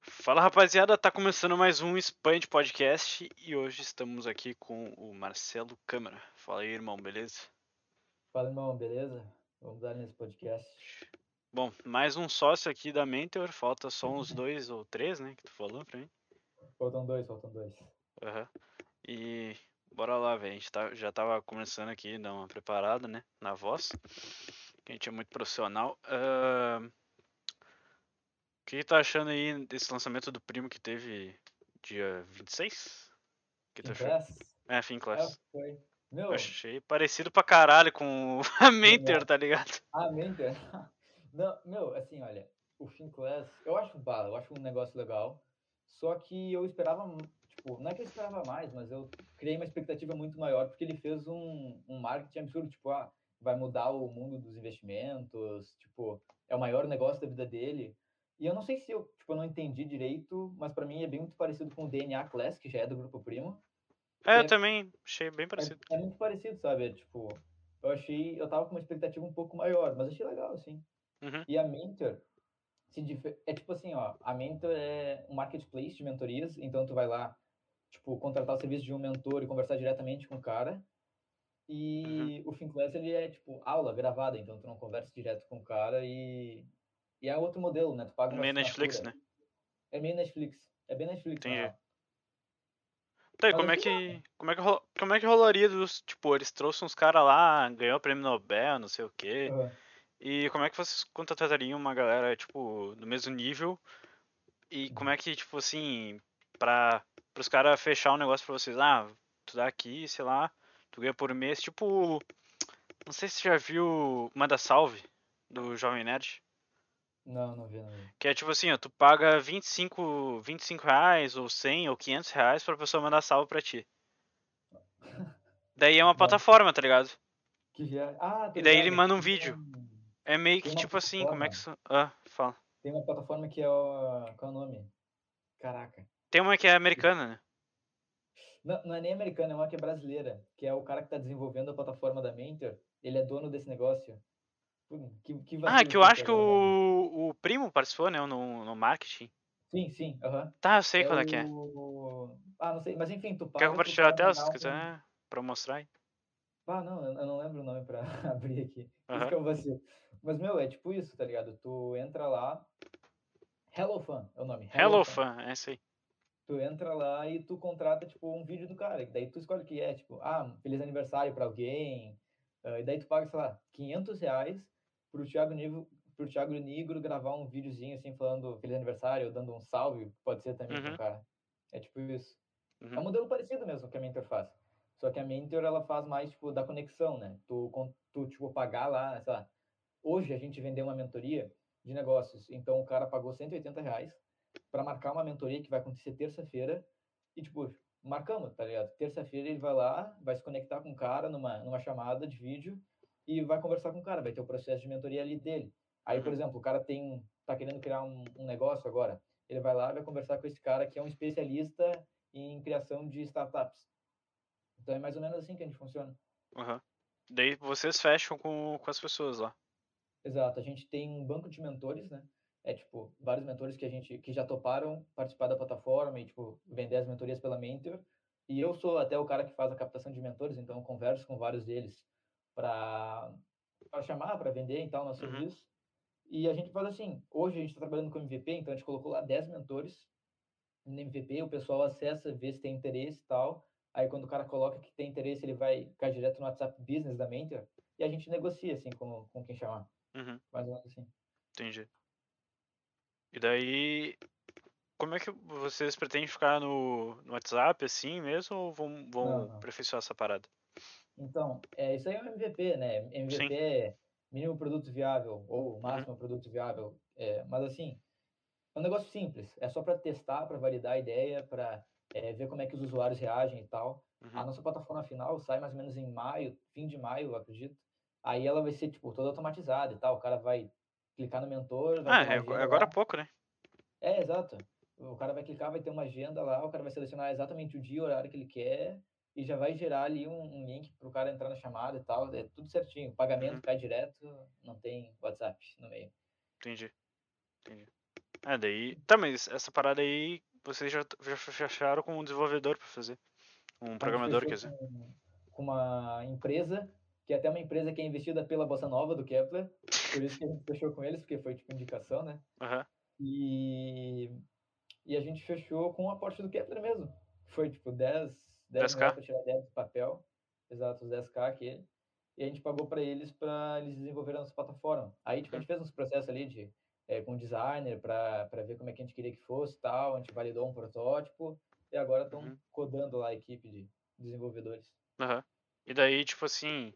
Fala rapaziada, tá começando mais um Spam de Podcast e hoje estamos aqui com o Marcelo Câmara. Fala aí, irmão, beleza? Fala, irmão, beleza? Vamos dar nesse podcast. Bom, mais um sócio aqui da Mentor, falta só uns dois ou três, né, que tu falou pra mim. Faltam dois, faltam dois. Aham. E bora lá, velho, a gente tá- já tava começando aqui, dar uma preparada, né, na voz. que A gente é muito profissional. Ahn, O que que tá achando aí desse lançamento do primo que teve dia 26? O que tu achou? Impress? É, fim Ah, class. foi. Meu, Eu achei parecido pra caralho com o a Mentor, tá ligado? ah, mente. Não, meu, assim, olha, o Finclass, eu acho bala, eu acho um negócio legal. Só que eu esperava, mu- tipo, não é que eu esperava mais, mas eu criei uma expectativa muito maior, porque ele fez um, um marketing absurdo, tipo, ah, vai mudar o mundo dos investimentos, tipo, é o maior negócio da vida dele. E eu não sei se eu, tipo, eu não entendi direito, mas pra mim é bem muito parecido com o DNA Class, que já é do grupo primo. É, eu É. também achei bem É- parecido. É, muito parecido, sabe? É, tipo, eu achei, eu tava com uma expectativa um pouco maior, mas achei legal, assim. Uhum. E a Mentor se dife- é tipo assim, ó, a Mentor é um marketplace de mentorias, então tu vai lá, tipo, contratar o serviço de um mentor e conversar diretamente com o cara. E Uhum. o Finclass, ele é, tipo, aula gravada, então tu não conversa direto com o cara e... E é outro modelo, né? Tu paga uma Meio Netflix, assinatura. né? É meio Netflix. É bem Netflix, na Entendi. real. Tá, e Mas como é eu fui lá, que. Como é que, rola- como é que rolaria dos. Tipo, eles trouxeram uns caras lá, ganhou o prêmio Nobel, não sei o quê. Aham. E como é que vocês contratariam uma galera, tipo, do mesmo nível? E como é que, tipo assim, pra, pros caras fechar um negócio pra vocês, ah, tu dá aqui, sei lá, tu ganha por mês, tipo. Não sei se você já viu Manda Salve do Jovem Nerd. Não, não vi, não vi. Que é tipo assim, ó, tu paga 25, 25 reais, ou 100, ou 500 reais pra pessoa mandar salve pra ti. Daí é uma Bom. plataforma, tá ligado? Que já... Ah, tô E daí ligado, Hum. ele manda um tem vídeo. É meio Tem que uma tipo assim, como é que... isso- Ah, fala. Tem uma plataforma que é o. Qual é o nome? Caraca. Tem uma que é americana, né? Não, não é nem americana, é uma que é brasileira. Que é o cara que tá desenvolvendo a plataforma da Mentor. Ele é dono desse negócio. Pum, Que, que tá Ah, vacilo que eu acho eu que tô agora. o, o primo participou, né, no, no marketing. Sim, sim, aham. Tá, eu sei qual é que é. o- Ah, não sei, mas enfim, tu paga Quer pro compartilhar a cara tela, se mandar tu um- quiser, pra eu mostrar aí. Ah, não, eu eu não lembro o nome pra abrir aqui. Isso Aham. que é um vacilo. Mas, meu, é tipo isso, tá ligado? Tu entra lá. Hello Fan é o nome. Hello, Fan. fan, é isso aí. Tu entra lá e tu contrata, tipo, um vídeo do cara. que Daí tu escolhe o que é, tipo, ah, feliz aniversário pra alguém. ah, e daí tu paga, sei lá, 500 reais pro Thiago Negro, pro Thiago Negro gravar um videozinho, assim, falando feliz aniversário, ou dando um salve, pode ser também pro Uhum. cara. É tipo isso. É Uhum. um modelo parecido mesmo que a Mentor faz. Só que a Mentor, ela faz mais, tipo, da conexão, né? Tu, con- tu tipo, pagar lá, sei lá. Hoje a gente vendeu uma mentoria de negócios. Então o cara pagou 180 reais pra marcar uma mentoria que vai acontecer terça-feira. E, tipo, marcamos, tá ligado? Terça-feira ele vai lá, vai se conectar com o cara numa, numa chamada de vídeo e vai conversar com o cara. Vai ter o processo de mentoria ali dele. Aí, por Uhum. exemplo, o cara tem, tá querendo criar um, um negócio agora. Ele vai lá, vai conversar com esse cara que é um especialista em criação de startups. Então é mais ou menos assim que a gente funciona. Aham. Daí vocês fecham com, com as pessoas lá. Exato, a gente tem um banco de mentores, né? É tipo, vários mentores que a gente que já toparam participar da plataforma e tipo vender as mentorias pela Mentor. E eu sou até o cara que faz a captação de mentores, então eu converso com vários deles para para chamar, para vender e tal nosso Uhum. serviço. E a gente faz assim, hoje a gente está trabalhando com MVP, então a gente colocou lá 10 mentores no MVP, o pessoal acessa, vê se tem interesse e tal. Aí quando o cara coloca que tem interesse, ele vai ficar direto no WhatsApp Business da Mentor e a gente negocia assim com, com quem chamar. Uhum. Mais ou menos assim. Entendi. E daí, como é que vocês pretendem ficar no, no WhatsApp assim mesmo ou vão, vão não. aperfeiçoar essa parada? Então, é, isso aí é um MVP, né? MVP é mínimo produto viável Uhum. ou máximo produto viável. É, mas assim, é um negócio simples. É só para testar, para validar a ideia, para ver como é que os usuários reagem e tal. Uhum. A nossa plataforma final sai mais ou menos em maio, fim de maio, eu acredito. Aí ela vai ser tipo toda automatizada e tal. O cara vai clicar no mentor, vai Ah, ter uma é agenda ago- agora lá. há pouco, né? É, exato. O cara vai clicar, vai ter uma agenda lá, o cara vai selecionar exatamente o dia e o horário que ele quer e já vai gerar ali um, um link pro cara entrar na chamada e tal. É tudo certinho. O pagamento Uhum. cai direto, não tem WhatsApp no meio. Entendi. Entendi. É, daí. Tá, mas essa parada aí vocês já, já fecharam com um desenvolvedor pra fazer. Um programador, quer dizer. com, com uma empresa, que é até uma empresa que é investida pela Bossa Nova do Kepler, por isso que a gente fechou com eles, porque foi tipo indicação, né? Aham. E, e a gente fechou com o aporte do Kepler mesmo. Foi tipo 10, 10 10K? milhões para tirar 10 do papel, exatos 10k aquele. E a gente pagou para eles para eles desenvolverem a nossa plataforma. Aí tipo, a gente fez uns processos ali de eh, com designer para ver como é que a gente queria que fosse e tal. A gente validou um protótipo e agora estão Uhum. codando lá a equipe de desenvolvedores. Aham. E daí, tipo assim,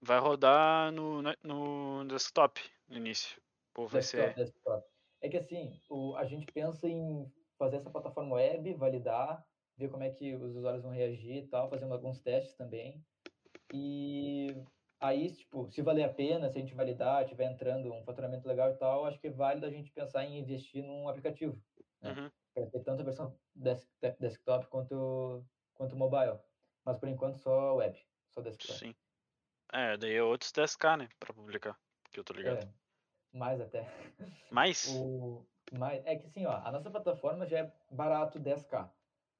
vai rodar no, no- no desktop no início. Ou vai Desktop, ser. desktop. É que assim, o, a gente pensa em fazer essa plataforma web, validar, ver como é que os usuários vão reagir e tal, fazendo alguns testes também. E aí, tipo, se valer a pena, se a gente validar, tiver entrando um faturamento legal e tal, acho que é válido a gente pensar em investir num aplicativo, né? Uhum. para ter tanto a versão desk- desktop quanto, quanto mobile. Mas por enquanto só web, só desktop. Sim. É, daí é outros 10k, né? Pra publicar. Que eu tô ligado. É, mais até. Mas. É, O... Mas é que assim, ó, a nossa plataforma já é barato 10k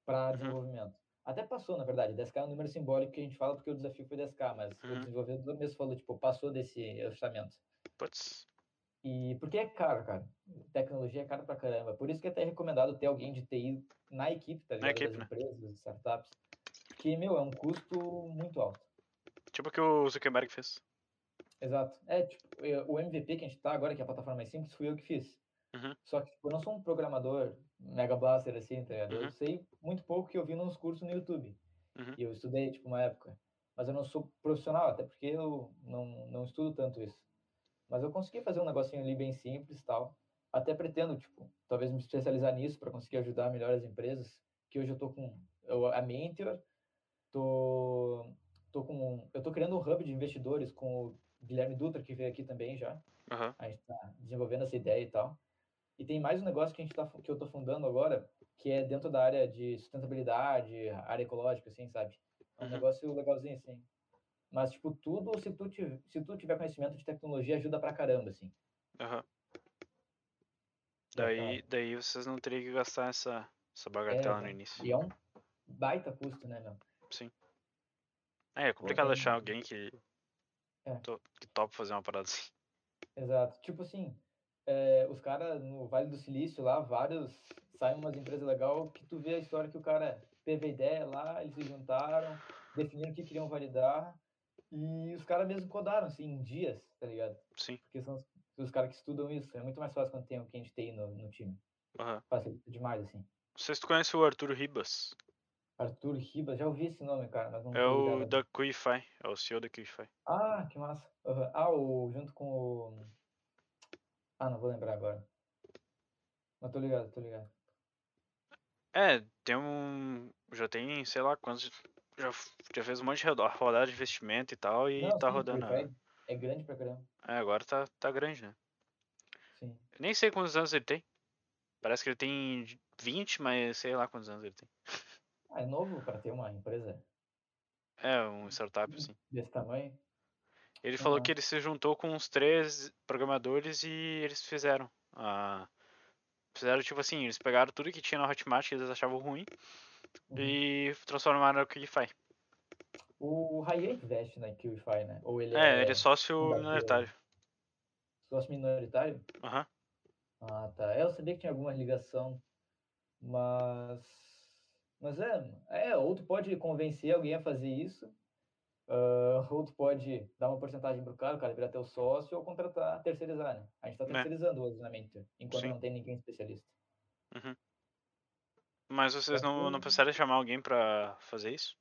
para Uhum. desenvolvimento. Até passou, na verdade, 10k é um número simbólico que a gente fala porque o desafio foi 10k, mas Uhum. o desenvolvedor mesmo falou, tipo, passou desse orçamento. Putz. E porque é caro, cara. Tecnologia é caro pra caramba. Por isso que é até recomendado ter alguém de TI na equipe, tá Na ligado? equipe, né? Das empresas, startups. Que, meu, é um custo muito alto. Tipo o que o Zuckerberg fez. Exato. É, tipo, eu- o MVP que a gente tá agora, que é a plataforma mais simples, fui eu que fiz. Uhum. Só que, tipo, eu não sou um programador mega blaster assim, tá ligado? Uhum. Eu sei muito pouco que eu vi nos cursos no YouTube. Uhum. E eu estudei, tipo, uma época. Mas eu não sou profissional, até porque eu não, não estudo tanto isso. Mas eu consegui fazer um negocinho ali bem simples e tal. Até pretendo, tipo, talvez me especializar nisso para conseguir ajudar melhor as empresas. Que hoje eu tô com eu, a Mentor, tô, tô com, eu tô criando um hub de investidores com o Guilherme Dutra, que veio aqui também já. Aham. A gente tá desenvolvendo essa ideia e tal. E tem mais um negócio que a gente tá, fu- que eu tô fundando agora, que é dentro da área de sustentabilidade, área ecológica, assim, sabe? É um Uhum. negócio legalzinho, assim. Mas, tipo, tudo, se tu, tiver, se tu tiver conhecimento de tecnologia, ajuda pra caramba, assim. Aham. Bacana. Daí, daí vocês não teriam que gastar essa, essa bagatela no cara. início. E é um baita custo, né, meu? É, é complicado tem- achar alguém que. É. to- Que topa fazer uma parada assim. Exato. Tipo assim, é, os caras no Vale do Silício lá, vários, saem umas empresas legais que tu vê a história que o cara teve a ideia lá, eles se juntaram, definiram o que queriam validar e os caras mesmo codaram, assim, em dias, tá ligado? Sim. Porque são os, os caras que estudam isso. É muito mais fácil quando tem alguém de TI no, no time. Aham. Facilita demais, assim. Não sei se tu conhece o Arthur Ribas. Arthur Ribas, já ouvi esse nome, cara, mas não É tô ligado o agora. da Quify. É o CEO da Quify. Ah, que massa. Aham. Ah, o junto com o. Ah, não vou lembrar agora. Mas tô ligado, tô ligado. É, tem um. Já tem, sei lá quantos. Já, f- já fez um monte de roda- rodada de investimento e tal, e Não, tá sim, rodando. Free a- Fire É grande pra caramba. É, agora tá, tá grande, né? Sim. Eu nem sei quantos anos ele tem. Parece que ele tem 20, mas sei lá quantos anos ele tem. Ah, é novo pra ter uma empresa É, um startup, assim. desse tamanho. Ele falou Aham. que ele se juntou com uns três programadores e eles fizeram. a- Fizeram tipo assim, eles pegaram tudo que tinha na Hotmart que eles achavam ruim Uhum. e transformaram no QuickFi. O Raia investe na QIFI, né? Ou ele É, é, ele é sócio fundador. minoritário. sócio minoritário? Aham. Ah, tá. É, Eu sabia que tinha alguma ligação, mas. Mas é, é, ou tu pode convencer alguém a fazer isso, ah, ou tu pode dar uma porcentagem pro cara, o cara virar teu sócio, ou contratar, terceirizar, né? A gente tá Né. terceirizando hoje na Mentor, enquanto Sim. não tem ninguém especialista. Mas vocês não, não Bacana. pensaram em chamar alguém pra fazer isso?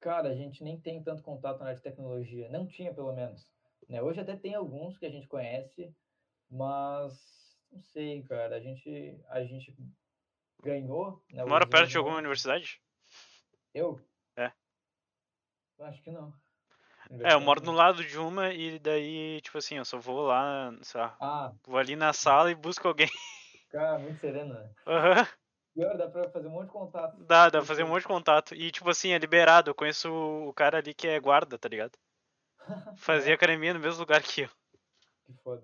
Cara, a gente nem tem tanto contato na área de tecnologia, não tinha pelo menos, né? Hoje até tem alguns que a gente conhece, mas não sei, cara, a gente a gente ganhou, né, o Mora perto de alguma desenvolvimento. universidade? Eu? É. Eu acho que não. É, eu moro Universidade no não. lado de uma e daí, tipo assim, eu só vou lá, sei lá, Ah, vou ali na sala e busco alguém. cara, muito sereno, né? Aham. Pior, dá pra fazer um monte de contato. Dá, dá pra fazer um monte de contato. E, tipo assim, é liberado. Eu conheço o cara ali que é guarda, tá ligado? Fazia academia no mesmo lugar que eu. Que foda.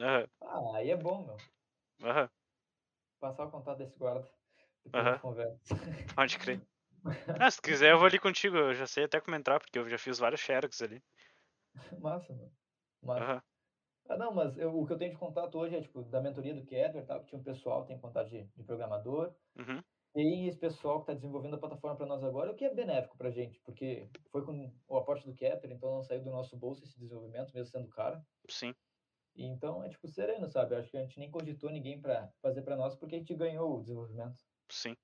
Aham. Ah, aí é bom, meu. Aham, Passar o contato desse guarda. Depois a Aham. gente conversa. pode crer. Ah, se tu quiser eu vou ali contigo, eu já sei até comentar, porque eu já fiz vários xerox ali. Massa, mano. Massa. Aham, Ah, não, mas eu- o que eu tenho de contato hoje é, tipo, da mentoria do Kepler, tá? Que tinha um pessoal, tem contato de, de programador. uhum, Tem esse pessoal que está desenvolvendo a plataforma para nós agora, o que é benéfico para a gente, porque foi com o aporte do Kepler, então não saiu do nosso bolso esse desenvolvimento, mesmo sendo caro. sim. E então é, tipo, sereno, sabe? Eu acho que a gente nem cogitou ninguém para fazer para nós, porque a gente ganhou o desenvolvimento. Sim.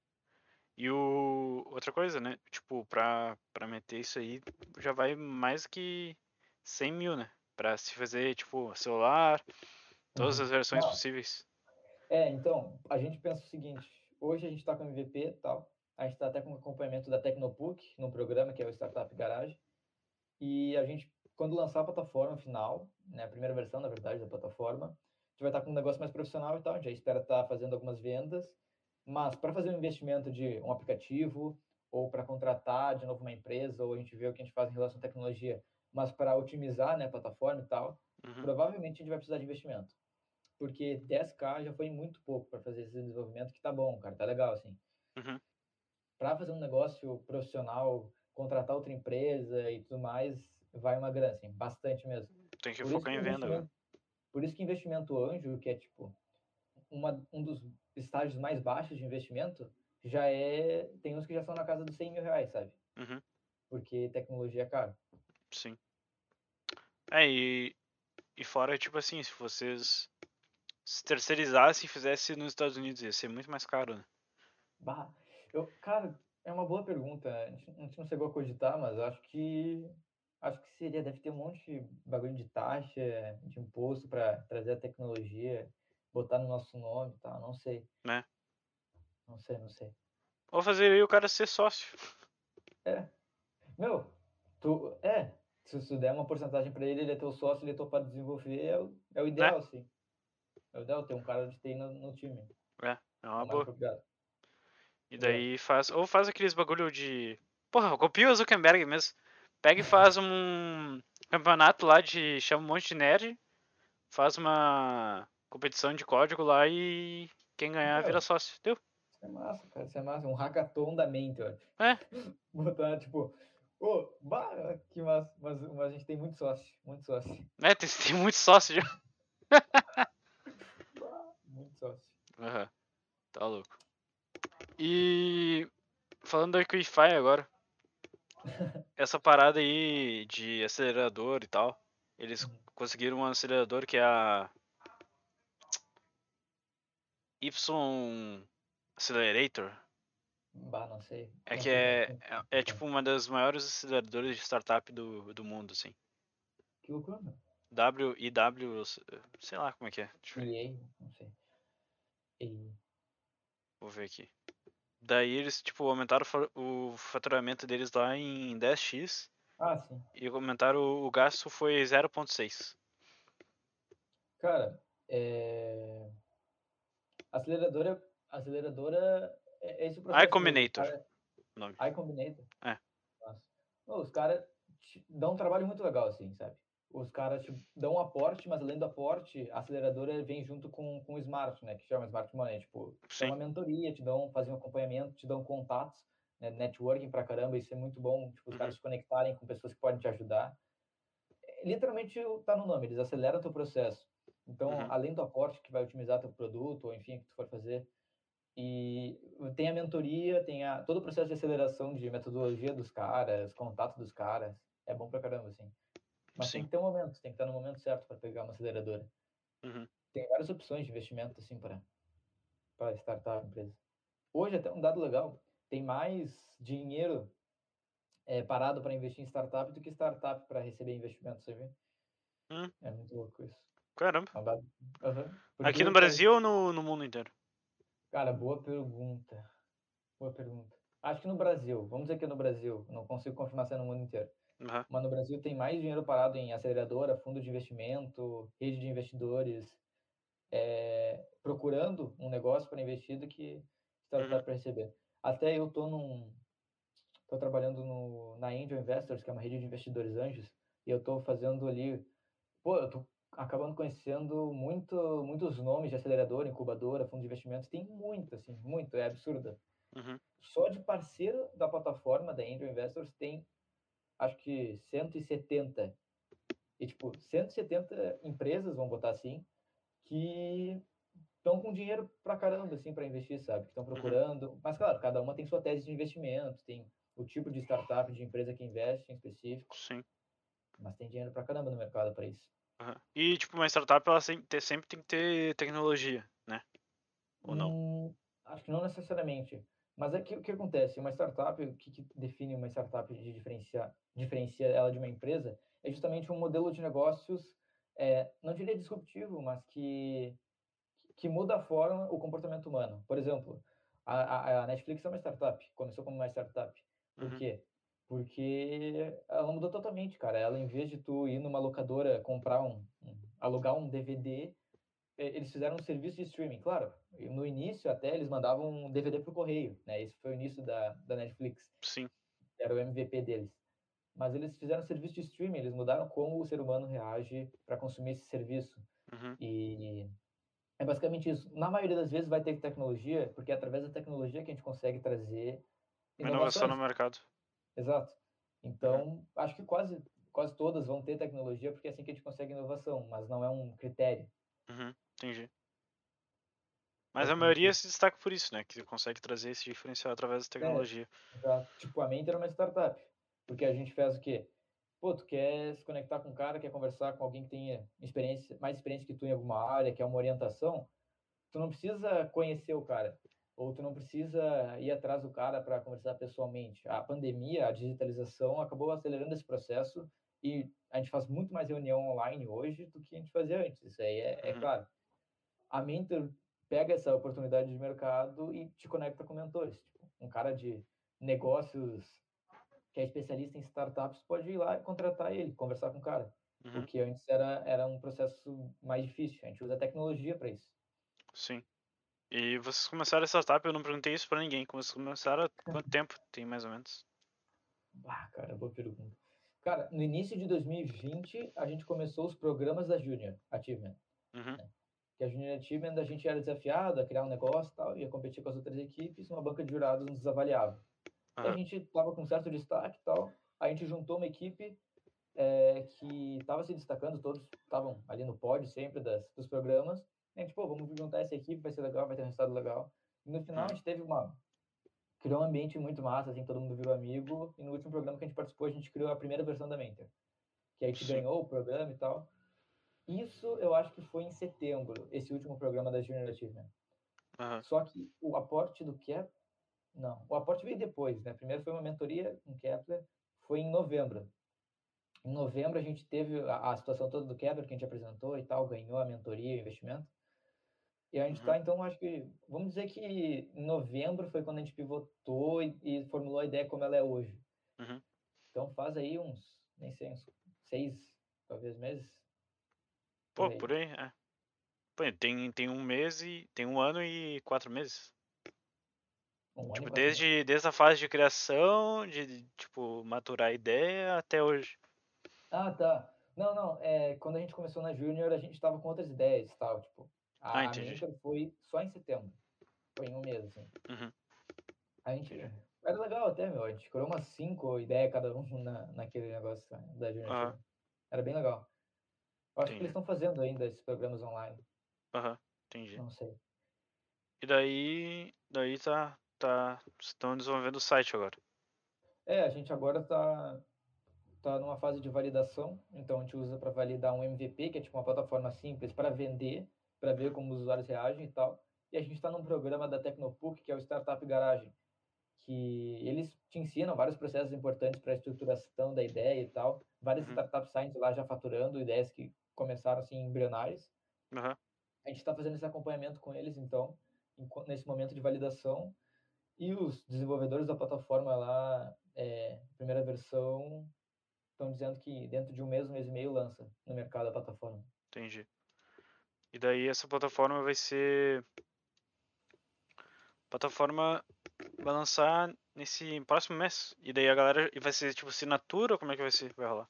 E o... outra coisa, né? Tipo, pra, pra meter isso aí, já vai mais que 100 mil, né? Pra se fazer, tipo, celular, todas Uhum. as versões Não. possíveis. É, então, a gente pensa o seguinte, hoje a gente está com MVP e tal, a gente está até com acompanhamento da Tecnopuc, num programa que é o Startup Garage, e a gente, quando lançar a plataforma final, né, a primeira versão, na verdade, da plataforma, a gente vai estar com um negócio mais profissional e tal, a gente já espera estar fazendo algumas vendas, mas para fazer um investimento de um aplicativo, ou para contratar de novo uma empresa, ou a gente vê o que a gente faz em relação à tecnologia, mas para otimizar né, a plataforma e tal, Uhum, provavelmente a gente vai precisar de investimento. Porque 10k já foi muito pouco para fazer esse desenvolvimento, que tá bom, cara, tá legal, assim. uhum, Para fazer um negócio profissional, contratar outra empresa e tudo mais, vai uma grana, assim, bastante mesmo. Tem que Por isso focar que né. em o venda, né. velho. investimento- Por isso que investimento anjo, que é tipo uma, um dos estágios mais baixos de investimento, já é. Tem uns que já são na casa dos 100 mil reais, sabe? Uhum, Porque tecnologia é caro. sim. É, e, e fora, tipo assim, se vocês se terceirizassem e fizessem nos Estados Unidos, ia ser muito mais caro, né? Bah, eu, cara, é uma boa pergunta. A gente, a gente não chegou a cogitar, mas eu acho que acho que seria, deve ter um monte de bagulho de taxa, de imposto para trazer a tecnologia, botar no nosso nome e tal, não sei. Né? Não sei, não sei. Ou fazer aí o cara ser sócio. Meu, tu é, se tu der uma porcentagem para ele, ele é teu sócio, ele é topar desenvolver, é o, é o Né? ideal, assim. É o ideal ter um cara de TI no, no time. É, é uma o mais boa. apropriado. E É. daí faz. Ou faz aqueles bagulho de. Porra, copia o Zuckerberg mesmo. Pega e faz um campeonato lá de. Chama um monte de nerd. Faz uma competição de código lá e. Quem ganhar Meu. vira sócio. Deu? Isso é massa, cara. Isso é massa. Um hackathon da mente, olha. É. Botar, tipo, ô, bah, que massa. Mas, mas a gente tem muito sócio, muito sócio, Né? Tem, tem muito sócio já. muito sócio. Aham. Tá louco. E. Falando da Wi-Fi agora. Essa parada aí de acelerador e tal. Eles Uhum. conseguiram um acelerador que é a. Y Accelerator. Bah, não sei. É não que sei, é, não sei. é, é tipo uma das maiores aceleradoras de startup do, do mundo, assim. Que loucura, meu. WIW, sei lá como é que é. Deixa eu ver, EA, não sei. EA. vou ver aqui. Daí eles, tipo, aumentaram o fa- o faturamento deles lá em 10x Ah, sim. e aumentaram o, o gasto foi 0.6. Cara, é... Aceleradora, aceleradora, é é esse o processo. mesmo, Combinator, cara- o nome. I Combinator. É. Nossa. Ô, os caras te dão um trabalho muito legal, assim, sabe? Os caras te dão um aporte, mas além do aporte, a aceleradora vem junto com, com o Smart, né? Que chama Smart Money. Tipo, te dão Sim. uma mentoria, te dão, fazem um acompanhamento, te dão contatos, né? Networking pra caramba, isso é muito bom. Tipo, os Uhum. caras se conectarem com pessoas que podem te ajudar. É, Literalmente tá no nome, eles aceleram teu processo. Então, Uhum. além do aporte que vai otimizar teu produto, ou enfim, o que tu for fazer, e tem a mentoria, tem a, todo o processo de aceleração de metodologia dos caras, contato dos caras. É bom pra caramba, assim. Mas tem Sim. que ter um momento, tem que estar no momento certo para pegar uma aceleradora. Uhum. Tem várias opções de investimento, assim, para para startup, empresa. Hoje, até um dado legal, tem mais dinheiro eh, parado para investir em startup do que startup para receber investimento, você viu? Hum. É muito louco isso. Caramba. Uma ba- Aham. Aqui Porque, no cara, Brasil ou no, no mundo inteiro? Cara, boa pergunta. Boa pergunta. Acho que no Brasil, vamos dizer que é no Brasil, não consigo confirmar se é no mundo inteiro, Aham. mas no Brasil tem mais dinheiro parado em aceleradora, fundo de investimento, rede de investidores, eh, procurando um negócio para investir do que Uhum. startup para receber. Até eu tô num, tô trabalhando no, na Angel Investors, que é uma rede de investidores anjos, e eu tô fazendo ali, pô, eu tô acabando conhecendo muito, muitos nomes de acelerador, incubadora, fundo de investimento, tem muito, assim, muito, é absurda. Uhum. Só de parceiro da plataforma da Angel Investors tem, acho que 170. E, tipo, 170 empresas, vão botar assim, que estão com dinheiro pra caramba, assim, para investir, sabe? Que estão procurando. Mas, claro, cada uma tem sua tese de investimento, tem o tipo de startup, de empresa que investe em específico, Sim. mas tem dinheiro pra caramba no mercado para isso. Aham. E, tipo, uma startup, ela sempre, ter- sempre tem que ter tecnologia, né? Ou não? Hum, acho que não necessariamente. Mas é que o que acontece? Uma startup, o que, que define uma startup de diferenciar, diferencia ela de uma empresa, é justamente um modelo de negócios, eh, não diria disruptivo, mas que, que muda a forma, o comportamento humano. Por exemplo, a, a- a Netflix é uma startup, começou como uma startup. Por Uhum. quê? Porque ela mudou totalmente, cara. Ela, em vez de tu ir numa locadora comprar um, um alugar um DVD, eh, eles fizeram um serviço de streaming, claro. e No início até eles mandavam um DVD pro correio, né? Esse foi o início da, da Netflix, Sim. era o MVP deles. Mas eles fizeram um serviço de streaming, eles mudaram como o ser humano reage para consumir esse serviço. Uhum. E é basicamente isso. Na maioria das vezes vai ter tecnologia, porque é através da tecnologia que a gente consegue trazer Uma inovação né? inovações. no mercado. Exato. Então, acho que quase, quase todas vão ter tecnologia, porque é assim que a gente consegue inovação, mas não é um critério. Uhum. Entendi. Mas a Basicamente maioria isso. É. se destaca por isso, né? Que consegue trazer esse diferencial através da tecnologia. Exato. Tipo, a Mente era uma startup, porque a gente fez o quê? Pô, tu quer se conectar com um cara, quer conversar com alguém que tenha experiência, mais experiência que tu em alguma área, quer uma orientação, tu não precisa conhecer o cara, ou tu não precisa ir atrás do cara para conversar pessoalmente. A pandemia, a digitalização acabou acelerando esse processo e a gente faz muito mais reunião online hoje do que a gente fazia antes, isso aí é, é Uhum. claro. A Mentor pega essa oportunidade de mercado e te conecta com mentores. Tipo, um cara de negócios que é especialista em startups pode ir lá e contratar ele, conversar com o cara. Uhum. Porque antes era, era um processo mais difícil. A gente usa tecnologia para isso. Sim. E vocês começaram a startup, eu não perguntei isso pra ninguém. Vocês começaram há É. quanto tempo? Tem mais ou menos. Ah, cara, boa pergunta. Cara, no início de 2020, a gente começou os programas da Junior Achievement. Uhum. Que a Junior Achievement, a gente era desafiado a criar um negócio e tal, ia competir com as outras equipes, uma banca de jurados nos avaliava. E a Aham. gente estava com um certo destaque e tal, a gente juntou uma equipe eh, que estava se destacando, todos estavam ali no pódio sempre das, dos programas. E a gente, pô, vamos juntar essa equipe, vai ser legal, vai ter um resultado legal. E no final a gente teve uma. Criou um ambiente muito massa, assim, todo mundo virou amigo. E no último programa que a gente participou, a gente criou a primeira versão da Mentor, que a gente Sim. ganhou o programa e tal. Isso eu acho que foi em setembro, esse último programa da Junior Achievement. Aham. Só que o aporte do Kepler. Não, o aporte veio depois, né? Primeiro foi uma mentoria com Kepler, foi em novembro. Em novembro a gente teve a, a situação toda do Kepler que a gente apresentou e tal, ganhou a mentoria e o investimento. E a gente Uhum. está, então, acho que. Vamos dizer que em novembro foi quando a gente pivotou e, e formulou a ideia como ela é hoje. Uhum. Então faz aí uns, nem sei, uns seis, talvez meses. Pô, Por aí. por aí, é. Pô, e tem, tem um mês e. Tem um ano e quatro meses. Um ano e Tipo, quatro meses. desde, desde a fase de criação, de, de, tipo, maturar a ideia até hoje. Ah, tá. Não, não. É, quando a gente começou na Junior, a gente estava com outras ideias e tal. Tipo, Ah, a, a entendi. Mentor foi só em setembro. Foi em um mês, assim. Uhum, A gente. entendi. Era legal até, meu. A gente criou umas cinco ideias cada um na, naquele negócio lá da Junior. Aham. Achievement. Era bem legal. Eu acho que Ah. Entendi. eles estão fazendo ainda esses programas online. Aham, entendi. Não sei. E daí. Daí tá. tá estão desenvolvendo o site agora. É, a gente agora tá, tá numa fase de validação. Então a gente usa para validar um MVP, que é tipo uma plataforma simples para vender, para ver como os usuários reagem e tal. E a gente está num programa da Tecnopuc, que é o Startup Garage, que eles te ensinam vários processos importantes para a estruturação da ideia e tal. Várias Uhum. startups saindo de lá já faturando ideias que começaram assim embrionárias. Aham, A gente está fazendo esse acompanhamento com eles, então, enqu- nesse momento de validação. E os desenvolvedores da plataforma lá, é, primeira versão, estão dizendo que dentro de um mês, um mês e meio lança no mercado a plataforma. entendi. E daí essa plataforma vai ser. Plataforma vai lançar nesse próximo mês. E daí a galera. E vai ser tipo assinatura? Como é que vai ser? Vai rolar?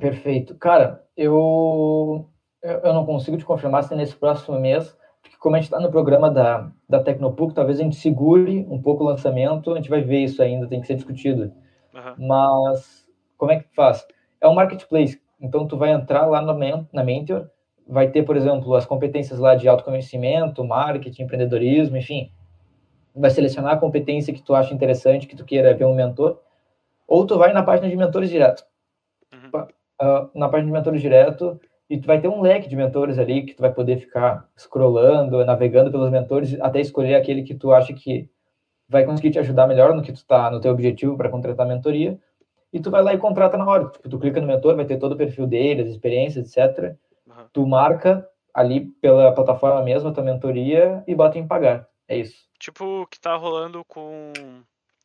Perfeito. Cara, eu Eu, eu não consigo te confirmar se nesse próximo mês, porque como a gente está no programa da, da Tecnopuc, talvez a gente segure um pouco o lançamento, a gente vai ver isso ainda, tem que ser discutido. Aham. Mas como é que faz? É um marketplace, então tu vai entrar lá na, Men- na Mentor, vai ter, por exemplo, as competências lá de autoconhecimento, marketing, empreendedorismo, enfim. Vai selecionar a competência que tu acha interessante, que tu queira ver um mentor, ou tu vai na página de mentores direto. Uhum. Pa- ah, na página de mentores direto, e tu vai ter um leque de mentores ali que tu vai poder ficar scrollando, navegando pelos mentores até escolher aquele que tu acha que vai conseguir te ajudar melhor no que tu tá no teu objetivo para contratar mentoria e tu vai lá e contrata na hora. Tipo, tu clica no mentor, vai ter todo o perfil dele, as experiências, etc. Aham. Tu marca ali pela plataforma mesmo a tua mentoria e bota em pagar. É isso. Tipo o que tá rolando com.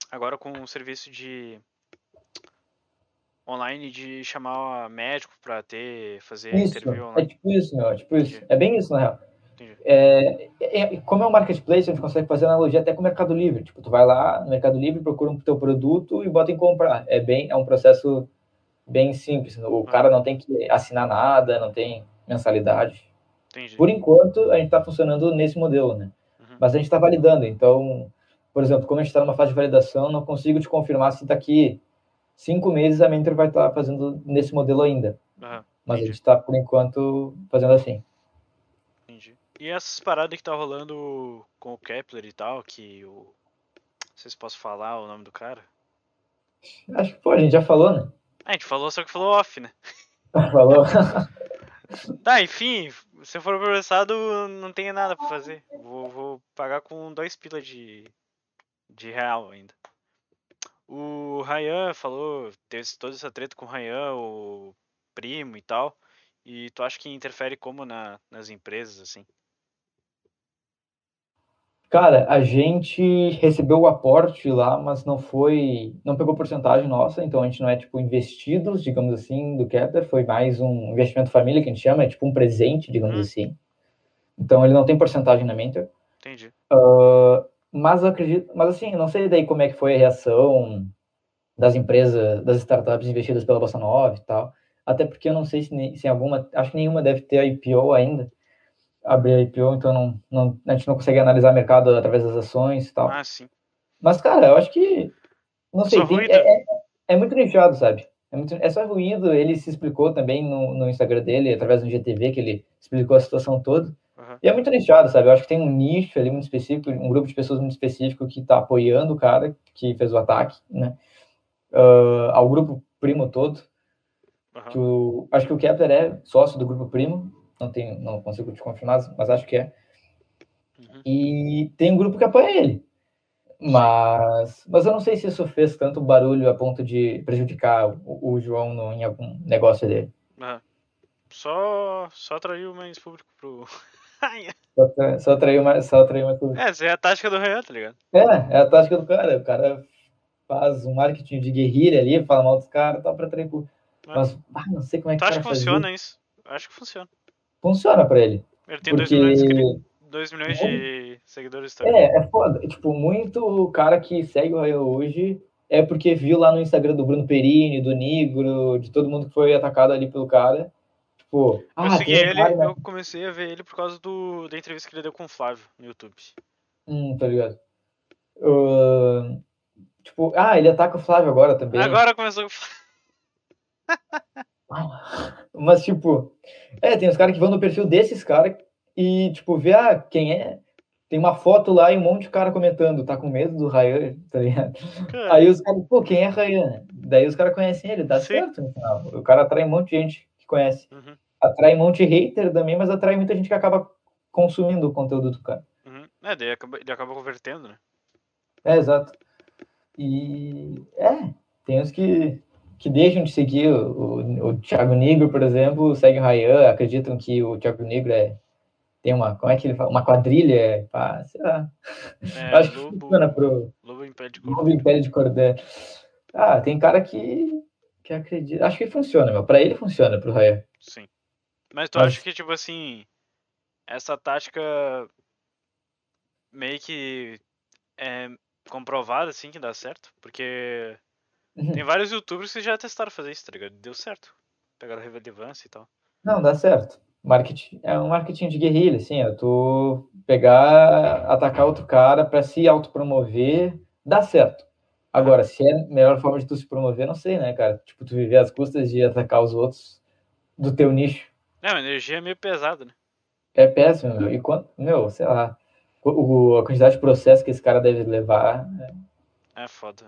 Agora com o serviço de. Online de chamar médico pra ter. fazer Isso, interview é online. tipo isso, meu, é tipo isso. Entendi. É bem isso, na real. Entendi. É, é- é- como é um marketplace, a gente consegue fazer analogia até com o Mercado Livre. Tipo, tu vai lá no Mercado Livre, procura um teu produto e bota em comprar. É bem, é um processo bem simples. Uhum. O cara não tem que assinar nada, não tem mensalidade. Entendi. Por enquanto, a gente está funcionando nesse modelo, né? Uhum. Mas a gente está validando. Então, por exemplo, como a gente está numa fase de validação, não consigo te confirmar se daqui cinco meses a Mentor vai estar fazendo nesse modelo ainda. Aham, Mas a Entendi. gente está, por enquanto, fazendo assim. entendi. E essas paradas que tá rolando com o Kepler e tal, que o. Não sei se posso falar o nome do cara. Acho que, pô, a gente já falou, né? Ah, a gente falou, só que falou off, né? Falou. Tá, enfim, se eu for processado, não tem nada pra fazer. Vou, vou pagar com dois pila de, de real ainda. O Ryan falou, teve toda essa treta com o Ryan, o primo e tal. E tu acha que interfere como na, nas empresas, assim? Cara, a gente recebeu o aporte lá, mas não foi, não pegou porcentagem nossa, então a gente não é tipo investidos, digamos assim, do Kepler, foi mais um investimento família que a gente chama, é tipo um presente, digamos Hum. assim. Então ele não tem porcentagem na Mentor. Entendi. Mas eu acredito, mas assim, eu não sei daí como é que foi a reação das empresas, das startups investidas pela Bossa Nova e tal. Até porque eu não sei se, ne- se alguma, acho que nenhuma deve ter IPO ainda, abrir IPO, então não, não, a gente não consegue analisar mercado através das ações e tal. Ah, sim. Mas, cara, eu acho que. Não sei, Só tem- ruído. é, é- é muito nichado, sabe? É, muito, é só ruído. Ele se explicou também no, no Instagram dele, através do GTV, que ele explicou a situação toda. Aham. E é muito nichado, sabe? Eu acho que tem um nicho ali muito específico, um grupo de pessoas muito específico que tá apoiando o cara que fez o ataque, né? Ah, ao grupo primo todo. aham. Que o, acho que o Kepler é sócio do grupo primo. Não, tenho, não consigo te confirmar, mas acho que é. Uhum. E tem um grupo que apoia ele. Mas, mas eu não sei se isso fez tanto barulho a ponto de prejudicar o, o João no, em algum negócio dele. aham. Só, só atraiu mais público pro. Ryan. Só, tra- só traiu mais. Só traiu mais tudo. é, essa é a tática do Ryan, tá ligado? É, é a tática do cara. O cara faz um marketing de guerrilha ali, fala mal dos caras, tal, pra trair. cu. É. Mas ah, não sei como é que Tu o acha cara que faz isso. funciona isso? Acho que funciona. Funciona pra ele. Ele tem 2 milhões de inscritos. Porque 2 milhões de seguidores também. Né? é, é foda. Tipo, muito cara que segue o Raio hoje é porque viu lá no Instagram do Bruno Perini, do Nigro, de todo mundo que foi atacado ali pelo cara. Tipo, eu ah, segui tem um ele, cara, né? eu comecei a ver ele por causa do, da entrevista que ele deu com o Flávio no YouTube. Hum, tá ligado? Ahn, tipo, ah, ele ataca o Flávio agora também. Agora começou com o Flávio. Mas, tipo, é, tem os caras que vão no perfil desses caras e, tipo, vê, ah, quem é? Tem uma foto lá e um monte de cara comentando, tá com medo do Ryan, tá ligado? Cara, Aí os caras, pô, quem é Ryan? Daí os caras conhecem ele, dá Sim. certo no final. O cara atrai um monte de gente que conhece. uhum, Atrai um monte de hater também, mas atrai muita gente que acaba consumindo o conteúdo do cara. uhum. É, daí acaba, ele acaba convertendo, né? É, exato. E é, tem uns que, que deixam de seguir o, o, o Thiago Negro, por exemplo, seguem o Ryan, acreditam que o Thiago Negro é, tem uma, como é que ele fala? Uma quadrilha, pá, sei lá. É, Acho que lobo, funciona pro lobo em pé de couro. novo Império de Cordé. Ah, tem cara que, que acredita. Acho que funciona, meu. Pra ele funciona, pro Ryan. Sim. Mas tu Mas- acha que, tipo assim, essa tática meio que é comprovada, assim, que dá certo? Porque Uhum. tem vários youtubers que já testaram fazer isso, tá ligado? Deu certo. Pegaram relevância e tal. Não, dá certo. marketing, é um marketing de guerrilha, assim, é tu pegar, atacar outro cara para se autopromover, dá certo. Agora, se é a melhor forma de tu se promover, não sei, né, cara? Tipo, tu viver às custas de atacar os outros do teu nicho. É, uma energia é meio pesada, né? É péssimo, meu. E quando, meu, sei lá, o, a quantidade de processo que esse cara deve levar. né? É foda.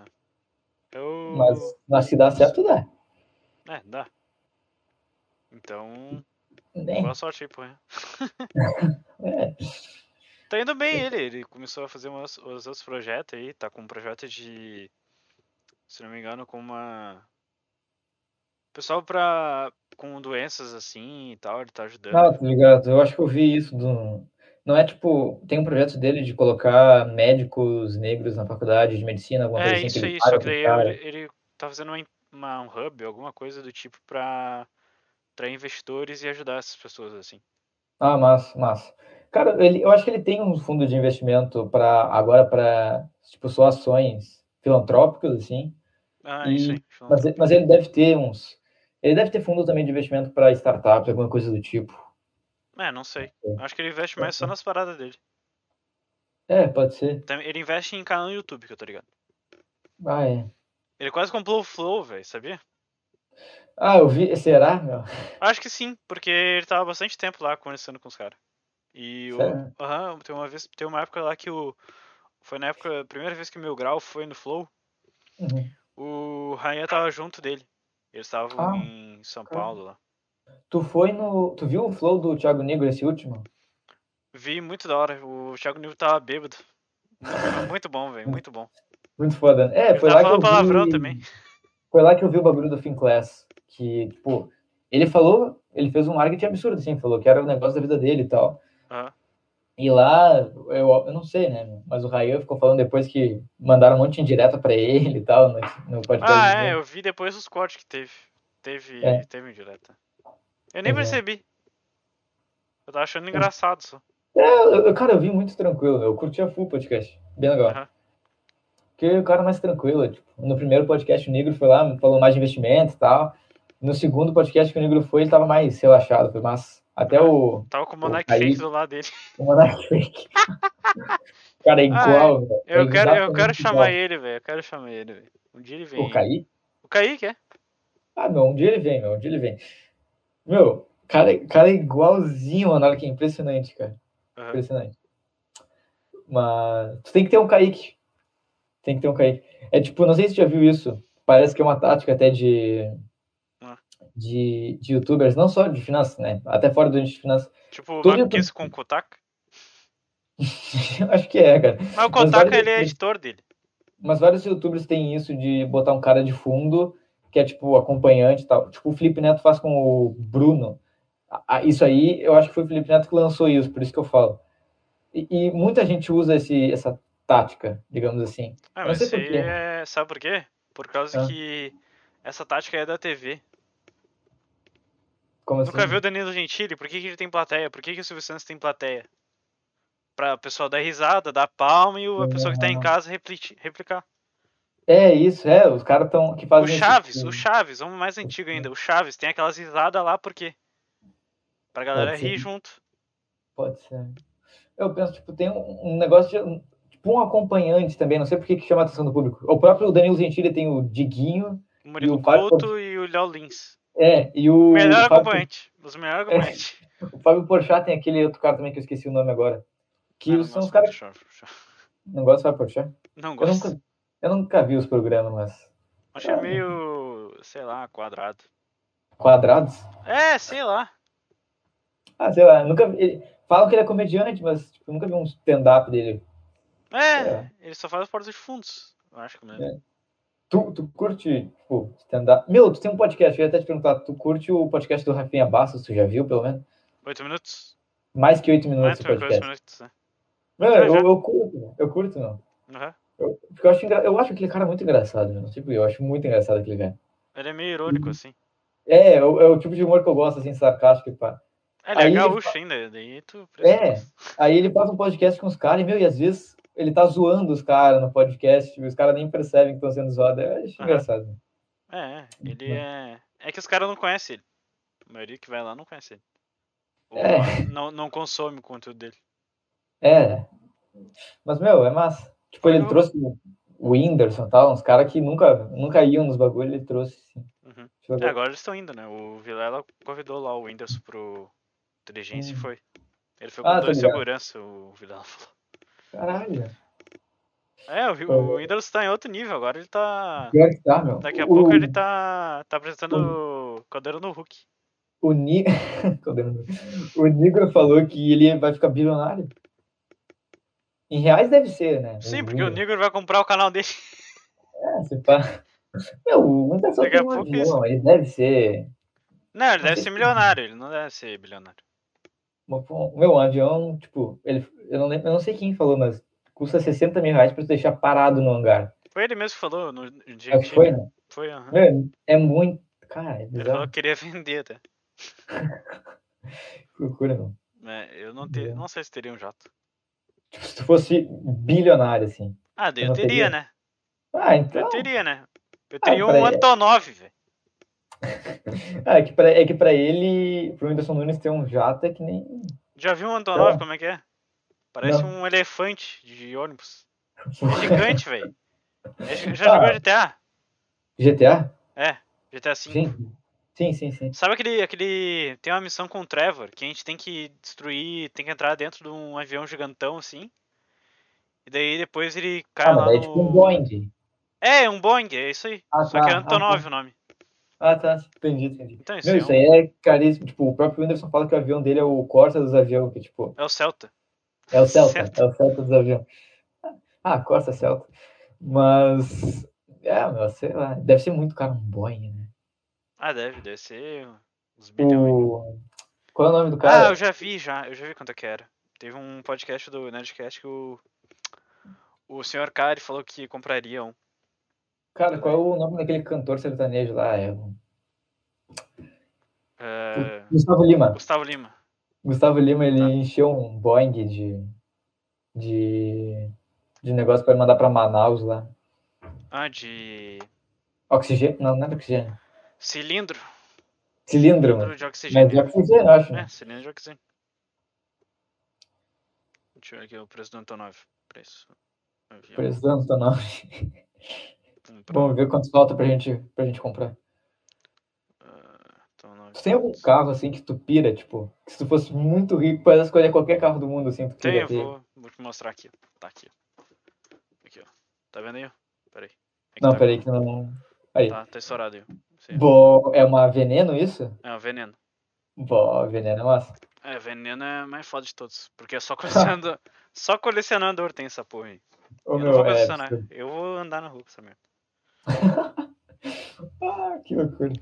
Eu... Mas, mas se dá certo, dá. É, dá. Então, Bem, boa sorte aí, pô. né? é. Tá indo bem ele, ele começou a fazer umas, os outros projetos aí, tá com um projeto de, se não me engano, com uma... Pessoal pra... com doenças assim e tal, ele tá ajudando. Ah, tá ligado? Eu acho que eu vi isso do. Não é tipo, tem um projeto dele de colocar médicos negros na faculdade de medicina, alguma coisa É, assim, isso que ele aí, paga só que com daí o cara. ele, ele tá fazendo uma, in- uma- um hub, alguma coisa do tipo pra atrair investidores e ajudar essas pessoas, assim. Ah, massa, massa. Cara, ele, eu acho que ele tem um fundo de investimento para agora para tipo só ações filantrópicas assim, Ah, isso E- aí. mas, e- mas ele deve ter uns, ele deve ter fundo também de investimento para startups, alguma coisa do tipo. É, não sei. Acho que ele investe mais só nas paradas dele. É, pode ser. Tam- Ele investe em canal no YouTube, que eu tô ligado. Ah, é. Ele quase comprou o Flow, velho, sabia? Ah, eu vi. Será, meu? Acho que sim, porque ele tava há bastante tempo lá conversando com os caras. E o. Sério? Aham, tem uma vez, tem uma época lá que o. Foi na época, a primeira vez que o meu grau foi no Flow, Uhum. o Rainha tava junto dele. Eles estavam Ah, em São caramba. Paulo lá. Tu foi no, tu viu o flow do Thiago Negro esse último? Vi muito da hora. O Thiago Nilo tava bêbado. Muito- Muito bom, velho. Muito bom. Muito foda. né? É, Ele foi tava lá que eu falando palavrão vi. também. Foi lá que eu vi o bagulho do Finclass, que, tipo, ele falou, ele fez um marketing absurdo, assim, falou que era o negócio da vida dele e tal. Aham. E lá, eu, eu não sei, né, mas o Rayan ficou falando depois que mandaram um monte de indireta pra ele e tal, no, no podcast Ah, dele. é, eu vi depois os cortes que teve. Teve, É. teve indireta. Eu nem Pois é. percebi. Eu tava achando engraçado só. Eu- eu- cara, eu vi muito tranquilo, eu curtia full o podcast, bem legal. Aham. Porque o cara mais tranquilo, tipo, no primeiro podcast o Negro foi lá, falou mais de investimento e tal. No segundo podcast que o Negro foi, ele tava mais relaxado, foi massa. Até o... Tava com o Pô, Monark aí- Fake do lado dele. O Monark Fake. Cara, é igual, velho. É Eu quero, eu exatamente quero igual. chamar ele, velho. Eu quero chamar ele, velho. Um dia ele vem. O Kaique? O Kaique, é? Ah, meu, um dia ele vem, meu, um dia ele vem. Meu, cara, cara é igualzinho o Monark, é impressionante, cara. Aham. Impressionante. Mas tu tem que ter um Kaique. Tem que ter um Kaique. É tipo, não sei se tu já viu isso. Parece que é uma tática até de, Ah. de, de youtubers, não só de finanças, né? Até fora do nicho de finanças. Tipo, o Todo Marquês com o Kotaka. Eu acho que é, cara. Mas o Mas Kotaka, vários- ele é editor dele. Mas vários youtubers têm isso de botar um cara de fundo, que é tipo acompanhante e tal. Tipo, o Felipe Neto faz com o Bruno. A- a- Isso aí, eu acho que foi o Felipe Neto que lançou isso, por isso que eu falo. E, e muita gente usa esse, essa tática, digamos assim. Ah, Eu não mas sei isso por aí quê. é. Sabe por quê? Por causa Ah. que essa tática é da TV. Como Nunca assim? viu o Danilo Gentili? Por que, que ele tem plateia? Por que, que o Silvio Santos tem plateia? Pra pessoa dar risada, dar palma e o- a pessoa que tá em casa repliti- replicar. É isso, é, os caras estão que O fazem isso. Chaves, o Chaves, vamos mais antigo ainda. O Chaves tem aquelas risadas lá, por quê? Pra galera Pode ser. rir junto. Pode ser. Eu penso, tipo, tem um, um negócio de. um- tipo, um acompanhante também, não sei por que que chama a atenção do público. O próprio Danilo Gentili tem o Diguinho, O Murilo o Fábio Couto e o Léo Lins. é, e o. Melhor Fábio- É, acompanhante. Os melhores acompanhantes. O Fábio Porchat tem aquele outro cara também que eu esqueci o nome agora. Que Ah, não são gosto os caras. muito do Chaves. Não gosto do Fábio Porchat? Não Eu gosto. nunca, eu nunca vi os programas, mas. Achei meio, sei lá, quadrado. Quadrados? É, sei lá. Ah, sei lá, nunca vi. ele- Falam que ele é comediante, mas tipo, eu nunca vi um stand-up dele. É, ele só faz portas de fundos. Eu acho que É. mesmo. Tu, tu curte, tipo, stand-up. Meu, tu tem um podcast, eu ia até te perguntar, tu curte o podcast do Rafinha Bastos, tu já viu, pelo menos? Oito minutos? Mais que oito minutos Oito de minutos, oito um podcast. minutos, né? Meu, Já, eu, já. eu curto, meu, eu curto, não. Aham. Porque eu acho, engra- eu acho aquele cara muito engraçado, meu. Tipo, eu acho muito engraçado aquele cara. Ele é meio irônico, Uhum. assim. É, é o, é o tipo de humor que eu gosto, assim, sarcástico e pá. É, ele é Aí ele gaúcho ainda, daí tu... É. Aí ele passa um podcast com os caras, e, meu, e às vezes ele tá zoando os caras no podcast, e os caras nem percebem que estão sendo zoados. Eu acho Aham. engraçado. Uhum. É, ele é... É que os caras não conhecem ele. A maioria que vai lá não conhece ele. Ou É. não, não consome o conteúdo dele. É. Mas, meu, é massa. Tipo, ele Eu- trouxe o Whindersson e tal, uns caras que nunca, nunca iam nos bagulhos, ele trouxe. Assim. Uhum. Deixa eu É, ver. agora eles estão indo, né? O Vilela convidou lá o Whindersson pro Inteligência e Hum. foi. Ele foi com Ah, tô dois ligado. segurança, o Vilela falou. Caralho, É, o, Vi- Uhum. o Whindersson tá em outro nível, agora ele tá. pior que tá, meu. Daqui a O- pouco ele tá. tá Uhum. apresentando o Caldeiro no Hulk. O, Ni... Tô dando- o Nigro falou que ele vai ficar bilionário. Em reais deve ser, né? Sim, porque o Nigor vai comprar o canal dele. É, se pá. Meu, o Whindersson Daqui a tem um pouco avião, ele deve ser. Não, ele deve ser milionário, ele não deve ser bilionário. Uma, pô, meu, um avião, tipo, ele, eu, não lembro, eu não sei quem falou, mas custa 60 mil reais pra tu deixar parado no hangar. Foi ele mesmo que falou no no dia Acho que foi, né? Foi, aham. Meu, é muito. Cara, é Ele falou bizarro. que queria vender, tá? Que Loucura, meu. É, eu não, te... É. não sei se teria um jato. Tipo, se tu fosse bilionário, assim. Ah, daí Eu eu não teria, teria. né? Ah, Eu então. teria, né? Eu Ah, teria um pra- Antonov, velho. Ah, é, que pra, é que pra ele, pro Whindersson Nunes ter um jato é que nem. Já viu um Antonov, Não. como é que é? Parece um elefante de ônibus. É gigante, velho. É gi- Já Ah. jogou GTA? GTA? É, GTA V. Sim. Sim, sim, sim. Sabe aquele, aquele. Tem uma missão com o Trevor que a gente tem que destruir, tem que entrar dentro de um avião gigantão assim. E daí depois ele cai Ah, lá mas no. é tipo um Boeing. É, um Boeing, é isso aí. Ah, Só que é tá, ah, tá. Antonov o nome. Ah, tá. Entendi, entendi. Então, isso, Meu, é, isso um- aí é caríssimo. Tipo, o próprio Whindersson fala que o avião dele é o Corsa dos aviões, que, tipo, é o Celta. é o Celta. Celta. É o Celta dos aviões. Ah, Corsa Celta. Mas. É, meu, sei lá. Deve ser muito caro um Boeing, né? Ah, deve, deve ser uns bilhões. O... Tipo, Qual é o nome do Ah, cara? eu já vi, já. Eu já vi quanto é que era. Teve um podcast do Nerdcast que o. O senhor Kari falou que compraria um. Cara, qual é o nome daquele cantor sertanejo lá? É... o- É, Gustavo Lima. Gustavo Lima. Gustavo Lima, ele Tá. encheu um Boeing de, de, de negócio pra mandar pra Manaus lá. Ah, de. Oxigênio? Não, não é oxigênio. Cilindro. Cilindro, mano. Cilindro de oxigênio. Mas é oxigênio, eu acho. né? É, cilindro de oxigênio. Deixa eu ver aqui o preço do Antonov. Preço. Avião. um Precisamos, tá não. Comprar. Vamos ver quanto falta pra gente, pra gente comprar. Ah, Antonov. Tu tem algum carro, assim, que tu pira, tipo? Que se tu fosse muito rico, pode escolher qualquer carro do mundo, assim, tu Tem, queria eu ter. vou, vou te mostrar aqui. Tá aqui. Aqui, ó. Tá vendo aí? ó? Pera aí. É que Não, tá- peraí que não... Aí. Tá, tá estourado aí. Sim. Bo... É uma veneno isso? É, o veneno. Bo... Veneno é massa. É, veneno é a mais foda de todos. Porque é só colecionando. só colecionador tem essa porra aí. Ô, eu não vou né? é colecionar. absurdo. eu vou andar na rua com essa merda. ah, que loucura.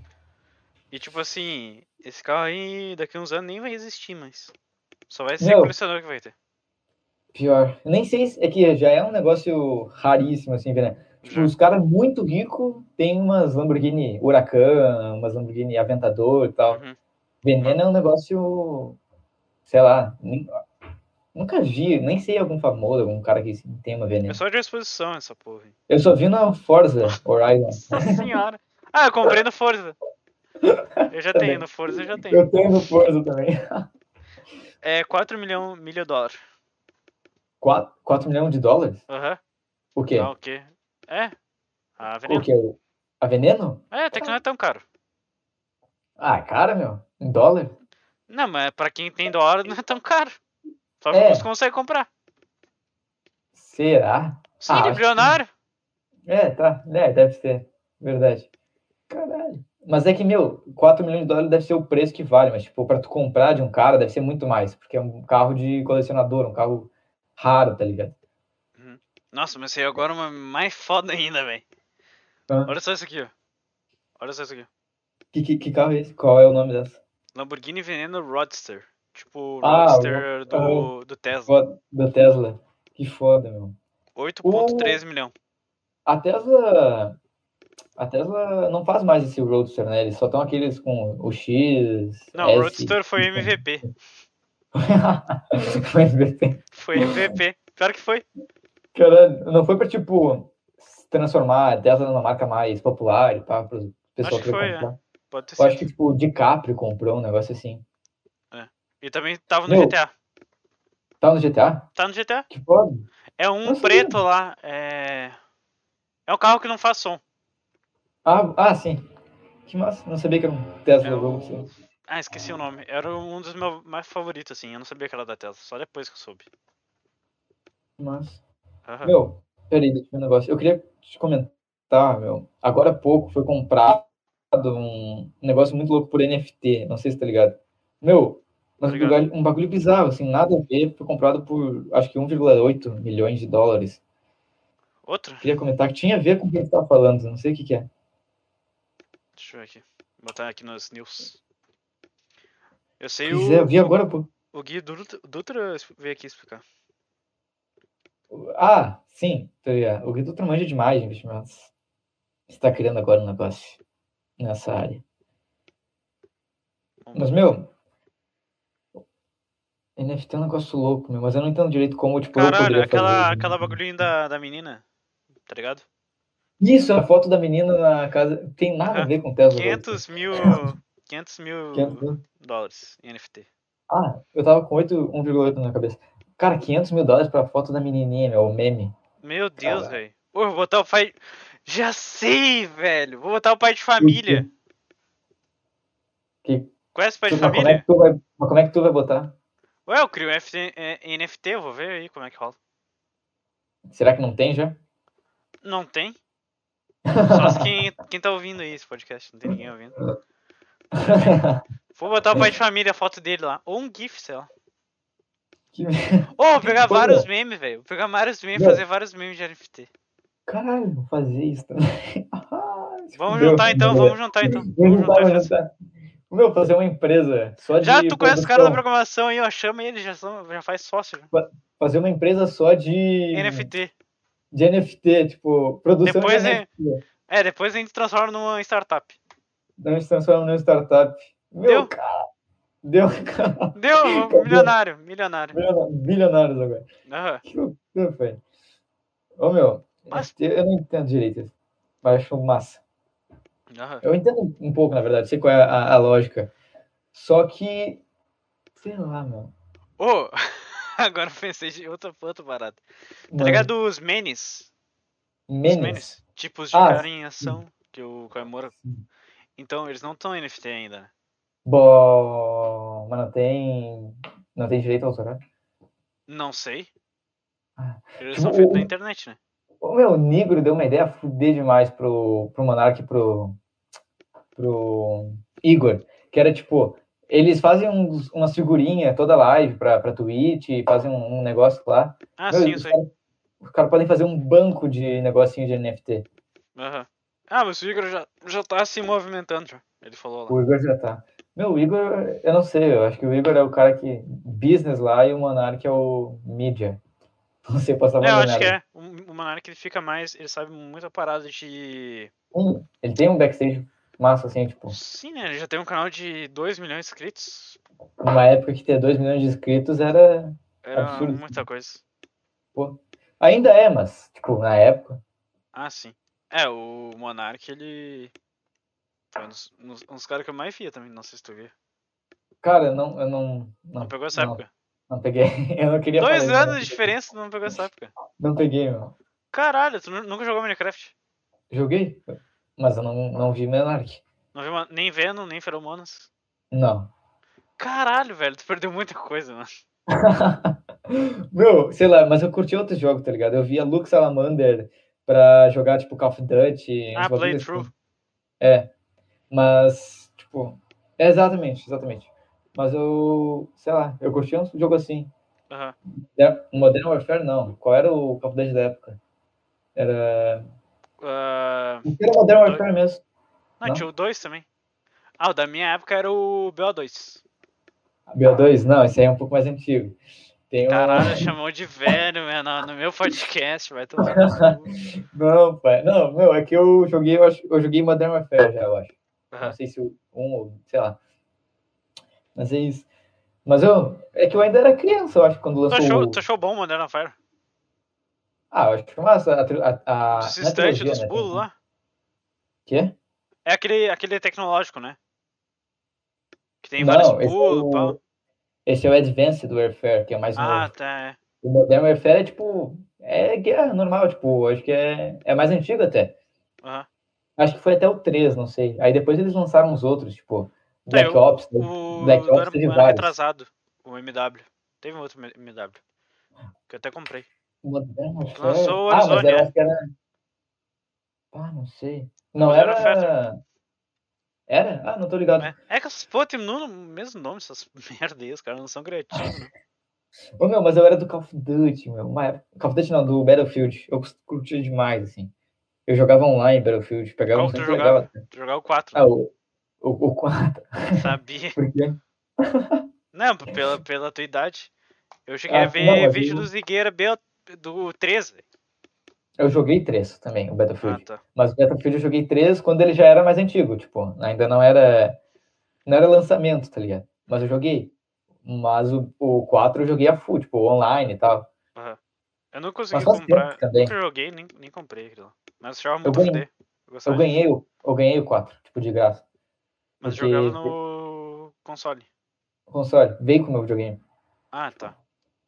E tipo assim, esse carro aí daqui a uns anos nem vai existir mais. Só vai ser Meu. colecionador que vai ter. Pior. Eu nem sei se... É que já é um negócio raríssimo, assim, veneno. Tipo, Já. os caras muito ricos têm umas Lamborghini Huracan, umas Lamborghini Aventador e tal. Uhum. Veneno é um negócio, sei lá, nem- nunca vi, nem sei algum famoso, algum cara que assim, tem uma É veneno. só de exposição essa porra aí. Eu só vi na Forza Horizon. Nossa senhora. Ah, eu comprei no Forza. Eu já Também. tenho, no Forza eu já tenho. Eu tenho no Forza também. É 4 milhão, milha dólar. 4, milhões de dólares? Aham. O quê? Ah, o quê? É? Ah, O veneno. quê? O- A veneno? É, até que não é tão caro. Ah, cara, meu. Em dólar? Não, mas pra quem tem dólar não é tão caro. Só que É. alguns conseguem comprar. Será? Sim, Ah, ele é acho que- bilionário. É, tá. É, deve ser. Verdade. Caralho. Mas é que, meu, 4 milhões de dólares deve ser o preço que vale, mas, tipo, pra tu comprar de um cara deve ser muito mais, porque é um carro de colecionador, um carro raro, tá ligado? Nossa, mas aí agora é uma mais foda ainda, velho. Ah. Olha só isso aqui, ó. Olha só isso aqui. Que, que, que carro é esse? Qual é o nome dessa? Lamborghini Veneno Roadster. Tipo, Ah, o- Roadster do, do Tesla. Foda, da Tesla. Que foda, meu. 8.3 milhão. A Tesla. A Tesla não faz mais esse Roadster, né? Eles só estão aqueles com o X. Não, S. o Roadster foi MVP. Foi MVP. Foi MVP. Pior que foi. Caralho, não foi pra, tipo, se transformar a Tesla numa marca mais popular e pá, pro pessoal Acho que querer foi, é. comprar. Pode ter Eu sido. acho que, tipo, o DiCaprio comprou um negócio assim. É. E também tava no Meu. GTA. Tá no GTA? Tá no GTA. Que foda. É um Nossa, preto lá. É... é um carro que não faz som. Ah, ah, sim. Que massa. Não sabia que era um Tesla É o- Roadster. Ah, esqueci o nome. Era um dos meus mais favoritos, assim. Eu não sabia que era da Tesla. Só depois que eu soube. Mas, Aham. meu, peraí, deixa eu ver um negócio. Eu queria te comentar, meu. Agora há pouco foi comprado um negócio muito louco por NFT. Não sei se tá ligado. Meu, mas um Obrigado. bagulho- um bagulho bizarro, assim, nada a ver. Foi comprado por, acho que 1,8 milhões de dólares. Outro? Queria comentar que tinha a ver com o que a gente tava falando. Não sei o que que é. Deixa eu ver aqui. Botar aqui nos news. Eu sei Pois é, o, eu vi agora há pouco. o Gui Dutra, Dutra veio aqui explicar. Ah, sim, tô ligado. O Guido manja demais, gente, mas está criando agora um negócio nessa área. Vamos Mas, meu, NFT é um negócio louco, meu, mas eu não entendo direito como, tipo, eu Caralho, poderia aquela, fazer. aquela bagulhinho da, da menina. Tá ligado? Isso, a foto da menina na casa tem nada a ver com Tesla. 500 mil. 500 mil 500 mil. dólares em NFT. Ah, eu tava com 8, 1,8 na cabeça. Cara, 500 mil dólares pra foto da menininha, meu, o meme. Meu Deus, Caralho. velho. Pô, vou botar o pai. Já sei, velho. Vou botar o pai de família. Que- Conhece o pai de Mas como, é família? que tu vai, mas como é que tu vai botar? Ué, eu crio FT, eh, NFT, eu vou ver aí como é que rola. Será que não tem já? Não tem? Só se quem, quem tá ouvindo aí esse podcast, não tem ninguém ouvindo. Vou botar o pai de família, a foto dele lá. Ou um GIF, sei lá. Que- Ô, vou pegar Pois é. vários memes, velho. Vou pegar vários memes, Meu. fazer vários memes de NFT. Caralho, vou fazer isso também. Ah, se Vamos fudeu. juntar então, vamos juntar então. Vamos Vamos juntar, juntar vamos junto. juntar. Meu, fazer uma empresa só de Já tu conhece os caras da produção. programação aí, ó. Chama ele, já, são- já faz sócio. já. Fazer uma empresa só de NFT. de NFT, tipo, produção Depois de é- NFT. É, depois a gente transforma numa startup. Então a gente transforma numa startup. Meu, Deu? cara. Deu, cara. Deu, Acabou. milionário, milionário. Bilionário- Bilionários agora. Aham. Que loucura, velho. Ô, meu, Mas- NFT, eu não entendo direito isso. Mas acho massa. aham. Eu entendo um pouco, na verdade, sei qual é a, a lógica. Só que, sei lá, meu. Ô, agora eu pensei de outra, outra parada. Tá Mano, ligado os menes? Os memes. menes. Tipos de Ah, cara em ação que o Kaimura. Sim. Então, eles não estão em NFT ainda, né? Bom, mas não tem. Não tem direito autoral. Não sei. Ah. Eles Tipo, são feitos o- na internet, né? O meu negro deu uma ideia a fuder demais pro, pro Monark e pro, pro Igor. Que era tipo, eles fazem uns, umas figurinhas toda live pra, pra Twitch, fazem um, um negócio lá. Ah, Meu, sim, eu os sei. caras- Os caras podem fazer um banco de negocinho de NFT. Aham. Ah, mas o Igor já, já tá se movimentando já. Ele falou lá. O Igor já tá. Meu, o Igor, eu não sei, eu acho que o Igor é o cara que. Business lá e o Monark é o mídia. Não sei passar É, eu mais acho nada. que é. O, o Monark ele fica mais. Ele sabe muita parada de. Hum, Ele tem um backstage massa, assim, tipo, Sim, né? Ele já tem um canal de 2 milhões de inscritos. numa época que ter 2 milhões de inscritos era. Era Absurdo. muita coisa. Ainda é, mas, tipo, na época. Ah, sim. É, o Monark, ele. Foi um dos, um dos- um dos caras que eu mais via também, não sei se tu viu. Cara, eu não. Eu não, não, Não pegou essa não, época. Não peguei. Eu não queria Dois falar isso, anos de né? diferença, tu não pegou essa época. Não peguei, meu. Caralho, tu nu- nunca jogou Minecraft? Joguei, mas eu não, não vi Menark. Não viu uma- nem Venom, nem Feromonas? Não. Caralho, velho, tu perdeu muita coisa, mano. meu, sei lá, mas eu curti outros jogos, tá ligado? Eu via Luke Salamander pra jogar, tipo, Call of Duty. uns Ah, bagulho playthrough. assim. É. Mas, tipo. é exatamente, exatamente. Mas eu. Sei lá, eu curti um jogo assim. Aham. Da- Modern Warfare não. Qual era o Call of Duty da época? Ah, O que era Modern Warfare mesmo? não, Não? tinha o 2 também. Ah, o da minha época era o BO2. BO2? Não, esse aí é um pouco mais antigo. Tem um... Caralho, chamou de velho, meu, no, no meu podcast, vai tomar no cu. Não, pai. Não, meu, é que eu joguei, eu, acho, eu joguei Modern Warfare já, eu acho. Não Aham. sei se o um ou sei lá. Mas é isso. Mas eu. É que eu ainda era criança, eu acho, quando Tu lançou. achou, o... tu achou bom o Modern Warfare? Ah, eu acho que foi massa. A, tri- a, a... Dos não é instantes, trilogia, dos né? pulos lá? Quê? É aquele, aquele tecnológico, né? Que tem Não, vários esse é pulos e o- tal. Esse é o Advanced Warfare, que é o mais Ah, novo. tá. é. O Modern Warfare é tipo. É guerra normal, tipo, acho que é, é mais antigo até. Aham. Acho que foi até o 3, não sei. Aí depois eles lançaram os outros, tipo, É, Black Ops. né? O Black do Ops ano, teve ano vários. retrasado, o MW. Teve um outro MW. Que eu até comprei. Modern Warfare. Lançou o ah, mas Warzone, eu é. acho que era. Ah, não sei. Não, Modern era. Era? Ah, não tô ligado. né? É que essas porra tem no no mesmo nome, essas merda aí, os caras não são criativos. né? Ô, meu, mas eu era do Call of Duty, meu. Uma época- Call of Duty não, do Battlefield. Eu cus- curtia demais, assim. Eu jogava online Battlefield, pegava Qual um que tu sempre legal. jogava? Jogar o 4, Ah, o, o, o 4, sabia? por quê? Não, p- pela, pela tua idade. Eu cheguei Ah, a não, ver mas vídeo eu- do Zigueira bem a- do 13. Eu joguei 3 também, o Ah, Battlefield. tá. Mas o Battlefield eu joguei 3 quando ele já era mais antigo, tipo, ainda não era. Não era lançamento, tá ligado? Mas eu joguei. Mas o, o 4 eu joguei a full, tipo, online e tal. Eu não consegui Mas faz comprar. tempo também. Nunca joguei, nem, nem comprei aquilo. lá. Mas eu achava muito ganhei. fuder. Eu Eu gostava de- ganhei, o- eu ganhei o 4, tipo, de graça. Mas porque- jogava no console. Console, veio com o meu videogame. Ah, tá.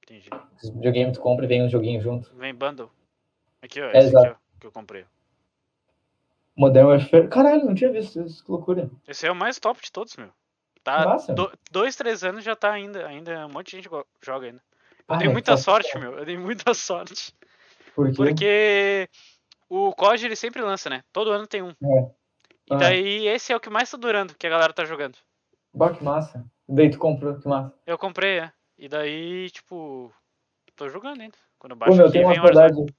Entendi. Os videogames tu compra e vem um joguinho junto. Vem bundle. Aqui, ó. É, esse aqui, ó, que eu comprei. Modern Warfare. Caralho, não tinha visto isso, que loucura. Esse é o mais top de todos, meu. Que Tá. massa. do- dois, três anos já tá ainda. Ainda um monte de gente go- joga ainda. Eu Ah, dei velho, muita tá- sorte, meu. Eu dei muita sorte. Por quê? Porque o COD ele sempre lança, né? Todo ano tem um. E É. Ah, daí esse é o que mais tá durando, que a galera tá jogando. bah, que massa. Daí tu comprou, que massa. Eu comprei, é. E daí, tipo, tô jogando ainda. Quando eu Pô, baixo meu, eu aqui, tenho vem uma o Warzone. saudade.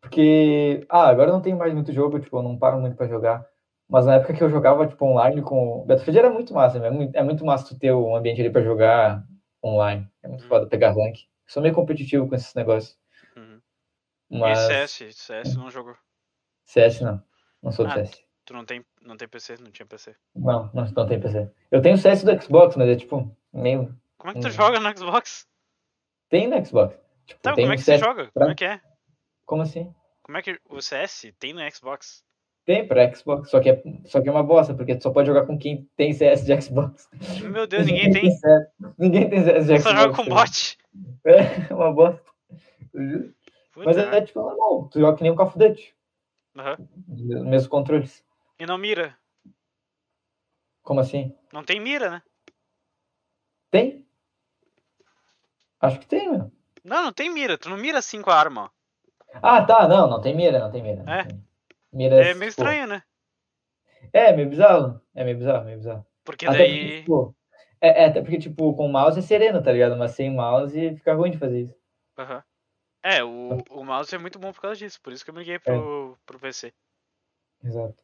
Porque. Ah, agora eu não tenho mais muito jogo, tipo, eu não paro muito pra jogar. Mas na época que eu jogava, tipo, online com. Battlefield era muito massa, né? É muito, é muito massa tu ter um ambiente ali pra jogar online. É muito Uhum. foda pegar rank. Eu sou meio competitivo com esses negócios. Uhum. Mas. E CS, CS um não jogou. CS não. Não sou do Ah. CS. Tu não tem, não tem PC, não tinha PC. Não, não, não tem PC. Eu tenho CS do Xbox, mas é tipo, meio. Como é que tu Hum. joga no Xbox? Tem no Xbox. Tipo, Tá, tem como é um que você CS joga? Como é que é? Como assim? Como é que o CS tem no Xbox? Tem pra Xbox, só que, é, só que é uma bosta, porque tu só pode jogar com quem tem CS de Xbox. Meu Deus, Então, ninguém tem. CS, ninguém tem CS de Só Xbox. joga com tá bot. ligado? É uma bosta. Puta, Mas é, é tipo normal, tu joga que nem o Call of Duty, aham. os mesmos controles. E não mira. Como assim? Não tem mira, né? Tem? Acho que tem, meu. Não, não tem mira. Tu não mira assim com a arma, ó. Ah, tá, não, não tem mira, não tem mira. não É. tem. Mira, É meio tipo, estranho, né? É, meio bizarro. É meio bizarro, meio bizarro. Porque Até porque, daí. tipo, é, é, até porque, tipo, com o mouse é sereno, tá ligado? Mas sem mouse fica ruim de fazer isso. Aham. É, o, o mouse é muito bom por causa disso. Por isso que eu É. migrei pro, pro PC. Exato.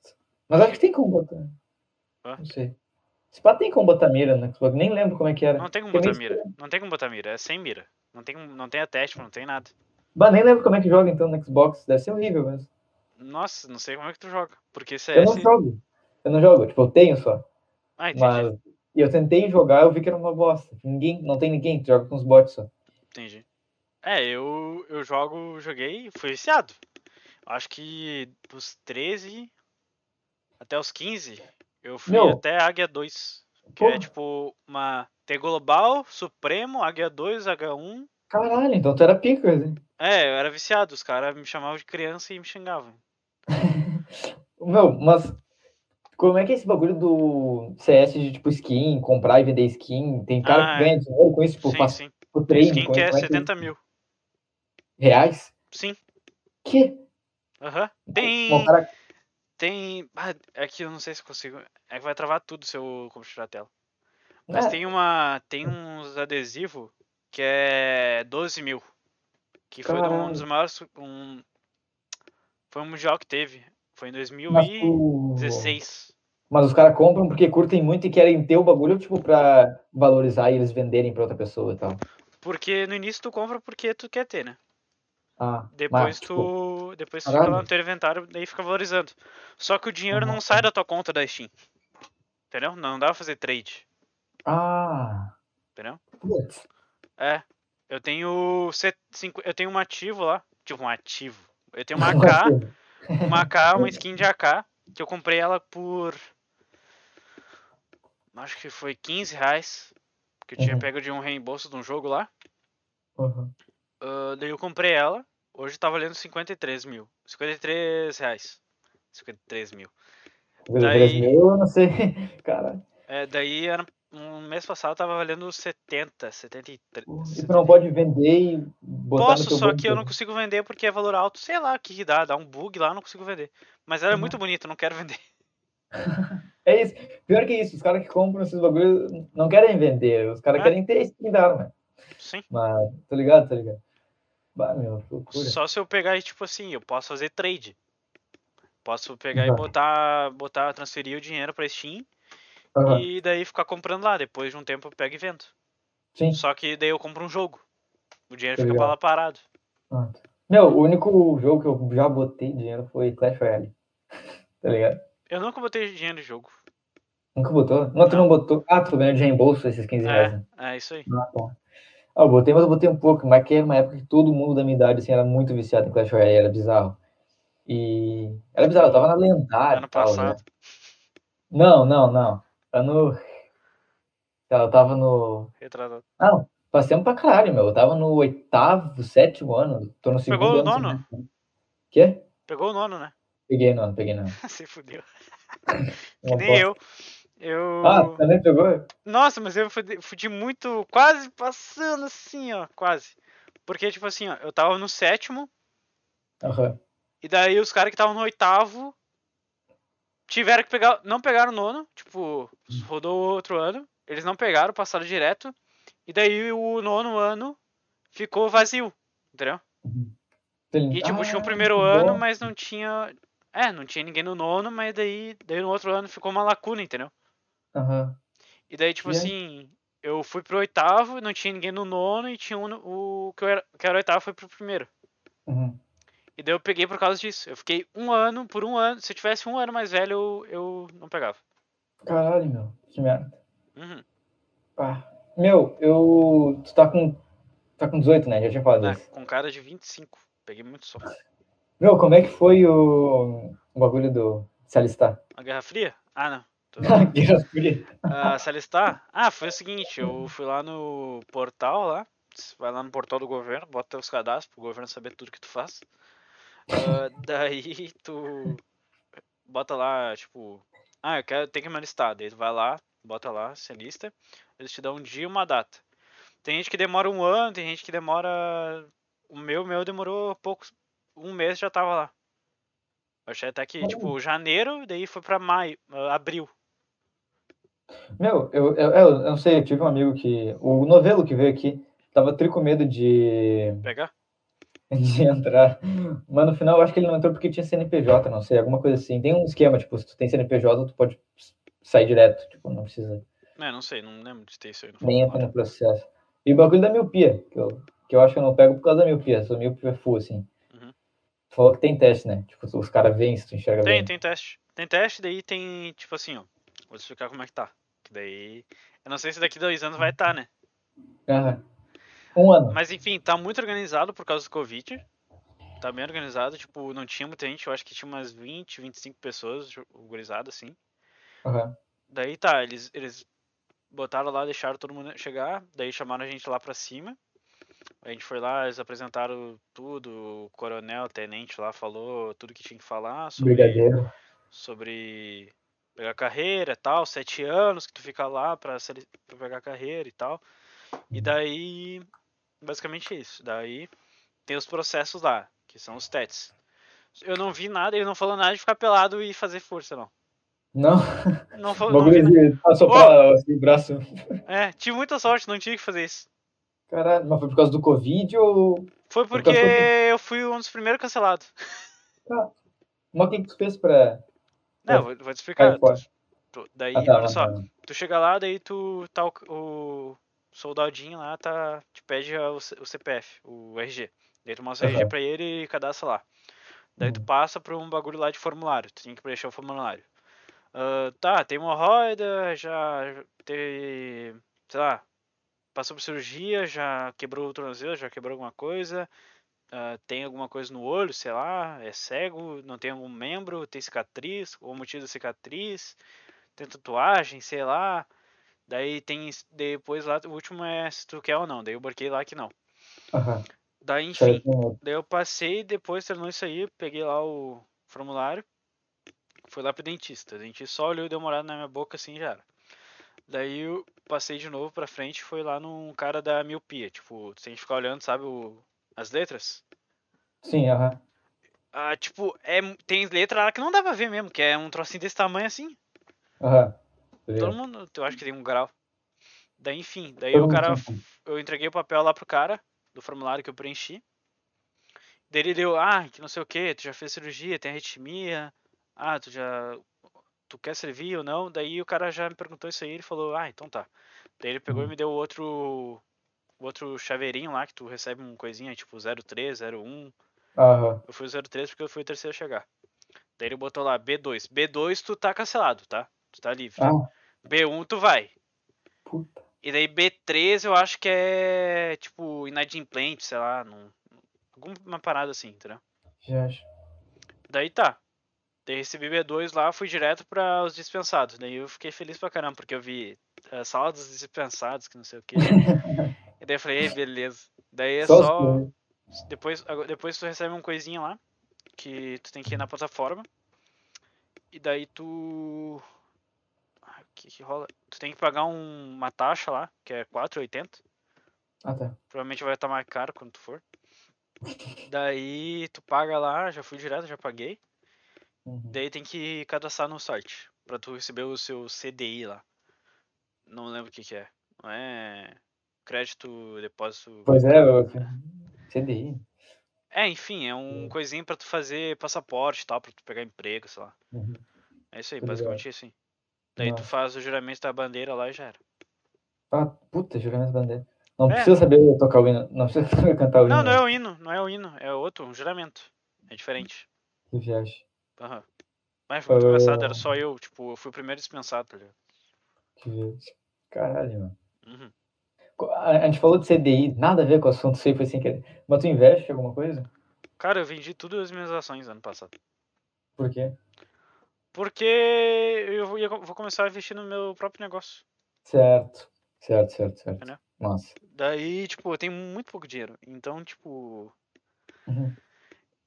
Mas acho que tem como botar. Hã? Não sei. Se pá, tem como botar mira no Xbox, nem lembro como é que era. Não tem como Tem botar nem mira. Não tem como botar mira. É sem mira. Não tem, como- não tem a teste, não tem nada. Bah, nem lembro como é que joga então no Xbox, deve ser horrível mesmo. Nossa, não sei como é que tu joga. Porque Eu CS. não jogo. Eu não jogo, tipo, eu tenho só. Ah, entendi. Mas. E eu tentei jogar, eu vi que era uma bosta. Ninguém, não tem ninguém, tu joga com os bots só. Entendi. É, eu, eu jogo, joguei, fui viciado. Acho que dos 13 até os 15, eu fui Meu. até Águia 2. Que é Porra. tipo uma T Global, Supremo, Águia 2, H1. Caralho, então tu era pica, né? É, eu era viciado, os caras me chamavam de criança e me xingavam. Meu, mas. Como é que é esse bagulho do CS de tipo skin, comprar e vender skin? Tem cara Ah, é. que ganha dinheiro com isso, tipo, sim, faz sim. Tem por trade, skin com que é como 70 mil. reais? Sim. Que? Aham. Tem. Bom, cara, Tem. Ah, é que eu não sei se consigo. É que vai travar tudo se eu compartilhar a tela. Mas é, Hum. tem uma. Tem uns adesivos que é 12 mil. Que foi um dos Caralho. maiores. Um, foi um mundial que teve. Foi em mas tu- 2016. Mas os caras compram porque curtem muito e querem ter o bagulho, tipo, pra valorizar e eles venderem pra outra pessoa e tal. Porque no início tu compra porque tu quer ter, né? Ah, Depois mas, tipo, tu. Depois tu fica lá caralho. no teu inventário daí fica valorizando. Só que o dinheiro não Nossa. sai da tua conta da Steam. Entendeu? Não dá pra fazer trade. Ah. Entendeu? Putz. É. Eu tenho. set- cinco- Eu tenho um ativo lá. Tipo, um ativo. Eu tenho uma Não AK. gostei. uma AK, uma skin de AK, que eu comprei ela por. Acho que foi 15 reais. porque que eu tinha Uhum. pego de um reembolso de um jogo lá. Uhum. Ah, daí eu comprei ela. Hoje tá valendo 53 mil. 53 reais. 53 mil. Daí- 3 mil, eu não sei. Cara, É, daí era, um mês passado tava valendo 70, 73. e tu não pode vender e botar no Posso, teu só banco. que eu não consigo vender porque é valor alto. Sei lá o que, que dá, dá um bug lá, eu não consigo vender. Mas ela é Uhum. muito bonita, eu não quero vender. É isso. Pior que isso, os caras que compram esses bagulhos não querem vender, os caras É. querem ter a skin da arma. Sim. Mas, tá ligado, tá ligado? Bah, meu, que loucura. Só se eu pegar e tipo assim, eu posso fazer trade. Posso pegar e Uhum. botar, botar, transferir o dinheiro pra Steam Aham, e daí ficar comprando lá. Depois de um tempo eu pego e vendo. Sim. Só que daí eu compro um jogo. O dinheiro Tá fica pra ligado. lá parado. pronto. Meu, o único jogo que eu já botei dinheiro foi Clash Royale. Tá ligado? Eu nunca botei dinheiro em jogo. Nunca botou? Não, tu não botou. Ah, tu tá vendo de reembolso esses 15 reais. né? É isso aí. Ah, tá. Ah, eu botei, mas eu botei um pouco, mas que era uma época que todo mundo da minha idade assim, era muito viciado em Clash Royale, era bizarro. E. Era bizarro, eu tava na lendária. ano e tal, né? passado. Não, não, não. Ano. Ela tava no. Retratado. Não, faz tempo pra caralho, meu. Eu tava no oitavo, sétimo ano. Tô no segundo Pegou o ano. nono? segundo. Quê? Pegou o nono, né? Peguei nono, peguei nono. Se fudeu. Que Uma nem Tá bosta. eu. Eu. Ah, tu também pegou? Nossa, mas eu fudi, fudi muito, quase passando assim, ó. Quase. Porque, tipo assim, ó, eu tava no sétimo, Aham. e daí os caras que estavam no oitavo tiveram que pegar. Não pegaram o nono, tipo, rodou o outro ano. Eles não pegaram, passaram direto. E daí o nono ano ficou vazio, entendeu? Tem- E tipo, tinha o Ah, primeiro que ano, bom. mas não tinha. É, não tinha ninguém no nono, mas daí, daí no outro ano ficou uma lacuna, entendeu? Aham. E daí, tipo E aí? assim, eu fui pro oitavo, não tinha ninguém no nono, e tinha um no- o que, eu era, que era o oitavo foi pro primeiro. Uhum. E daí eu peguei por causa disso. Eu fiquei um ano, por um ano. Se eu tivesse um ano mais velho, eu, eu não pegava. Caralho, meu. Que merda. Uhum. Ah. Meu, eu. Tu tá com. Tá com 18, né? Já tinha falado Né, isso. com cara de 25. Peguei muito sol. Meu, como é que foi o. O bagulho do. Se alistar? A Guerra Fria? Ah, não. Tô- Guerra Fria. Ah, se alistar? Ah, foi o seguinte, eu fui lá no portal lá, você vai lá no portal do governo, bota teus cadastros pro governo saber tudo que tu faz. Ah, daí tu bota lá, tipo, ah, eu quero ter que me alistar. Daí tu vai lá, bota lá, se alista, eles te dão um dia e uma data. Tem gente que demora um ano, tem gente que demora. O meu, o meu demorou poucos. Um mês já tava lá. Eu achei até que, tipo, janeiro, daí foi pra maio, ah, abril. Meu, eu, eu, eu, eu não sei, eu tive um amigo que. O novelo que veio aqui tava tri com medo de, Pegar? de entrar. Mas no final eu acho que ele não entrou porque tinha CNPJ, não sei, alguma coisa assim. Tem um esquema, tipo, se tu tem CNPJ, tu pode sair direto, tipo, não precisa É, não sei, não lembro de ter isso aí no nem entrar formulário. no processo. E o bagulho da miopia, que eu, que eu acho que eu não pego por causa da miopia, sou miopia full, assim. Uhum. Tu Falou que tem teste, né? Tipo, os caras veem se tu enxerga Tem, bem. tem teste. Tem teste, daí tem, tipo assim, ó. Vou te explicar como é que tá. Que daí. Eu não sei se daqui dois anos vai estar, tá, né? Aham. Um ano. Mas enfim, tá muito organizado por causa do Covid. Tá bem organizado, tipo, não tinha muita gente, eu acho que tinha umas 20, 25 pessoas, ju- gurizada, assim. Aham. Daí tá, eles, eles botaram lá, deixaram todo mundo chegar, daí chamaram a gente lá pra cima. A gente foi lá, eles apresentaram tudo, o coronel, o tenente lá falou tudo que tinha que falar sobre Brigadeiro. sobre pegar carreira e tal, sete anos que tu fica lá pra, se ali- pra pegar carreira e tal. E Uhum. daí, basicamente é isso. Daí tem os processos lá, que são os testes. Eu não vi nada, ele não falou nada de ficar pelado e fazer força, não. Não, Não, o falou, não né? vi bagulho é de assoprar assim, o braço. nada. É, tive muita sorte, não tinha que fazer isso. Caralho, mas foi por causa do Covid ou. Foi Nunca porque soube. eu fui um dos primeiros cancelados. Mas o que que tu fez pra. Não, Mas vou, vou te explicar. É. fora. Tu- tu- daí, Ah, tá, olha não, só, não, não. Tu chega lá, daí tu tá o, o soldadinho lá, tá, te pede a- o, C- o CPF, o RG. Daí tu mostra o RG Aham. pra ele e cadastra lá. Daí tu Uhum. passa pra um bagulho lá de formulário, tu tem que preencher o formulário. Ah, tá, tem hemorroida, já teve, sei lá, passou por cirurgia, já quebrou o tornozelo, já quebrou alguma coisa, ah, tem alguma coisa no olho, sei lá, é cego, não tem algum membro, tem cicatriz, ou motivo da cicatriz, tem tatuagem, sei lá. Daí tem. Depois lá, o último é se tu quer ou não. Daí eu marquei lá que não. Aham. um Daí, enfim. Daí eu passei, depois terminou isso aí, peguei lá o formulário, fui lá pro dentista. O dentista só olhou e deu uma olhada na minha boca assim já era. Daí eu passei de novo pra frente, foi lá num cara da miopia, tipo, tu tem que ficar olhando, sabe, o, as letras? Sim, aham. Ah, tipo, é, tem letra lá que não dá pra ver mesmo, que é um trocinho desse tamanho assim. Aham. Todo Beleza. mundo, eu acho que tem um grau. Daí, enfim, daí Todo o mundo cara tem eu entreguei o papel lá pro cara, do formulário que eu preenchi. Daí ele deu, ah, que não sei o que, tu já fez cirurgia, tem arritmia, ah, tu já. Tu quer servir ou não? Daí o cara já me perguntou isso aí, ele falou, ah, então tá. Daí ele pegou e me deu outro. outro chaveirinho lá, que tu recebe um coisinha tipo 03, 01. Aham. Eu fui o 03 porque eu fui o terceiro a chegar. Daí ele botou lá, B2. B2 tu tá cancelado, tá? Tu tá livre. Ah, B1 tu vai. puta. E daí B3 eu acho que é tipo inadimplente, sei lá, num, alguma parada assim, entendeu? Já acho. Daí tá. Daí recebi B2 lá, fui direto para os dispensados. Daí eu fiquei feliz pra caramba, porque eu vi eh, sala dos dispensados, que não sei o que. e daí eu falei, "Ei, beleza. Daí é Só só. os primeiros. Depois, ago- depois tu recebe uma coisinha lá, que tu tem que ir na plataforma. E daí tu. Ah, O que que rola? Tu tem que pagar um- uma taxa lá, que é 4,80. Ah, tá. Provavelmente vai estar mais caro quando tu for. Daí tu paga lá, já fui direto, já paguei. Uhum. Daí tem que cadastrar no site pra tu receber o seu CDI lá. Não lembro o que que é. Não é crédito, depósito. Pois é, eu... CDI. É, enfim, é um coisinho pra tu fazer passaporte e tal, pra tu pegar emprego, sei lá. Uhum. É isso aí, Tô ligado. basicamente é assim. Daí tu Nossa. faz o juramento da bandeira lá e já era. Ah, puta, juramento bandeira. Não É. precisa saber tocar o hino. Não precisa saber cantar o hino. Não, né? não é o hino, não é o hino, é outro, um juramento. É diferente. Que viagem. Aham. Mas foi muito engraçado, era Ah. só eu, tipo, eu fui o primeiro dispensado, tá ligado? Que viagem. Caralho, mano. Uhum. Co- A a gente falou de CDI, nada a ver com o assunto, sei, foi sem querer. Mas tu investe em alguma coisa? Cara, eu vendi todas as minhas ações ano passado. Por quê? Porque eu vou, ia co- vou começar a investir no meu próprio negócio. Certo, certo, certo, certo. Entendeu? Nossa. Daí, tipo, eu tenho muito pouco dinheiro. Então, tipo. Uhum.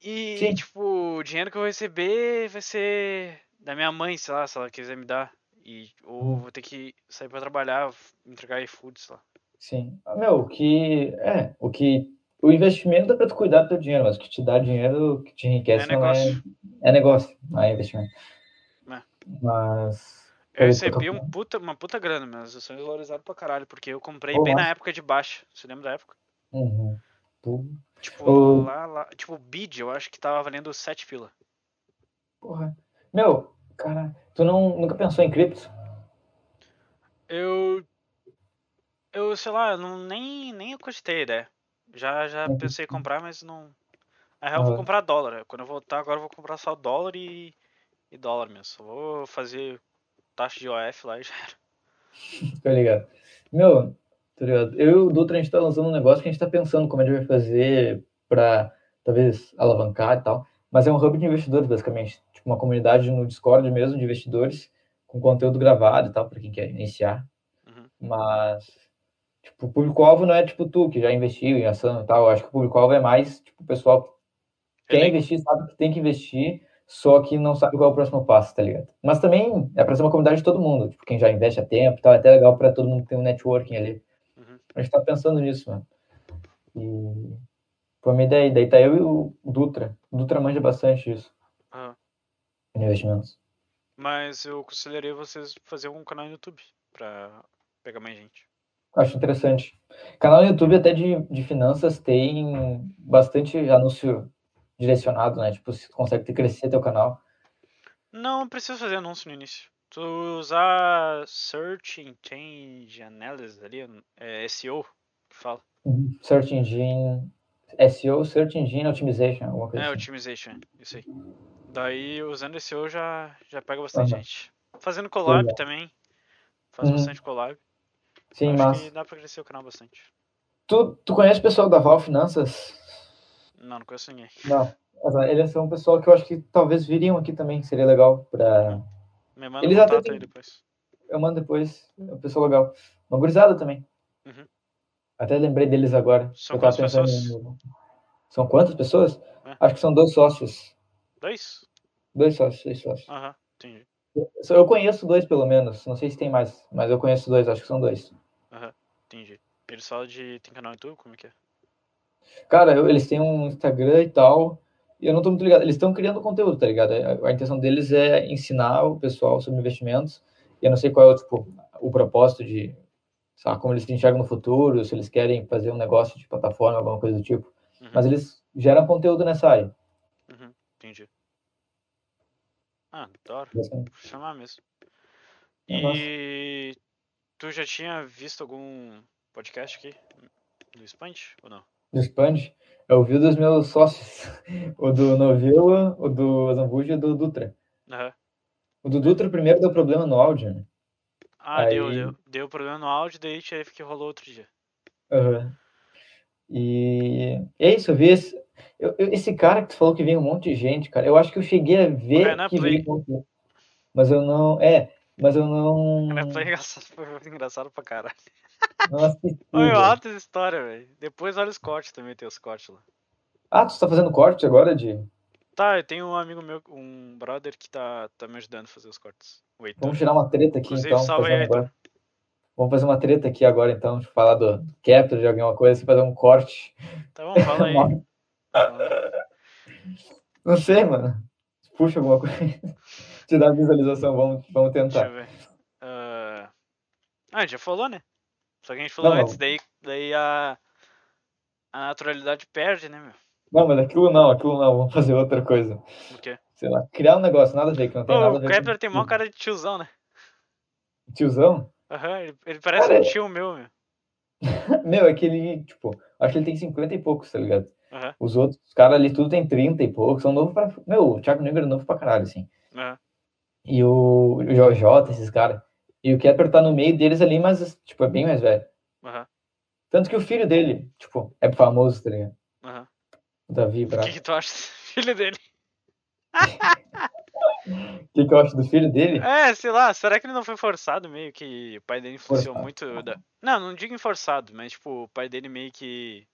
E, Sim. tipo, o dinheiro que eu vou receber vai ser da minha mãe, sei lá, se ela quiser me dar. E, ou Uhum. vou ter que sair pra trabalhar, f- entregar iFood, sei lá. Sim. Ah, Meu, o que. É, o que. O investimento é pra tu cuidar do teu dinheiro, mas o que te dá dinheiro, o que te enriquece, É não é. É negócio, não é investimento. É. Mas. Eu Peraí, recebi tô- um puta, uma puta grana, minhas ações valorizaram pra caralho, porque eu comprei Pô, bem na massa. época de baixa. Você lembra da época? Uhum. Pô, Tipo, Ô. lá, lá, tipo, o bid, eu acho que tava valendo 7 pila. Porra. Meu, cara, tu não, nunca pensou em cripto? Eu. Eu, sei lá, eu não, nem, nem eu cogitei a ideia. Já, já Uhum. pensei em comprar, mas não. Na real, eu vou Ah. comprar dólar. né? Quando eu voltar agora, eu vou comprar só dólar e, e dólar mesmo. Só Vou fazer taxa de OF lá e já era. Tá ligado? Meu, tá ligado? Eu e o Dutra, a gente tá lançando um negócio que a gente tá pensando como a gente vai fazer pra talvez alavancar e tal. Mas é um hub de investidores, basicamente. Tipo, uma comunidade no Discord mesmo de investidores, com conteúdo gravado e tal, pra quem quer iniciar. Uhum. Mas, tipo, o público-alvo não é tipo tu, que já investiu em ação e tal. Eu acho que o público-alvo é mais, tipo, o pessoal que Eu quer nem- investir, sabe que tem que investir, só que não sabe qual é o próximo passo, tá ligado? Mas também é pra ser uma comunidade de todo mundo, tipo, quem já investe há tempo e tal, é até legal pra todo mundo ter um networking ali. Uhum. A gente tá pensando nisso, mano. E foi uma ideia, daí tá eu e o Dutra. O Dutra manja bastante isso, Aham. em investimentos. Mas eu consideraria vocês fazer um canal no YouTube pra pegar mais gente. Acho interessante. Canal no YouTube até de, de finanças tem bastante anúncio direcionado, né? Tipo, se tu consegue crescer teu canal. Não precisa fazer anúncio no início. Tu usar Search Engine Analysis ali, é SEO, que fala. Search Engine, SEO, Search Engine Optimization, alguma coisa É, assim. Optimization, isso aí. Daí, usando esse eu já, já pega bastante Aham. gente. Fazendo collab Legal. também. Faz Uhum. bastante collab. Sim, Acho mas... que dá pra crescer o canal bastante. Tu, tu conhece o pessoal da Val Finanças? Não, não conheço ninguém. Não. Mas, ah, Eles são um pessoal que eu acho que talvez viriam aqui também, seria legal pra... Me manda o Eles até contato têm- aí depois. Eu mando depois. É uma pessoa legal. Uma gurizada também. Uhum. Até lembrei deles agora. São Eu tava quantas pensando pessoas? em- São quantas pessoas? É. Acho que são dois sócios. Dois? Dois sócios, dois sócios. Aham, entendi. Só- Eu conheço dois, pelo menos. Não sei se tem mais, mas eu conheço dois, acho que são dois. Entendi. Eles falam de. Tem canal no YouTube? Como é que é? Cara, eu- eles têm um Instagram e tal. E eu não tô muito ligado. Eles estão criando conteúdo, tá ligado? A, a intenção deles é ensinar o pessoal sobre investimentos. E eu não sei qual é o, tipo, o propósito de, sei lá, como eles se enxergam no futuro, se eles querem fazer um negócio de plataforma, alguma coisa do tipo. Uhum. Mas eles geram conteúdo nessa área. Uhum, entendi. Ah, da hora. basicamente. Vou chamar mesmo. É massa. E tu já tinha visto algum podcast aqui? Do Spant ou não? Do Expand, eu vi dos meus sócios. O do Novela, o do Zambuja e o do Dutra. Aham. O do Dutra primeiro deu problema no áudio, né? Ah, deu, Aí- deu. Deu problema no áudio, daí teve que rolou outro dia. Aham. E é isso, eu vi esse, eu- eu- esse cara que tu falou que veio um monte de gente, cara. Eu acho que eu cheguei a ver Renan que Play. veio um monte de gente. Mas eu não. É, mas eu não. Cara, foi engraçado, foi engraçado pra caralho. Não assisti. Olha, eu velho. alto essa história, velho. Depois olha os cortes também, tem os cortes lá. Ah, tu tá fazendo corte agora de. Tá, eu tenho um amigo meu, um brother que tá, tá me ajudando a fazer os cortes. O Heitor. Vamos tirar uma treta aqui Inclusive, então. salve aí, fazer um Heitor. negócio. Vamos fazer uma treta aqui agora então, de falar do do Capital, de alguma coisa, assim, fazer um corte. Tá bom, fala aí. Fala. Não sei, mano. Puxa alguma coisa. Te dá visualização, vamos, vamos Deixa eu tentar. ver. Ah, Ah, a gente já falou, né? Só que a gente falou Não, não. antes, daí, daí a... a naturalidade perde, né, meu? Não, mas aquilo não, aquilo não, vamos fazer outra coisa. O quê? sei lá, criar um negócio, nada a ver, que não tem Ô, nada a o ver. Kepler com tem maior cara de tiozão, né? Tiozão? Aham, ele, ele parece Cara, um tio meu, meu. Meu, é que ele, tipo, acho que ele tem 50 e poucos, tá ligado? Aham, Os outros, os caras ali, tudo tem 30 e poucos, são novos pra. Meu, o Thiago Negro é novo pra caralho, assim. aham. E o, o JJ, esses caras. E o Kepler tá no meio deles ali, mas, tipo, é bem mais velho. Aham, Tanto que o filho dele, tipo, é famoso, tá ligado? aham. O Davi O Braga. que, que tu acha desse filho dele? O que, que eu acho do filho dele? É, sei lá, será que ele não foi forçado meio que o pai dele influenciou Forçado. muito? Da... Não, não digo em forçado, mas tipo, o pai dele meio que.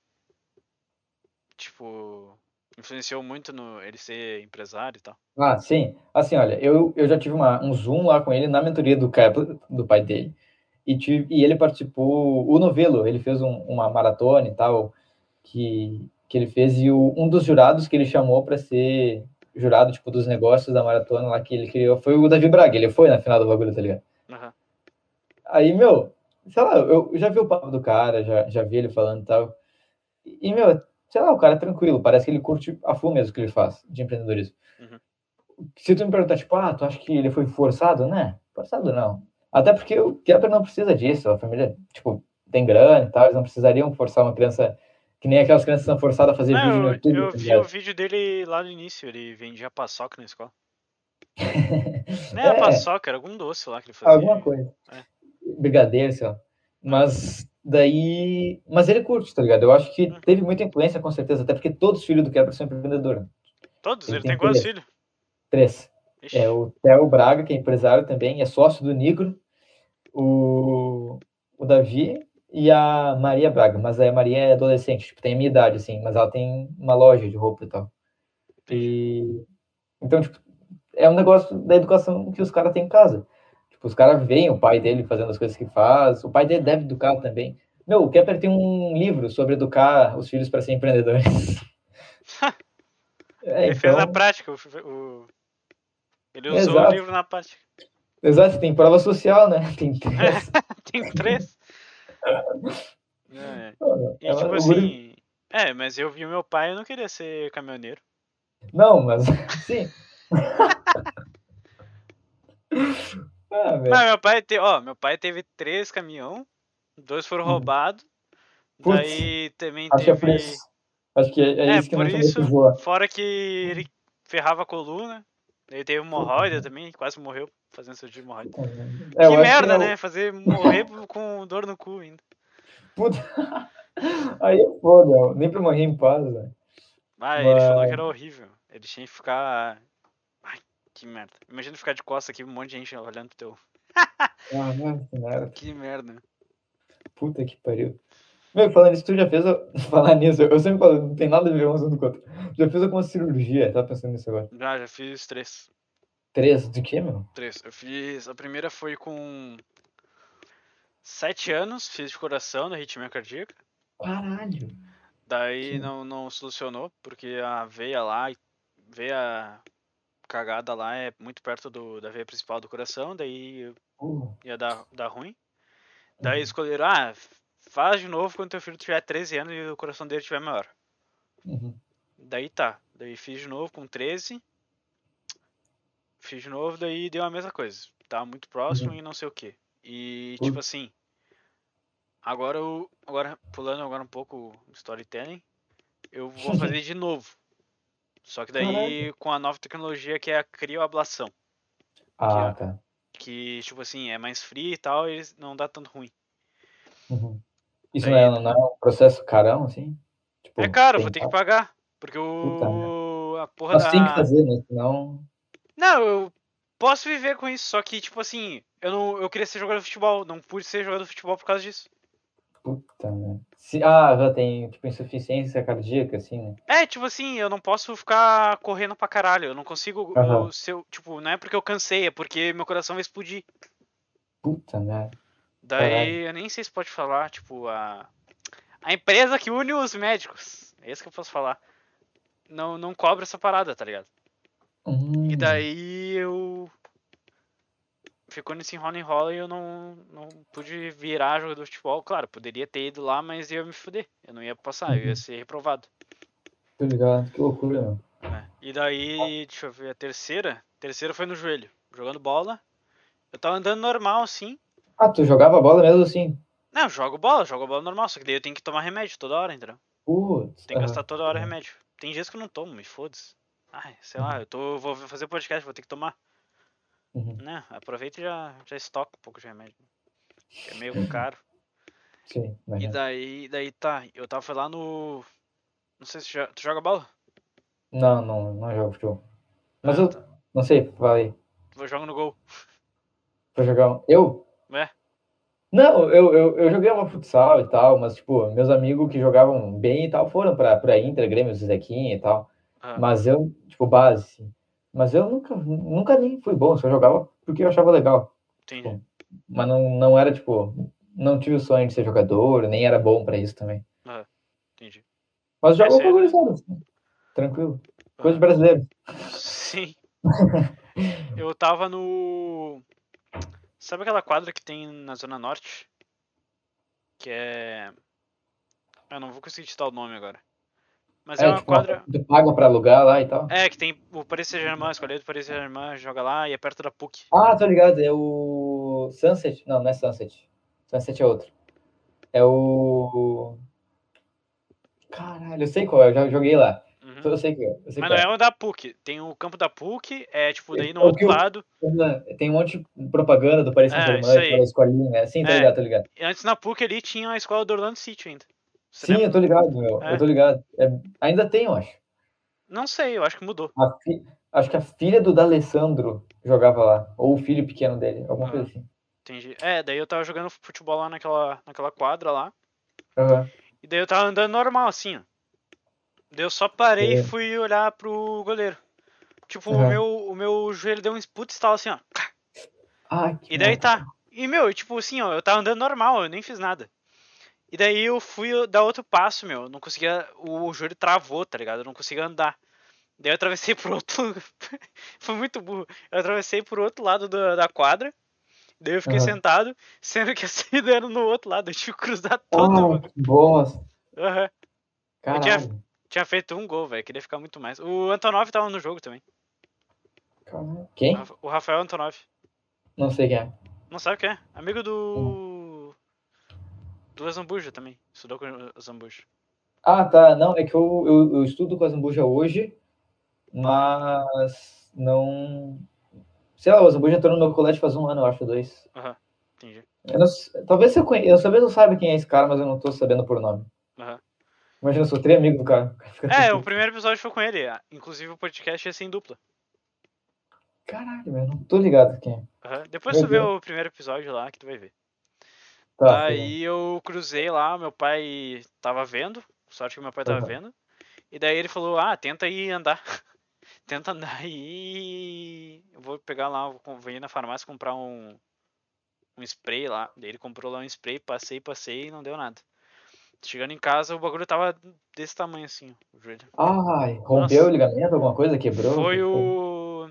Tipo. Influenciou muito no ele ser empresário e tal. Ah, sim. Assim, olha, eu, eu já tive uma, um Zoom lá com ele na mentoria do Kepler, do pai dele. E, tive, e ele participou, o Novelo, ele fez um- uma maratona e tal, que, que ele fez, e o- um dos jurados que ele chamou para ser jurado, tipo, dos negócios da maratona lá que ele criou foi o Davi Braga. Ele foi na final do bagulho, tá ligado? Aham, Aí, meu, sei lá, eu eu já vi o papo do cara, já, já vi ele falando e tal. E, meu, sei lá, o cara é tranquilo, parece que ele curte a full mesmo o que ele faz de empreendedorismo. Uhum. Se tu me perguntar, tipo, ah, tu acha que ele foi forçado? Né? Forçado não. Até porque o Kepler não precisa disso, a família, tipo, tem grana e tal, eles não precisariam forçar uma criança, que nem aquelas crianças que são forçadas a fazer vídeo Não, no eu, YouTube. eu tá vi ligado? o vídeo dele lá no início, ele vendia paçoca na escola. Não É. era paçoca, era algum doce lá que ele fazia. Alguma coisa. É. Brigadeiro, sei lá. Mas daí. Mas ele curte, tá ligado? Eu acho que Uhum. teve muita influência, com certeza, até porque todos os filhos do Kepler são empreendedores. Todos, Ele ele tem tem quantos três. filhos? Três. Ixi, É o Theo Braga, que é empresário também, é sócio do Nigro, o, o Davi e a Maria Braga. Mas a Maria é adolescente, tipo, tem a minha idade, assim, mas ela tem uma loja de roupa e tal. entendi. E então, tipo, é um negócio da educação que os caras têm em casa. Tipo, os caras veem o pai dele fazendo as coisas que faz, o pai dele deve educar também. Meu, o Kepler tem um livro sobre educar os filhos para serem empreendedores. É, ele fez na então, prática, o, o- ele usou Exato. o livro na prática. exato, tem prova social, né? Tem É. teste. Tem três. É, e É, tipo o guri- assim. É, mas eu vi o meu pai, eu não queria ser caminhoneiro. Não, mas sim. ah, velho. Não, meu pai, te... ó, meu pai teve três caminhão, dois foram Hum. roubados. Putz, Daí também Acho que é por teve. isso. Acho que é, é É, isso que por não isso- isso... voa. Fora que ele ferrava a coluna. Ele teve hemorroida também, quase morreu fazendo cirurgia de hemorroida. É, eu acho que merda, é o- né? Fazer morrer com dor no cu ainda. Puta. Aí é foda, nem pra morrer em paz, né? Ah, ele falou Mas- que era horrível. Ele tinha que ficar. Ai, que merda. Imagina ficar de costas aqui, um monte de gente olhando pro teu. Ah, nossa, merda. Que merda. Puta que pariu. Meu, falando isso, tu já fez. a- Falar nisso, eu sempre falo, não tem nada a ver um assunto com o outro. Já fez alguma cirurgia? Tava pensando nisso agora. Ah, Já, já fiz três. Três? De quê, meu? Três. Eu fiz. A primeira foi com sete anos, fiz de coração na arritmia cardíaca. Caralho. Daí Sim. não, não solucionou, porque a veia lá, veia cagada lá é muito perto do, da veia principal do coração, daí Porra. ia dar, dar ruim. Daí escolheram, ah, faz de novo quando teu filho tiver 13 anos e o coração dele tiver maior. Uhum. Daí tá. Daí fiz de novo com 13. Fiz de novo, daí deu a mesma coisa. Tá muito Uhum. próximo e não sei o que. E tipo assim. Agora eu. Agora, pulando agora um pouco o storytelling, eu vou fazer de novo. Só que daí com a nova tecnologia que é a crioablação. Ah, tá. Que, tipo assim, é mais fria e tal, e eles não dá tanto ruim. Uhum. Isso Daí- não é, não é um processo carão, assim? Tipo, tá. É caro, vou tem- ter que pagar. Porque Puta o. A porra Mas tem que da- fazer, né? Senão. Não, eu posso viver com isso, só que, tipo assim, eu não eu queria ser jogador de futebol, não pude ser jogador de futebol por causa disso. Puta, né? Se... Ah, já tem, tipo, insuficiência cardíaca, assim, né? É, tipo assim, eu não posso ficar correndo pra caralho, eu não consigo Aham. eu, ser, tipo, não é porque eu cansei, é porque meu coração vai explodir. Puta, né? Daí Caralho. eu nem sei se pode falar, tipo, a a empresa que une os médicos, é isso que eu posso falar. Não, não cobra essa parada, tá ligado? E Hum. daí eu. Ficou nesse enrola enrola e eu não, não pude virar jogador de futebol. Claro, poderia ter ido lá, mas ia me fuder. Eu não ia passar, eu ia Uhum. ser reprovado. Hum, Tô ligado, que loucura, meu. né? E daí, deixa eu ver, a terceira. a terceira foi no joelho, jogando bola. Eu tava andando normal, assim. Ah, tu jogava bola mesmo assim? Não, eu jogo bola, jogo bola normal, só que daí eu tenho que tomar remédio toda hora, entendeu? Putz. Tem que aham. gastar toda hora Uhum. remédio. Tem dias que eu não tomo, me foda-se. Ai, sei lá, eu tô, vou fazer podcast, vou ter que tomar. Uhum. Né, aproveita e já, já estoca um pouco de remédio. que É Uhum. meio caro. ah, Sim, E mas... daí, daí tá, eu tava foi lá no. Não sei se já, tu joga bola? Não, não, não jogo futebol. Mas Ah, eu tá. não sei, vai. Eu jogo no gol. Pra jogar um. Eu? É. Não, eu, eu, eu jogava futsal e tal, mas, tipo, meus amigos que jogavam bem e tal foram pra, pra Inter, Grêmio, Zequinha e tal. Ah, Mas eu, tipo, base. assim. Mas eu nunca, nunca nem fui bom, só jogava porque eu achava legal. entendi. bom. Mas não, não era, tipo, não tive o sonho de ser jogador, nem era bom pra isso também. entendi. Mas É jogava sério? com gurizada, assim, tranquilo. Coisa de Ah, brasileiro. Sim. Eu tava no. Sabe aquela quadra que tem na Zona Norte? Que é. Eu não vou conseguir citar o nome agora. Mas é, É, uma tipo, quadra. tu paga pra alugar lá e tal. É, que tem o Paris Saint-Germain, escolher do Paris Saint-Germain, joga lá e é perto da PUC. Ah, tô ligado, é o Sunset. Não, não é Sunset. Sunset é outro. É o. Caralho, eu sei qual, é, eu já joguei lá. Uhum. Eu sei que é. Eu sei Mas qual não é. é o da PUC. Tem o campo da PUC, é tipo, daí no É o outro que eu- lado. Tem um monte de propaganda do Paris É, Saint-Germain, isso aí. aquela escolinha. né? Sim, tô É. ligado, tô ligado. E Antes na PUC ali tinha a escola do Orlando City ainda. Você Sim, lembra? eu tô ligado, meu. É. Eu tô ligado. É, Ainda tem, eu acho. Não sei, eu acho que mudou. A fi- Acho que a filha do D'Alessandro jogava lá. Ou o filho pequeno dele, alguma Ah. coisa assim. Entendi. É, daí eu tava jogando futebol lá naquela, naquela quadra lá. Aham. E daí eu tava andando normal, assim, ó. Daí eu só parei e É. fui olhar pro goleiro. Tipo, o, Aham. meu, o meu joelho deu um puto estalo assim, ó. Ah, que E daí merda. tá. E meu, tipo assim, ó, eu tava andando normal, eu nem fiz nada. E daí eu fui dar outro passo, meu. eu Não conseguia. O joelho travou, tá ligado? Eu não conseguia andar. Daí eu atravessei por outro. Foi muito burro. Eu atravessei por outro lado da, da quadra. Daí eu fiquei Aham. sentado, sendo que a saída era no outro lado. Eu tinha que cruzar todo. Ah, mano. que bosta. Aham. tinha- Caralho. Tinha feito um gol, velho. Queria ficar muito mais. O Antonov tava no jogo também. Caralho. Quem? o Rafa- O Rafael Antonov. Não sei quem é. Não sabe quem é? Amigo do. Do Zambuja também. Estudou com o Zambuja. Ah, tá. Não, é que eu, eu, eu estudo com a Zambuja hoje, mas não. Sei lá, o Zambuja entrou no meu colégio faz um ano, eu acho, dois. Entendi. Eu não s- talvez eu conhe... eu talvez eu saiba quem é esse cara, mas eu não tô sabendo por nome. Aham. Imagina, eu sou tri amigo do cara. tipo, É, o primeiro episódio foi com ele. ah, Inclusive o podcast ia ser em dupla. Caralho, eu não tô ligado quem é. Aham. Depois tu vê Legal. o primeiro episódio lá que tu vai ver. Tá, sei lá. Daí eu cruzei lá, meu pai tava vendo, sorte que meu pai tava Aham. vendo. E daí ele falou, ah, tenta aí andar. tenta andar aí. Eu vou pegar lá, vou com- vou ir na farmácia comprar um, um spray lá. Daí ele comprou lá um spray, passei, passei e não deu nada. Chegando em casa, o bagulho tava desse tamanho assim, ó, o joelho. Ai, rompeu Nossa. o ligamento, alguma coisa? Quebrou? Tipo, Foi que o.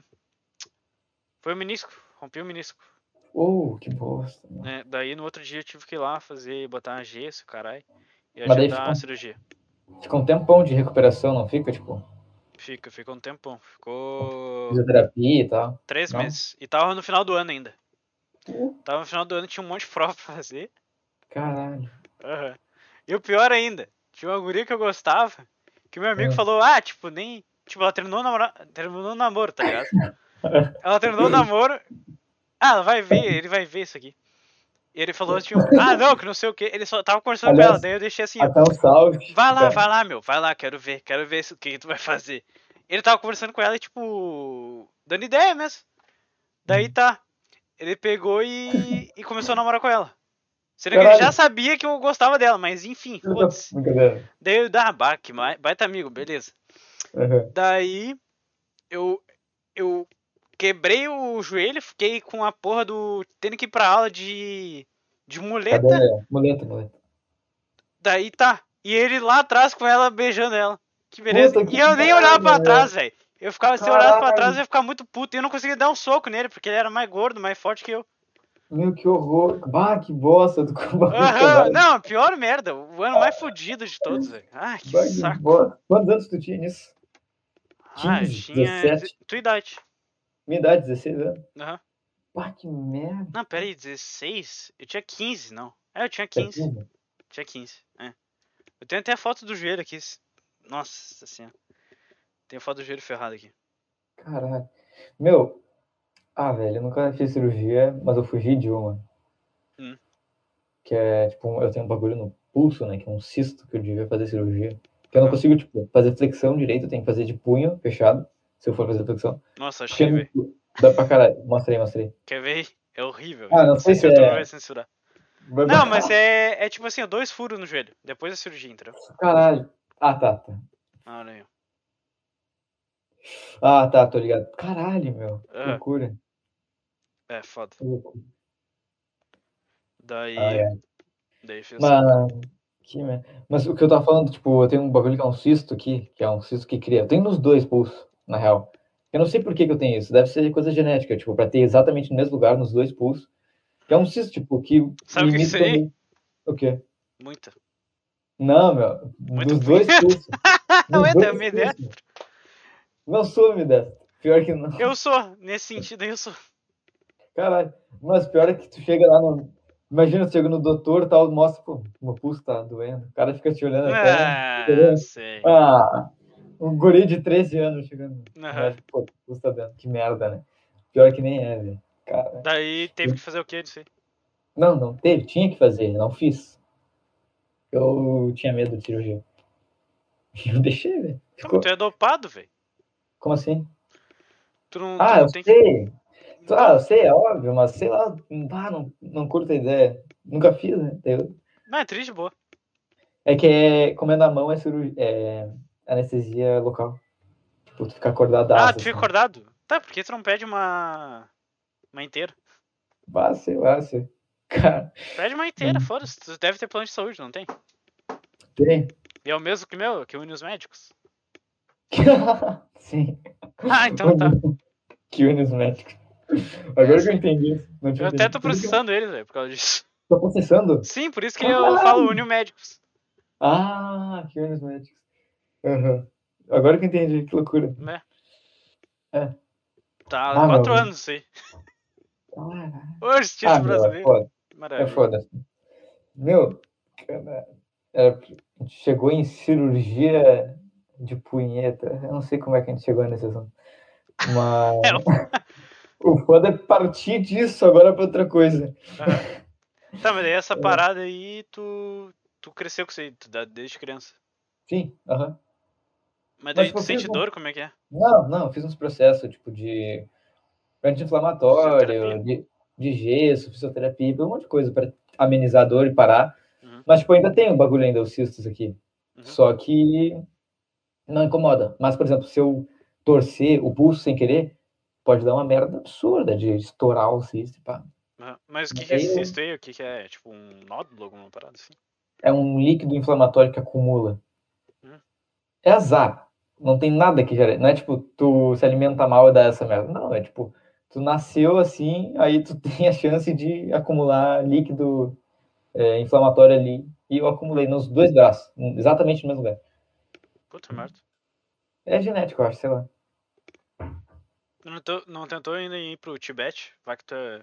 Foi o menisco, rompi o menisco. Oh, que bosta. mano. né? Daí no outro dia eu tive que ir lá fazer, botar gesso, caralho. E Mas daí agendar ficou- a cirurgia. Fica um tempão de recuperação, não fica? Tipo, Fica, ficou um tempão. Ficou fisioterapia e tal. três Não? meses. E tava no final do ano ainda. Uh. Tava no final do ano, tinha um monte de prova pra fazer. Caralho. Aham. E o pior ainda, tinha uma guria que eu gostava, que meu amigo Ah. falou, ah, tipo, nem. Tipo, ela terminou o namoro, terminou o namoro tá ligado? ela terminou o namoro. Ah, ela vai ver, ele vai ver isso aqui. E ele falou, tipo, ah, não, que não sei o que. Ele só tava conversando com Aliás, ela, daí eu deixei assim, ó. Até um salve. Vai lá, Tá. vai lá, meu, vai lá, quero ver, quero ver isso- o que que tu vai fazer. Ele tava conversando com ela e, tipo, dando ideia mesmo. Daí tá. Ele pegou e, e começou a namorar com ela. Sendo que ele Caralho. já sabia que eu gostava dela, mas enfim, foda-se. Brincadeira. Daí eu dá, bah, que mai- baita amigo, beleza. Aham. Daí eu, eu quebrei o joelho, fiquei com a porra do. tendo que ir pra aula de. de muleta. Cadê? Muleta, muleta. Daí tá. E ele lá atrás com ela beijando ela. Que beleza. Puta que e eu nem olhava pra merda, trás, velho. Eu ficava, se eu olhava pra Caralho. trás, eu ia ficar muito puto. E eu não conseguia dar um soco nele, porque ele era mais gordo, mais forte que eu. Meu, que horror. Bah, que bosta do Aham. Cubano. Não, pior merda. O ano mais fudido de todos, velho. Ah, que Bah, que saco. bosta. Quantos anos tu tinha nisso? Ah, 15, tinha 17. tua idade. Minha idade, 16 anos. Aham. Bah, que merda. Não, pera aí, 16? Eu tinha 15, não. É, eu tinha 15. 15. Tinha 15, é. Eu tenho até a foto do joelho aqui. se- Nossa senhora. Tenho a foto do joelho ferrado aqui. Caralho. Meu, ah, velho, eu nunca fiz cirurgia, mas eu fugi de uma. Hum. Que é, tipo, eu tenho um bagulho no pulso, né? Que é um cisto que eu devia fazer cirurgia. Que eu não Ah. consigo, tipo, fazer flexão direito, eu tenho que fazer de punho fechado, se eu for fazer flexão. Nossa, Porque achei, velho. dá pra caralho. Mostrei, mostrei. Quer ver? É horrível. Ah, não sei se o YouTube é- vai censurar. Não, mas é, é tipo assim, dois furos no joelho. Depois da cirurgia, entendeu? Caralho. Ah, tá, tá. Ah, olha aí. Ah, tá, tô ligado. Caralho, meu. Que Ah. loucura. É, foda. Que loucura. Daí. Ah, é. Daí fez. Mas, que merda. Mas o que eu tava falando, tipo, eu tenho um bagulho que é um cisto aqui, que é um cisto que cria. Eu tenho nos dois pulsos, na real. Eu não sei por que que eu tenho isso. Deve ser coisa genética, tipo, pra ter exatamente no mesmo lugar, nos dois pulsos. Que é um cisto, tipo, que Sabe o que que limita seria? o- O quê? Muita. Não, meu. Muito dos dois pulsos. Não Dos é dois da minha ideia. pulsos. Não sou me dessa. Pior que não. Eu sou, nesse sentido aí eu sou. Caralho. Mas pior é que tu chega lá no. Imagina, tu chega no doutor tal, mostra, pô, meu pulso tá doendo. O cara fica te olhando até. Ah, entendeu? sei. Ah, um guri de 13 anos chegando. Aham. Mas, pô, custa dentro. Que merda, né? Pior que nem é, velho. Cara. Daí teve que fazer o quê? Não sei. Não, não teve. Tinha que fazer. Não fiz. Eu tinha medo de cirurgia. Eu deixei, velho. Como Ficou... tu é dopado, velho? Como assim? Tu não, tu Ah, não eu tem sei. Ah, eu sei, é óbvio, mas sei lá. Ah, não, não curto a ideia. Nunca fiz, né? Eu- Não, é triste, boa. É que é, como é na mão, é, cirurgia, é anestesia local. Tipo, tu fica acordado. Ah, tu fica acordado? Tá, por que tu não pede uma. Uma inteira? Ah, sei lá, sei. Cara, Pede uma inteira, Hum. foda-se. Tu deve ter plano de saúde, não tem? tem. E é o mesmo que o meu, que une os médicos. Sim. Ah, então tá. Que une os médicos. Agora que eu entendi isso. Não Eu tinha até entendido. tô processando eles, velho, por causa disso. Tá processando? Sim, por isso que eu Caralho! falo une o médicos. Ah, que une os médicos. Aham. Agora que eu entendi, que loucura. Tá, Ah, quatro meu. anos isso aí. Caralho. Ô, justiça Ah, meu, é brasileira. foda. É Maravilha. foda. Meu, cara, era- a gente chegou em cirurgia de punheta. Eu não sei como é que a gente chegou nesse assunto. É, Mas o foda é partir disso agora pra outra coisa. Aham. Tá, mas daí essa É. parada aí, tu, tu cresceu com isso aí, tu dá desde criança. Sim, aham. Mas daí tipo, tu eu sente fiz um- dor, como é que é? Não, não, eu fiz uns processos, tipo, de anti-inflamatório, de, de gesso, fisioterapia, um monte de coisa para amenizar a dor e parar. Uhum. Mas, tipo, ainda tem um bagulho ainda, os cistos aqui. Uhum. Só que não incomoda. Mas, por exemplo, se eu torcer o pulso sem querer, pode dar uma merda absurda de estourar o cisto. e Pá. Ma- Mas o que, Mas que é aí eu- esse cisto aí? O que, que é? Tipo um nódulo, alguma parada assim? É um líquido inflamatório que acumula. Hum. É azar. Não tem nada que gere. Não é tipo, tu se alimenta mal e dá essa merda. Não, é tipo, tu nasceu assim, aí tu tem a chance de acumular líquido é, inflamatório ali. E eu acumulei nos dois braços, exatamente no mesmo lugar. Hum. Puta merda. É genético, eu acho, sei lá. Tu Não, tô- não tentou ainda ir pro Tibete? Vai que tu é-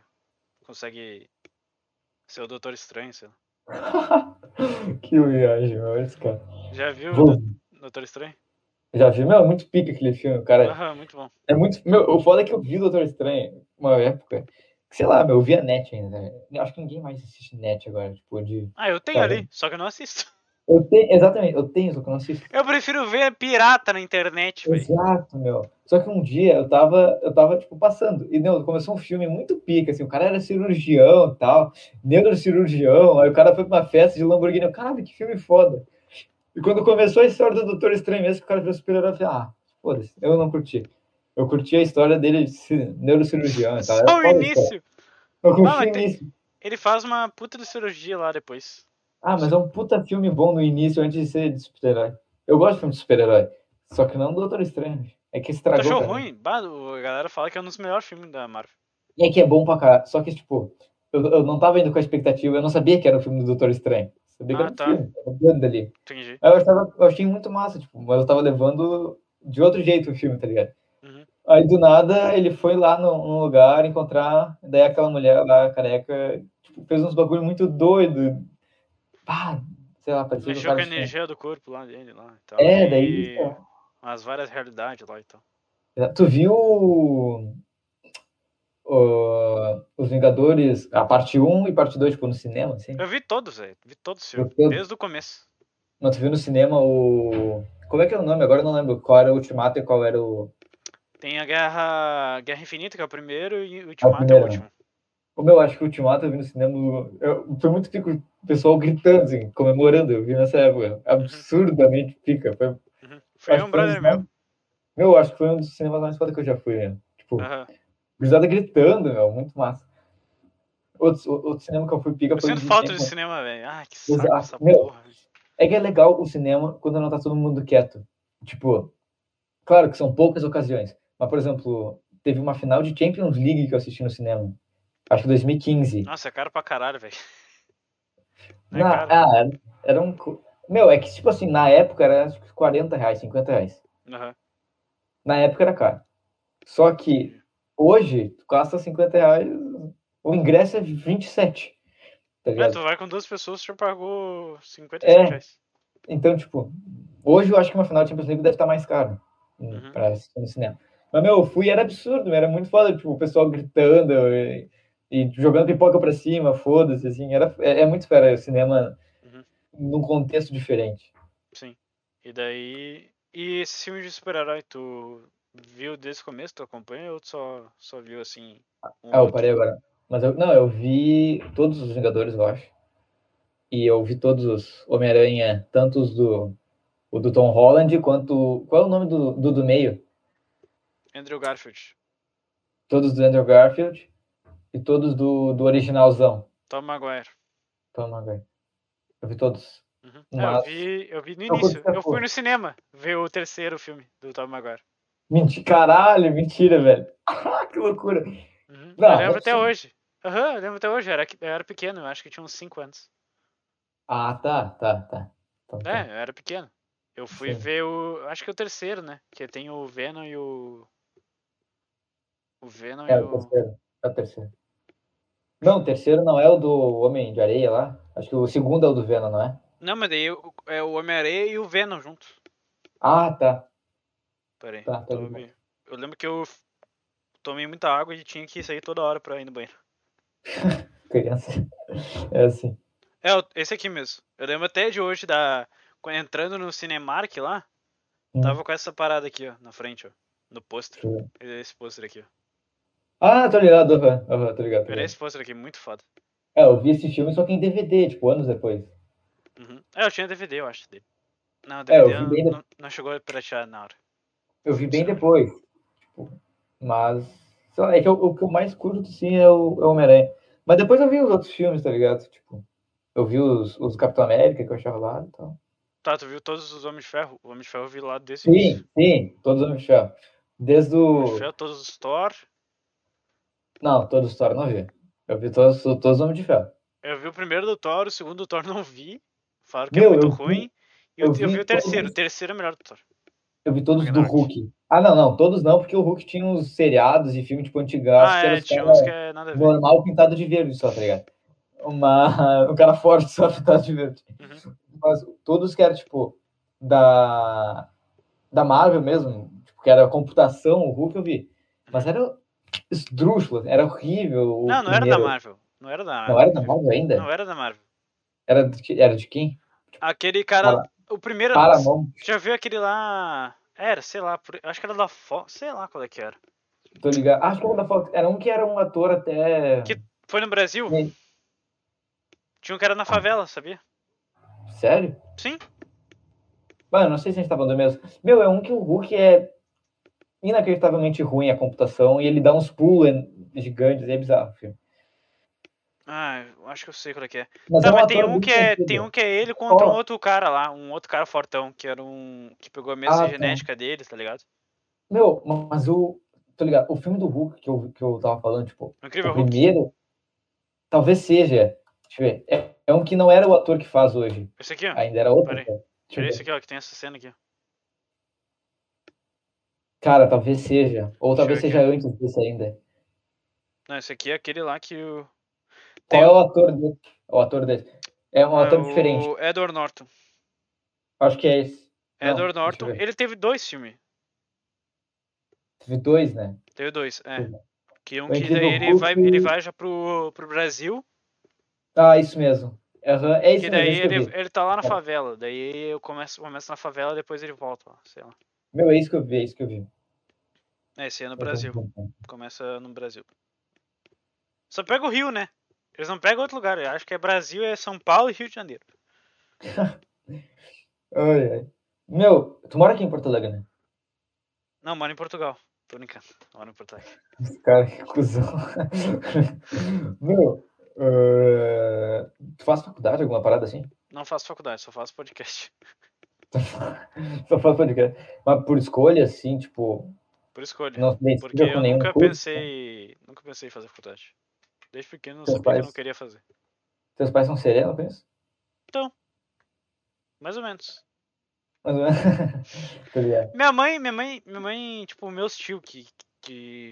consegue ser o Doutor Estranho, sei lá. que viagem, olha esse cara. Já viu o Vou- Dou- Doutor Estranho? Já viu? Meu, é muito pica aquele filme, cara. Aham, muito bom. É muito. Meu, o foda é que eu vi Doutor Estranho uma época. que, Sei lá, meu, eu via net ainda. né? Eu Acho que ninguém mais assiste net agora, tipo, de. Ah, eu tenho Tá ali, só que eu não assisto. Eu tenho, exatamente, eu tenho, só que eu não assisto. Eu prefiro ver pirata na internet, velho. Exato, meu. Só que um dia eu tava, eu tava, tipo, passando. E não, começou um filme muito pica, assim, o cara era cirurgião e tal, neurocirurgião, aí o cara foi pra uma festa de Lamborghini. Eu, Caralho, que filme foda. E quando começou a história do Doutor Estranho mesmo, que o cara virou super-herói, eu falei, ah, foda-se, eu não curti. Eu curti a história dele de ci- neurocirurgião e tal. era Só o foda, cara. início. Eu Ah, curti o tem- início. Ele faz uma puta de cirurgia lá depois. Ah, mas é um puta filme bom no início antes de ser de super-herói. Eu gosto de filme de super-herói. Só que não do Doutor Estranho. É que Tu estragou. achou pra mim. ruim? Bah, o- a galera fala que é um dos melhores filmes da Marvel. E é que é bom pra caralho. Só que, tipo, eu, eu não tava indo com a expectativa. Eu não sabia que era o filme do Doutor Estranho. Sabia que Ah, era um tá. filme. Tava andando ali. Entendi. Aí eu, achava, eu achei muito massa, tipo, mas eu tava levando de outro jeito o filme, tá ligado? Uhum. Aí do nada ele foi lá num num lugar encontrar. Daí aquela mulher lá, careca, tipo, fez uns bagulho muito doido. Pá, sei lá, parecia que o Mexeu com cara a tinha- energia do corpo lá dele lá e tal. É, e daí. é. As várias realidades lá e tal. Tu viu o- o- Os Vingadores, a parte 1 e parte 2, tipo, no cinema, assim? Eu vi todos, velho. Vi todos os Viu filmes. todos? Desde o começo. Não, tu viu no cinema o... Como é que é o nome? Agora eu não lembro qual era o Ultimato e qual era o... Tem a Guerra, Guerra Infinita, que é o primeiro, e o Ultimato é o primeiro, né? último. O meu, acho que o Ultimato eu vi no cinema... Eu... Foi muito pico, o pessoal gritando, assim, comemorando. Eu vi nessa época. Absurdamente pica. Foi... Uhum. Foi acho um que foi brother meu. Meu, acho que foi um dos cinemas mais foda que eu já fui, né? Tipo, Aham. gurizada gritando, meu. Muito massa. Outro, outro cinema que eu fui pica Eu foi... o sinto de falta Django. de cinema, velho. Ah, que saco Exato. essa Meu, porra. velho. É que é legal o cinema quando não tá todo mundo quieto. Tipo, claro que são poucas ocasiões, mas, por exemplo, teve uma final de Champions League que eu assisti no cinema. Acho que 2015. Nossa, é caro pra caralho, velho. É Na- caro. ah, era, era um. co- Meu, é que, tipo assim, na época era acho que 40 reais, 50 reais. Aham. Na época era caro. Só que hoje, tu gasta 50 reais, o ingresso é 27. Tá É, ligado? tu vai com duas pessoas, tu já pagou 50 É. reais. Então, tipo, hoje eu acho que uma final de Champions League deve estar mais caro Uhum. para assistir no cinema. Mas, meu, eu fui e era absurdo, era muito foda, tipo, o pessoal gritando e, e jogando pipoca pra cima, foda-se, assim, era, é, é muito fera o cinema Uhum. num contexto diferente. Sim. E daí. E esse filme de super-herói, tu viu desde o começo, tu acompanha ou tu só, só viu assim? um Ah, eu outro? parei agora. Mas, eu, não, eu vi todos os Vingadores, eu acho. E eu vi todos os Homem-Aranha, tanto os do, o do Tom Holland, quanto... Qual é o nome do, do, do meio? Andrew Garfield. todos do Andrew Garfield e todos do, do originalzão. Tom Maguire. Tom Maguire. Então, Eu vi todos. Uhum. É, eu, Mas- vi, eu vi no Não, quando início. Então, você Eu for. fui no cinema ver o terceiro filme do Tom Maguire. Menti, caralho, mentira, velho. Ah, que loucura. Uhum. Não, eu lembro é até sim. hoje. Aham, eu lembro até hoje. Eu era, eu era pequeno, eu acho que tinha uns 5 anos. Ah, tá, tá, tá. Então tá. É, eu era pequeno. Eu fui Sim. ver o. Acho que é o terceiro, né? Que tem o Venom e o. O Venom É e o o. terceiro. É o terceiro. Não, o terceiro não é o do Homem de Areia lá. Acho que o segundo é o do Venom, não é? Não, mas daí o- é o Homem-Areia e o Venom juntos. Ah, tá. Peraí. Tá, tá tô de boa. me- Eu lembro que eu f- tomei muita água e tinha que sair toda hora pra ir no banheiro. Criança. É assim. É, o- esse aqui mesmo. Eu lembro até de hoje da. quando Entrando no Cinemark lá, Hum. tava com essa parada aqui, ó, na frente, ó. No pôster. Show. Esse pôster aqui, ó. Ah, tô ligado, aham, aham, tô ligado, tô Eu olhei ligado. esse pôster aqui, muito foda. É, eu vi esse filme só que em DVD, tipo, anos depois. Uhum. É, eu tinha DVD, eu acho, dele. Não, É, eu DVD vi não, bem não, não chegou a pratear na hora. Eu vi bem depois. tipo, Mas, sei lá, é que eu- o que eu mais curto, sim, é o, é o Homem-Aranha. Mas depois eu vi os outros filmes, tá ligado? Tipo, eu vi os, os Capitão América que eu achava lá então. e tal. Tá, tu viu todos os Homens de Ferro? O Homem de Ferro eu vi lá desse. Sim, sim, todos os Michel. Desde O Homem de o. Ferro, todos os Thor. Não, todos os Thor eu não vi. Eu vi todos, todos os Homens de Ferro. Eu vi o primeiro do Thor, o segundo do Thor não vi. Falaram que é Meu, muito eu vi- ruim. E eu, eu eu, vi vi o terceiro. todos. O terceiro é melhor do Thor. Eu vi todos do Ragnarok. Hulk. Ah, não, não, todos não, porque o Hulk tinha uns seriados e filme tipo antigaço Ah, que era é, os tinha caras uns que é nada a ver. normal pintado de verde só, tá ligado? Uma... O cara forte só pintado de verde. Uhum. Mas todos que era tipo da. da Marvel mesmo, tipo, que era computação, o Hulk eu vi. Mas era esdrúxulo, assim, era horrível. o Não, não era da primeiro. Marvel. Não era da Marvel. Não era da Marvel é. ainda? Não era da Marvel. Era, de, era de quem? Aquele cara. Para- O primeiro. Paramount, Já viu aquele lá. Era, sei lá, por- acho que era da Fox, sei lá qual é que era. tô ligado. Acho que era da Fox. Era um que era um ator até. Que- Foi no Brasil? Sim. Tinha um cara na favela, sabia? Sério? Sim. Mano, não sei se a gente tá falando do mesmo. Meu, é um que o Hulk é inacreditavelmente ruim a computação e ele dá uns pulos gigantes, é bizarro. o filme. Ah, eu acho que eu sei qual é que é. Mas Tá, é um mas ator tem um muito que é, conhecido. tem um que é ele contra um Ó. outro cara lá, um outro cara fortão, que era um que pegou a mesma Ah, tá. genética dele, tá ligado? Meu, mas o. Tô ligado, o filme do Hulk que eu, que eu tava falando, tipo, O o Incrível Hulk. primeiro, talvez seja. Deixa eu ver. É, é um que não era o ator que faz hoje. Esse aqui, ó. Ainda era outro. Ah, Peraí. um cara. Deixa eu Olha ver. esse aqui, ó, que tem essa cena aqui. ó. Cara, talvez seja. Ou talvez ver seja antes disso ainda. Não, esse aqui é aquele lá que o. Tem um Qual é o ator dele? O ator dele. É um é ator o diferente. Edward Norton. Acho que é esse. Não, Edward deixa eu Norton, ver. ele teve dois filmes. Teve dois, né? Teve dois, é. Que um O que Incrível daí ele Hulk- vai, ele vai já pro, pro Brasil, Ah, isso mesmo. Aham, É isso que mesmo. é daí isso que eu ele, vi. ele tá lá na É. favela. Daí eu começo, começo na favela, depois ele volta, lá, sei lá. Meu, é isso que eu vi, é isso que eu vi. É, esse é no Eu tô Brasil. contando. Começa no Brasil. Só pega o Rio, né? Eles não pegam outro lugar. Eu acho que é Brasil, é São Paulo e Rio de Janeiro. Ai, ai. Meu, tu mora aqui em Porto Alegre, né? Não, mora em Portugal. Tô brincando. Mora em Portugal. Esse cara, que cuzão. Meu, eh, tu faz faculdade, alguma parada assim? Não faço faculdade, só faço podcast. Só faz podcast. Mas por escolha, assim, tipo, Por escolha. não se Porque identifica com eu nenhum nunca curso? pensei. Nunca pensei em fazer faculdade. Desde pequeno eu Teus sabia que eu pais? não queria fazer. Teus pais são serenos com isso? Mais ou menos. Mas, tá ligado? Minha mãe, minha mãe, minha mãe, tipo, meus tios que, que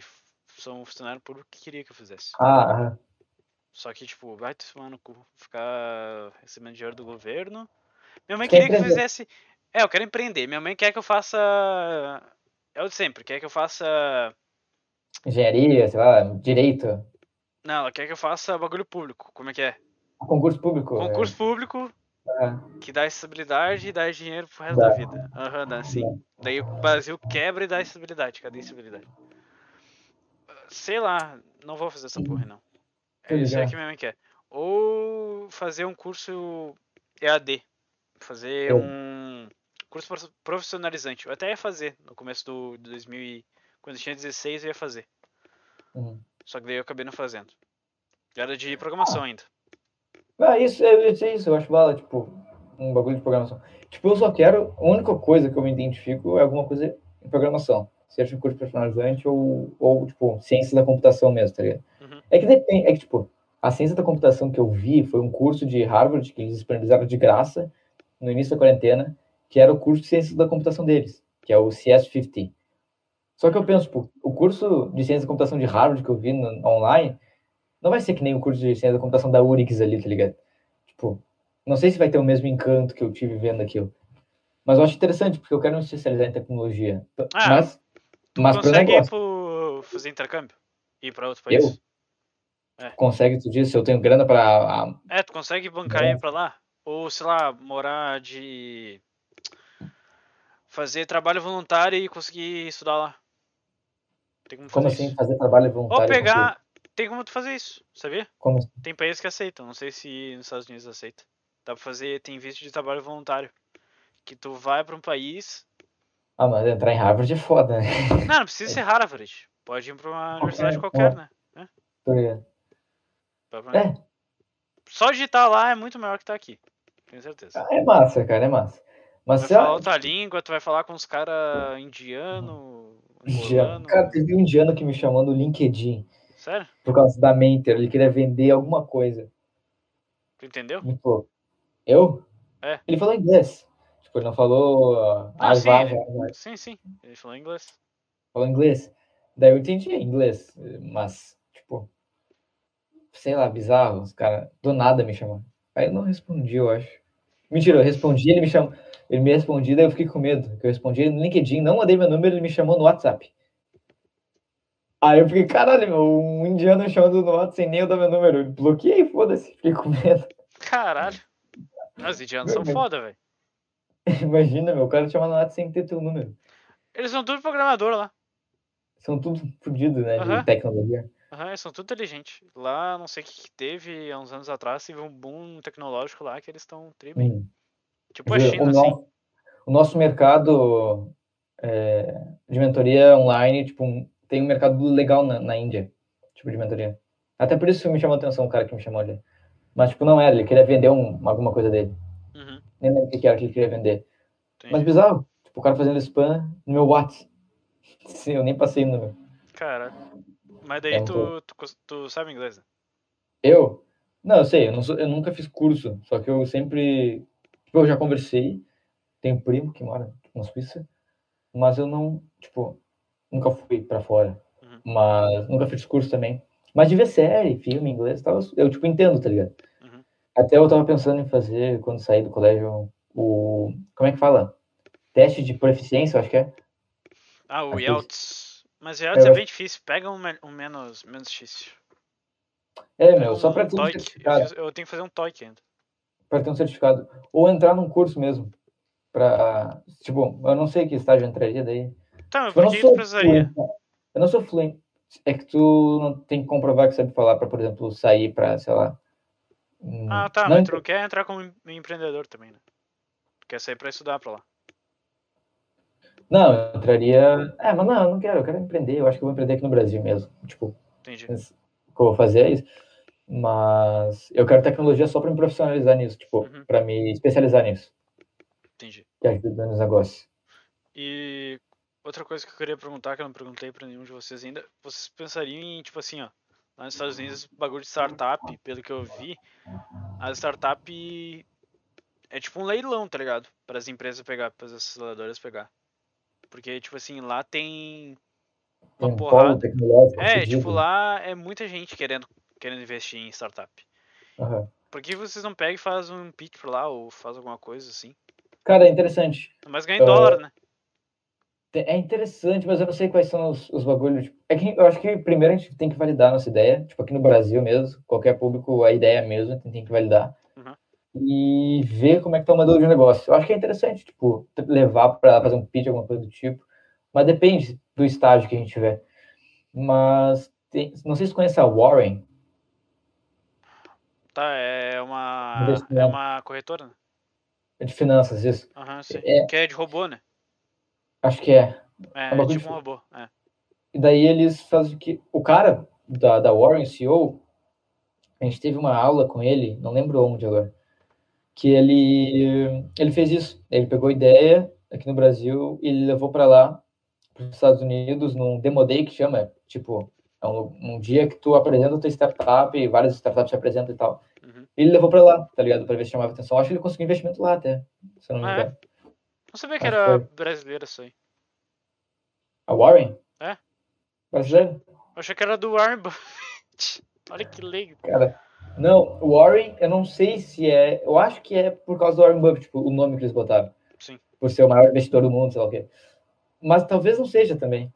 são funcionários públicos que queria que eu fizesse. Ah, aham. Só que, tipo, vai te tomar no cu, ficar recebendo dinheiro do governo. Minha mãe Quer queria que eu empreender. fizesse. É, eu quero empreender. Minha mãe quer que eu faça. É o de sempre, quer que eu faça. engenharia, sei lá, direito, Não, ela quer que eu faça bagulho público. Como é que é? concurso público. eh, Concurso público É. que dá estabilidade e dá dinheiro pro resto Dá. da vida. Aham, dá sim. Daí o Brasil quebra e dá estabilidade. Cadê a estabilidade? Sei lá, não vou fazer essa porra, não. É Tô isso aí ligado. que minha mãe quer. Ou fazer um curso EAD. Fazer É. um curso prof- profissionalizante. Eu até ia fazer no começo do do 2000 e... Quando eu tinha 16 eu ia fazer. Uhum. Só que daí eu acabei não fazendo. Era de programação ainda. Ah, isso, é, isso, é isso, eu acho bala, tipo, um bagulho de programação. Tipo, eu só quero, a única coisa que eu me identifico é alguma coisa em programação. Seja um curso personalizante ou, ou tipo, ciência da computação mesmo, tá ligado? Uhum. É que depende, é que, tipo, a ciência da computação que eu vi foi um curso de Harvard que eles disponibilizaram de graça no início da quarentena, que era o curso de ciência da computação deles, que é o CS50. Só que eu penso, tipo, o curso de ciência da computação de Harvard que eu vi no- online não vai ser que nem o curso de ciência da computação da URIX ali, tá ligado? Tipo, não sei se vai ter o mesmo encanto que eu tive vendo aquilo. Mas eu acho interessante, porque eu quero me especializar em tecnologia. Ah, mas, mas pro Consegue ir negócio, pro... fazer intercâmbio? Ir pra outro Eu? país? consegue tu disso? Eu tenho grana pra ah, É, tu consegue bancar e ir pra lá? Ou, sei lá, morar de. Fazer trabalho voluntário e conseguir estudar lá. Tem como Como fazer assim, isso. fazer trabalho Ou voluntário? pegar. Tem como tu fazer isso, sabia? contigo? Como assim? Tem países que aceitam, não sei se nos Estados Unidos aceita. Dá pra fazer, tem visto de trabalho voluntário. Que tu vai pra um país. Ah, mas entrar em Harvard é foda, né? Não, não precisa ser Harvard. Pode ir pra uma universidade qualquer, né? Tô ligado. Vai pra- É. Tá Só digitar lá é muito melhor que tá aqui. Tenho certeza. Ah, É massa, cara, é massa. Mas é Vai se a- falar outra língua, tu vai falar com os caras indiano, indiano. angolano. um Cara, teve um indiano que me chamou no LinkedIn Sério? por causa da Mentor. Ele queria vender alguma coisa. Tu entendeu? Ele falou, eu? É. Ele falou inglês. Tipo, ele não falou. ah, Ah, sim, vá, ele- vá, vá. Sim, sim. Ele falou inglês. falou inglês. Daí eu entendi inglês, mas, tipo, sei lá, bizarro, os caras do nada me chamaram. Aí eu não respondi, eu acho. Mentira, eu respondi, ele me chamou. Ele me respondia, daí eu fiquei com medo. Que eu respondi ele no LinkedIn, não mandei meu número, ele me chamou no WhatsApp. Aí eu fiquei, caralho, meu, um indiano me chamando no WhatsApp sem nem eu dar meu número. Eu bloqueei, foda-se, fiquei com medo. Caralho. Ah, Os indianos são Meu Deus. foda, velho. Imagina, meu, o cara te chamar no WhatsApp sem ter teu número. Eles são tudo programador lá. São tudo fodidos, né, de Aham. tecnologia. Aham, eles são tudo inteligentes. Lá, não sei o que, que teve há uns anos atrás, teve um boom tecnológico lá que eles estão tri bem. Hum. Tipo a China, o, assim. nosso, o nosso mercado é, de mentoria online, tipo, um- tem um mercado legal na, na Índia, tipo, de mentoria. Até por isso me chamou a atenção o cara que me chamou ali. Mas, tipo, não era, ele queria vender um, alguma coisa dele. Uhum, Nem lembro o que que era que ele queria vender. Mas entendi. bizarro, tipo, o cara fazendo spam no meu WhatsApp. Sim, eu nem passei no meu. Caralho. Mas É daí um tu, tu, cons- tu sabe inglês, né? Eu? Não, eu sei, eu, não sou- eu nunca fiz curso, só que eu sempre. Tipo, eu já conversei, tenho um primo que mora na Suíça, mas eu não, tipo, nunca fui pra fora. Uhum. Mas nunca fiz curso também. Mas de ver série, filme, inglês e tal, eu- eu, tipo, entendo, tá ligado? Uhum. Até eu tava pensando em fazer, quando sair do colégio, o. Como é que fala? Teste de proficiência, eu acho que é. Ah, o Às vezes. Yelts. Mas Yelts é Eu- bem difícil. Pega um, me- um menos, menos difícil. É, Pega meu, só pra um ter um TOEIC. certificado. Eu, fiz- eu tenho que fazer um TOEIC ainda. para ter um certificado ou entrar num curso mesmo para tipo eu não sei que estágio eu entraria daí Tá, mas eu por não que tu sou precisaria? fluente, né? eu não sou fluente é que tu não tem que comprovar que sabe falar para por exemplo sair para sei lá hum, Ah, tá, não mas tu ent- não quer entrar como em- empreendedor também, né? Tu quer sair pra estudar pra lá. não eu entraria é mas não eu não quero eu quero empreender eu acho que eu vou empreender aqui no Brasil mesmo tipo Entendi. mas o que eu vou fazer é isso mas eu quero tecnologia só para me profissionalizar nisso tipo Uhum. para me especializar nisso Entendi. que ajuda nos negócios E outra coisa que eu queria perguntar, que eu não perguntei pra nenhum de vocês ainda, vocês pensariam em, tipo assim, ó, lá nos Estados Unidos, bagulho de startup, pelo que eu vi, a startup é tipo um leilão, tá ligado? Para as empresas pegar, para as aceleradoras pegar. Porque, tipo assim, lá tem tem uma um polo porrada. tecnológico É, fodido. tipo, lá é muita gente querendo, querendo investir em startup. Aham. Por que vocês não pegam e fazem um pitch pra lá ou faz alguma coisa assim? cara é interessante Mas ganha em dólar, né? Te- É interessante, mas eu não sei quais são os, os bagulhos. tipo, É que eu acho que primeiro a gente tem que validar a nossa ideia. Tipo, aqui no Brasil mesmo, qualquer público, a ideia mesmo, a gente tem que validar. Uhum. E ver como é que tá o modelo de negócio. Eu acho que é interessante, tipo, t- levar para fazer um pitch, alguma coisa do tipo. Mas depende do estágio que a gente tiver. Mas tem- não sei se conhece a Warren. Tá, é uma. Investimento. É uma corretora, né? de finanças, isso. Aham, sim. É. Que é de robô, né? Acho que é. É, bagulho tipo de- um robô. É. E daí eles fazem que. O cara da, da Warren, CEO, a gente teve uma aula com ele, não lembro onde agora, que ele, ele fez isso. Ele pegou a ideia aqui no Brasil e ele levou para lá, para os Estados Unidos, num Demo Day que chama, tipo, é um, um dia que tu apresenta a tua startup e várias startups se apresentam e tal. Uhum. Ele levou para lá, tá ligado? Para ver se chamava atenção. Acho que ele conseguiu investimento lá até, se eu não me Ah, é? engano. Não sabia que Acho era que brasileira isso aí. A Warren? É? Brasileiro? Eu Eu achei que era do Warren Buffett. Olha que leigo. Cara, não, o Warren, eu não sei se é. Eu acho que é por causa do Warren Buffett, tipo, o nome que eles botaram. Sim. Por ser o maior investidor do mundo, sei lá o quê. Mas talvez não seja também.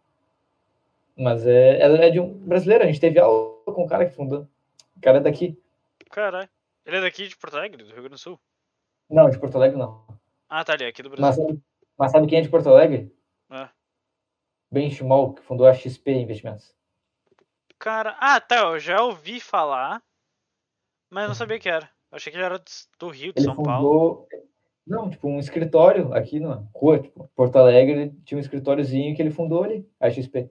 Mas é, ela é de um brasileiro. A gente teve aula com o cara que fundou. O cara é daqui. Caralho. Ele é daqui de Porto Alegre, do Rio Grande do Sul? Não, de Porto Alegre não. Ah, tá ali, é aqui do Brasil. Mas, sabe- mas sabe quem é de Porto Alegre? Ah. Ben Schmoll, que fundou a XP Investimentos. Cara, ah, tá, eu já ouvi falar, mas não sabia que era. Eu achei que ele era do Rio, de Ele São fundou. Paulo. Não, tipo, um escritório aqui na rua, tipo, Porto Alegre, ele tinha um escritóriozinho que ele fundou ali, a XP.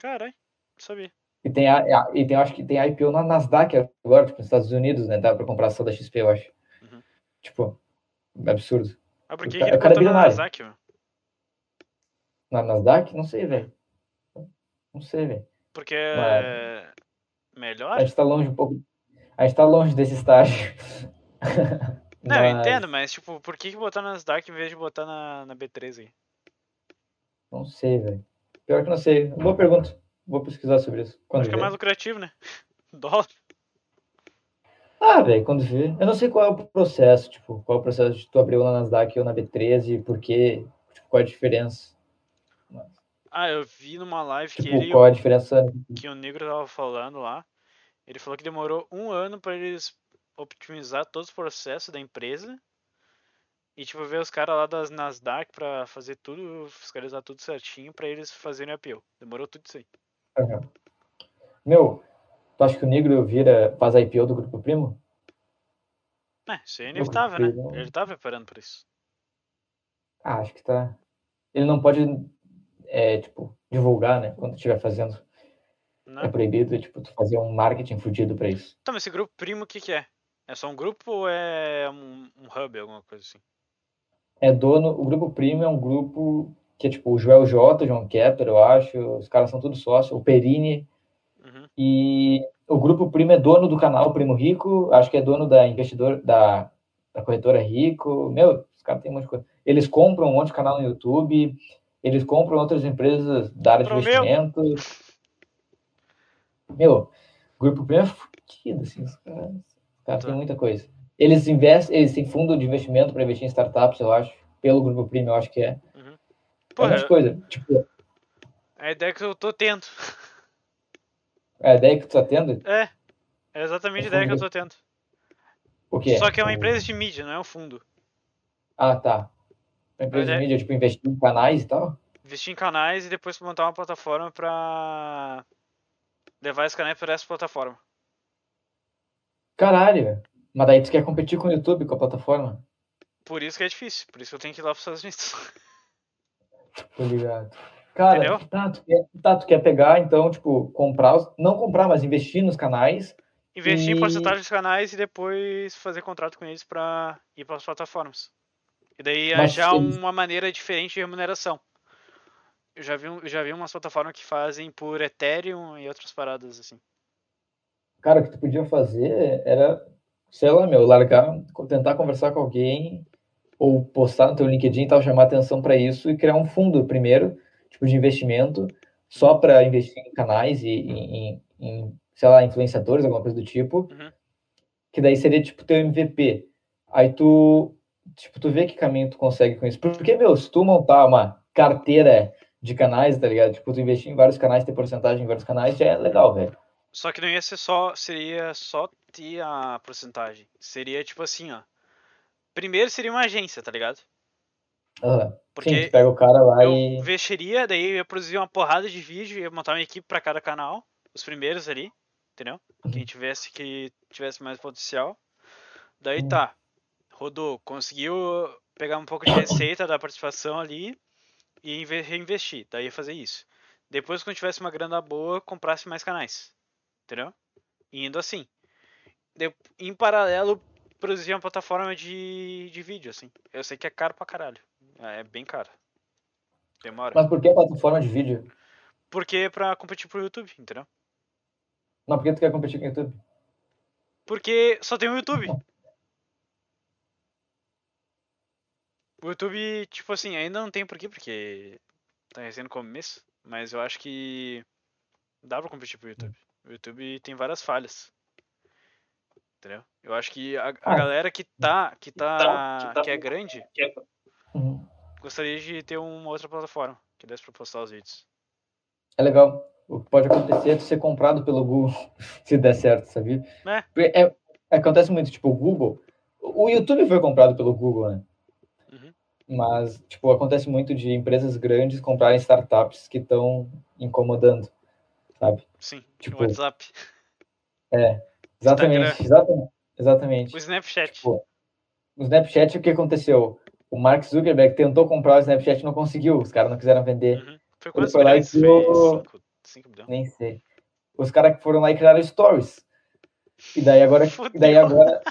Caralho, não sabia. E tem, a, a- e tem, acho que tem IPO na Nasdaq agora, tipo, nos Estados Unidos, né? Dá pra comprar ação da XP, eu acho. Uhum. Tipo, absurdo. Ah, por que ca- que ele o cara é contou na bilionário. Nasdaq, meu? Na Nasdaq? Não sei, velho. Não sei, velho. Porque Mas- é melhor? A gente tá longe um pouco. A gente tá longe desse estágio. Não, eu Mas- entendo, mas tipo, por que que botar na Nasdaq em vez de botar na, na B3 aí? Não sei, velho. Pior que não sei. Boa pergunta. Vou pesquisar sobre isso. Quando Acho que é ver. mais lucrativo, né? Dólar. Ah, velho, quando vê. Eu não sei qual é o processo, tipo, qual é o processo de tu abrir uma na Nasdaq ou na B13, por quê, tipo, qual é a diferença. Mas, Ah, eu vi numa live que tipo, ele e qual é a diferença. o- que o Negro tava falando lá. Ele falou que demorou um ano pra eles optimizar todos os processos da empresa. E tipo, ver os caras lá das Nasdaq pra fazer tudo, fiscalizar tudo certinho pra eles fazerem apelo. Demorou tudo isso aí. Meu, tu acha que o negro vira, faz IPO do Grupo Primo? É, isso aí é Não, inevitável, né? não. Ele tava preparando pra isso. Ah, acho que tá. Ele não pode, é, tipo, divulgar, né, quando estiver fazendo. Não. É proibido, tipo, tu fazer um marketing fudido pra isso. Tá, né? mas esse grupo primo, o que que é? É só um grupo ou é um, um hub, alguma coisa assim? É dono, o Grupo Primo é um grupo que é, tipo, o Joel J, o João Kepler, eu acho, os caras são todos sócios, o Perini. Uhum. E o Grupo Primo é dono do canal Primo Rico, acho que é dono da investidor, da, da corretora Rico. Meu, os caras têm um monte de coisa. Eles compram um monte de canal no YouTube, eles compram outras empresas da área de Compram o meu. investimento. Meu, o Grupo Primo é fudido, assim, os caras, os caras Tá. têm muita coisa. Eles investem, eles têm fundo de investimento para investir em startups, eu acho, pelo Grupo Primo, eu acho que é. É um Porra, monte de coisa. Tipo, é a ideia que eu tô tendo. a ideia que tu tá tendo, É. É exatamente a Um ideia que eu fundo. tô tendo. o quê? Só que é uma O- empresa de mídia, não é um fundo. Ah, tá. Uma empresa Mas é- de mídia, tipo, investir em canais e tal? Investir em canais e depois montar uma plataforma pra levar esse canais pra essa plataforma. Caralho, velho. Mas daí tu quer competir com o YouTube, com a plataforma? Por isso que é difícil, por isso que eu tenho que ir lá pros Estados Unidos. Tô ligado. Cara, Entendeu? tá tu, quer, tá, tu quer pegar, então, tipo, comprar, os- não comprar, mas investir nos canais. Investir em E- porcentagem dos canais e depois fazer contrato com eles pra ir pras plataformas. E daí é Mas achar eles- uma maneira diferente de remuneração. Eu já vi, um- eu já vi umas plataformas que fazem por Ethereum e outras paradas assim. Cara, o que tu podia fazer era, sei lá, meu, largar, tentar conversar com alguém, ou postar no teu LinkedIn e tal, chamar atenção pra isso e criar um fundo primeiro, tipo, de investimento, só pra investir em canais e em, em- em, sei lá, influenciadores, alguma coisa do tipo. Uhum. que daí seria tipo teu MVP. Aí tu, tipo, tu vê que caminho tu consegue com isso. Porque, meu, se tu montar uma carteira de canais, tá ligado? Tipo, tu investir em vários canais, ter porcentagem em vários canais, já é legal, velho. Só que não ia ser só, seria só ter a porcentagem. Seria tipo assim, ó. Primeiro seria uma agência, tá ligado? Aham. Sim, tipo, Porque tu pega o cara lá eu e. investiria, daí eu ia produzir uma porrada de vídeo, ia montar uma equipe pra cada canal, os primeiros ali, entendeu? Quem tivesse que tivesse mais potencial. Daí Hum. tá. Rodou, conseguiu pegar um pouco de receita da participação ali e inve- reinvestir. Daí ia fazer isso. Depois, quando tivesse uma grana boa, comprasse mais canais. Entendeu? E indo assim. De- em paralelo, produzir uma plataforma de, de vídeo, assim. Eu sei que é caro pra caralho. É é bem caro. Demora. Mas por que a plataforma de vídeo? Porque é pra competir pro YouTube, entendeu? Mas por que tu quer competir com o YouTube? Porque só tem o YouTube. O YouTube, tipo assim, ainda não tem por quê, porque tá recém no começo, mas eu acho que dá pra competir pro YouTube. O YouTube tem várias falhas. Entendeu? Eu acho que a, a Ah. galera que tá, que tá, que tá- que é grande, Uhum. gostaria de ter uma outra plataforma que desse pra postar os vídeos. É legal. O que pode acontecer é tu ser comprado pelo Google, se der certo, sabia? Né? Porque é- acontece muito, tipo, o Google. O YouTube foi comprado pelo Google, né? Uhum. Mas, tipo, acontece muito de empresas grandes comprarem startups que estão incomodando, sabe? Sim, Tipo, o WhatsApp, É, exatamente, exatamente, exatamente. o Snapchat. Tipo, o Snapchat, o que aconteceu? O Mark Zuckerberg tentou comprar o Snapchat e não conseguiu. Os caras não quiseram vender, Uhum. Foi quantos foi lá e bilhões? Foi criou- 5, 5 bilhões. nem sei. Os caras que foram lá e criaram stories. E daí agora, e daí Fudeu. agora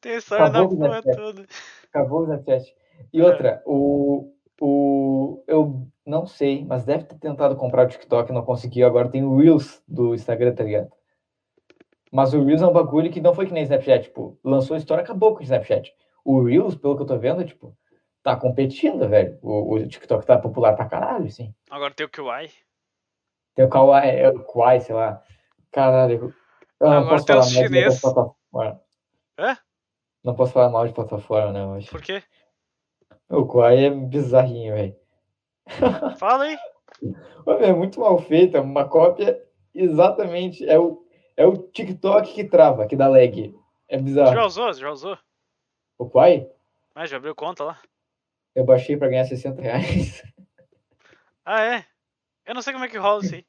Tem a história da Acabou o porra Snapchat. toda. acabou o Snapchat. E É. outra, o, o eu não sei, mas deve ter tentado comprar o TikTok e não conseguiu. Agora tem o Reels do Instagram, tá ligado? Mas o Reels é um bagulho que não foi que nem Snapchat, tipo, lançou a história, acabou com o Snapchat. O Reels, pelo que eu tô vendo, tipo, tá competindo, velho. O, o TikTok tá popular pra caralho, assim. Agora tem o QI. Tem o Kawaii, é o Kwai, sei lá. Caralho. Eu não Agora posso Ah, tem falar os mal de chinês. outras plataformas. Hã? Não posso falar mal de plataforma, né, hoje. Por quê? O Kwai é bizarrinho, velho. Tá. Fala aí. Ô, meu, É muito mal feito, é uma cópia exatamente. É o, é o TikTok que trava, que dá lag. É Já bizarro. usou? Já usou? O Kwai, Mas já abriu conta lá? eu baixei pra ganhar 60 reais. Ah, é? Eu não sei como é que rola isso aí.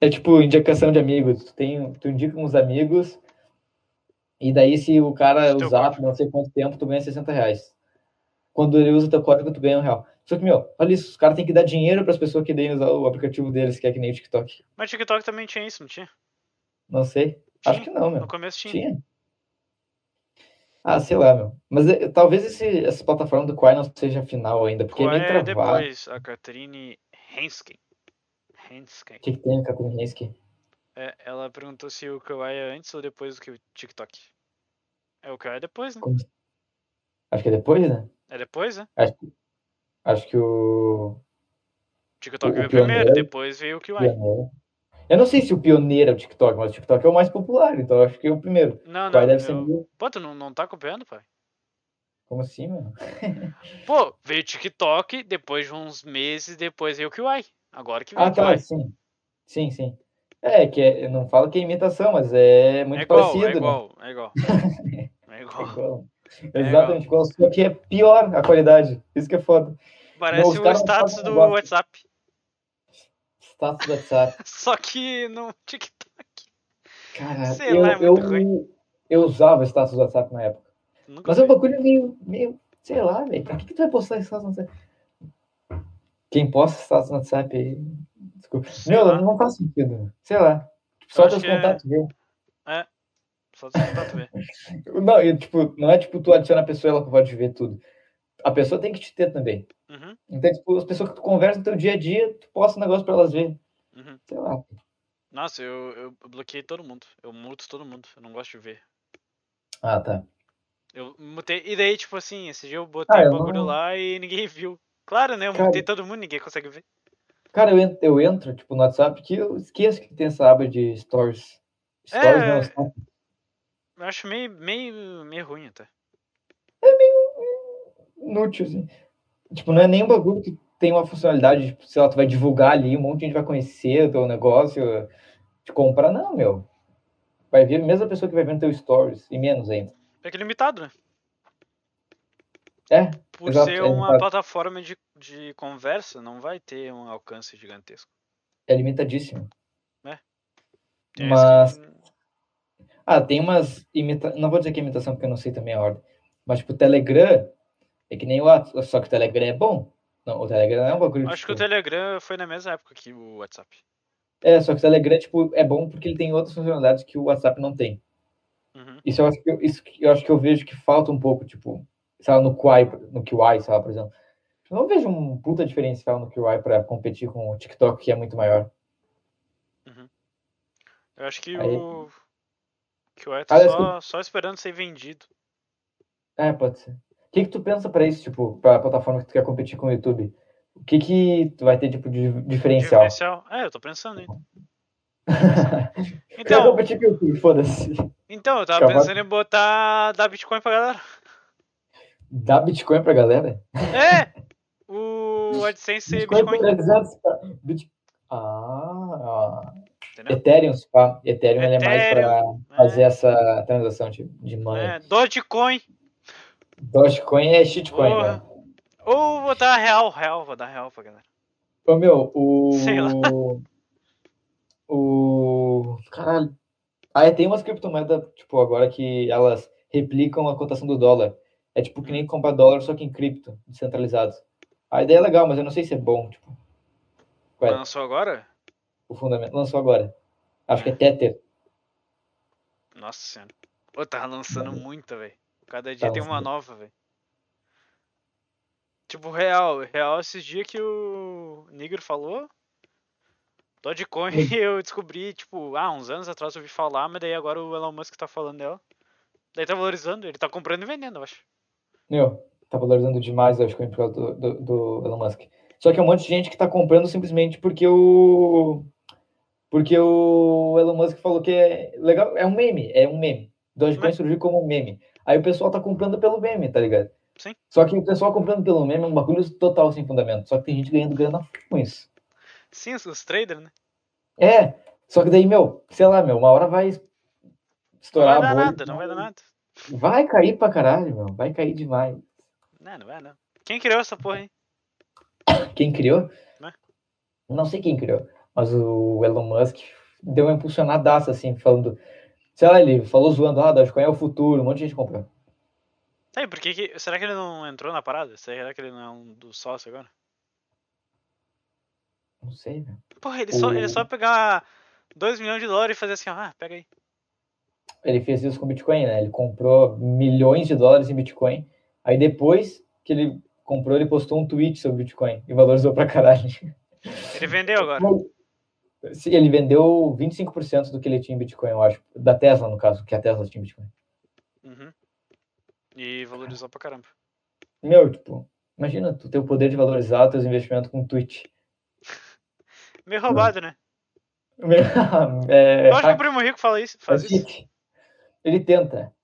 É tipo indicação de amigos. Tu, tem, tu indica uns amigos, e daí se o cara é Teu usar por código. não sei quanto tempo, tu ganha 60 reais. Quando ele usa teu código, tu ganha um real. Só que, meu, olha isso, os caras têm que dar dinheiro pras pessoas que deem usar o aplicativo deles, que é que nem o TikTok. Mas TikTok também tinha isso, não tinha? Não sei. Acho que não, meu. No começo tinha. Tinha? Ah, sei lá, meu. Mas eh, talvez esse, essa plataforma do Quai não seja final ainda, porque Qual é meio é travado. depois? A Catherine Hensken. Hensken. O que, que tem no Catherine Hensky? É, ela perguntou se o Kawaii é antes ou depois do que o TikTok. É o Kawaii é depois, né? Acho que é depois, né? É depois, né? Acho, que- acho que o O TikTok O- é o veio primeiro, pioneiro- depois veio o Kawaii. pioneiro. Eu não sei se o pioneiro é o TikTok, mas o TikTok é o mais popular, então eu acho que é o primeiro. Ah, Não, O Quai não. deve ser eu- meio. Pô, tu não, não tá copiando, pai? Como assim, mano? Pô, veio o TikTok, depois de uns meses, depois veio o QI. Agora que veio Ah, o tá, QI. sim. Sim, sim. É, que é, eu não falo que é imitação, mas é muito É igual, parecido, é né? igual, é igual. É É igual. igual. igual. Exatamente igual, só que é pior a qualidade. Isso que é foda. Parece os o caras status fazem um do negócio. WhatsApp. Status do WhatsApp. Só que no TikTok. Cara, Sei eu, lá, é muito eu, ruim. eu usava status do WhatsApp na época. Nunca Mas é um vi. bagulho meio, meio sei lá, velho. Pra que, que tu vai postar status no WhatsApp? Quem posta status no WhatsApp aí. Desculpa. Sei Meu, lá. não faz sentido. Sei lá. Tipo, Só acho teus que é- contatos, viu? Só tu tentar tu ver. Não, e, tipo, não é tipo tu adiciona a pessoa e ela pode ver tudo. A pessoa tem que te ter também. Uhum, Então, tipo, as pessoas que tu conversa no teu dia a dia, tu posta um negócio pra elas verem. uhum. Sei lá. Nossa, eu, eu bloqueei todo mundo. Eu muto todo mundo. Eu não gosto de ver. Ah, tá. Eu mutei. E daí, tipo assim, esse dia eu Ah, botei eu o bagulho não- lá e ninguém viu. Claro, né? Eu Cara- mutei todo mundo, ninguém consegue ver. Cara, eu entro, eu entro, tipo, no WhatsApp que eu esqueço que tem essa aba de stories. Stories É. não, stories. Eu acho meio, meio, meio ruim até. inútil, assim. Tipo, não é nem um bagulho que tem uma funcionalidade, tipo, sei lá, tu vai divulgar ali, um monte de gente vai conhecer o teu negócio, te comprar, não, meu. Vai ver a mesma pessoa que vai ver no teu stories, e menos ainda. É que é limitado, né? É, Por exato, ser é uma limitado. plataforma de, de conversa, não vai ter um alcance gigantesco. é limitadíssimo. Tem esse Mas, que- ah, tem umas imita... não vou dizer que é imitação, porque eu não sei também a ordem, mas, tipo, o Telegram é que nem o WhatsApp, só que o Telegram é bom. Não, o Telegram não é um bagulho, Acho que o tipo, Telegram foi na mesma época que o WhatsApp. É, só que o Telegram, tipo, é bom porque ele tem outras funcionalidades que o WhatsApp não tem. Uhum. Isso eu acho que eu, isso que eu acho que eu vejo que falta um pouco, tipo, sei lá, no Kwai, no Kwai, sei lá, por exemplo. Eu não vejo um puta diferencial no Kwai pra competir com o TikTok, que é muito maior. Eu acho que Aí- o. Que o Ed tá Aliás, só, só esperando ser vendido. É, pode ser. O que que tu pensa pra isso, tipo, pra plataforma que tu quer competir com o YouTube? O que que tu vai ter, tipo, de diferencial? Diferencial. É, eu tô pensando ainda. Quer Então, competir com o YouTube, foda-se. então, eu tava Cavalo. pensando em botar. dar Bitcoin pra galera. Dá Bitcoin pra galera? É! O AdSense é Bitcoin Bitcoin, por 300, cara. Bit... Ah, entendeu? Ethereum, se pá. Ethereum, ele é mais pra Ethereum, né? fazer essa transação de, de money. É, Dogecoin. Dogecoin é shitcoin, Porra. né? Ou vou dar real, real, vou dar real pra galera. Ô, meu, o. Sei lá. O. Caralho. Aí tem umas criptomoedas, tipo, agora que elas replicam a cotação do dólar. É tipo que nem comprar dólar, só que em cripto, descentralizado. A ideia é legal, mas eu não sei se é bom, tipo, Ué. Lançou agora? o fundamento. Lançou agora. Acho que é Tether. Nossa senhora. Pô, tá lançando muita, velho. Cada dia tem uma Tá lançando. nova, velho. Tipo, real. Real, esses dias que o Nigro falou. Dogecoin eu descobri, tipo, ah, uns anos atrás eu ouvi falar, mas daí agora o Elon Musk tá falando dela. Daí tá valorizando, ele tá comprando e vendendo, eu acho. Meu, tá valorizando demais o Dogecoin por causa do, do, do Elon Musk. Só que é um monte de gente que tá comprando simplesmente porque o. Porque o Elon Musk falou que é legal. É um meme, é um meme. Dogecoin Mas- surgiu como um meme. Aí o pessoal tá comprando pelo meme, tá ligado? Sim. Só que o pessoal comprando pelo meme é um bagulho total sem fundamento. Só que tem gente ganhando grana com isso. Sim, os- os traders, né? É, só que daí, meu, sei lá, meu, uma hora vai Não vai estourar a dar bolha, nada, não vai dar nada. Vai cair pra caralho, meu. Vai cair demais. Não, não vai, não. Quem criou essa porra, hein? Quem criou? Né? Não sei quem criou, mas o Elon Musk deu uma impulsionadaça, assim, falando. Sei lá, ele falou zoando, ah, Dogecoin é o futuro, um monte de gente comprou. Tá, e por que que- Será que ele não entrou na parada? Será que ele não é um dos sócios agora? Não sei, velho. Porra, ele só, ele só pegar 2 milhões de dólares e fazer assim, ó, ah, pega aí. Ele fez isso com Bitcoin, né? Ele comprou milhões de dólares em Bitcoin. Aí depois que ele comprou, ele postou um tweet sobre Bitcoin e valorizou pra caralho. Ele vendeu agora. Se Ele vendeu 25% do que ele tinha em Bitcoin, eu acho. Da Tesla, no caso, que a Tesla tinha em Bitcoin. Uhum. E valorizou pra caramba. Meu, tipo, imagina tu ter o poder de valorizar teus investimentos com um tweet. Meio roubado, né? É, Assim, Eu acho que o hack- primo rico fala isso, faz isso. hack. Ele tenta.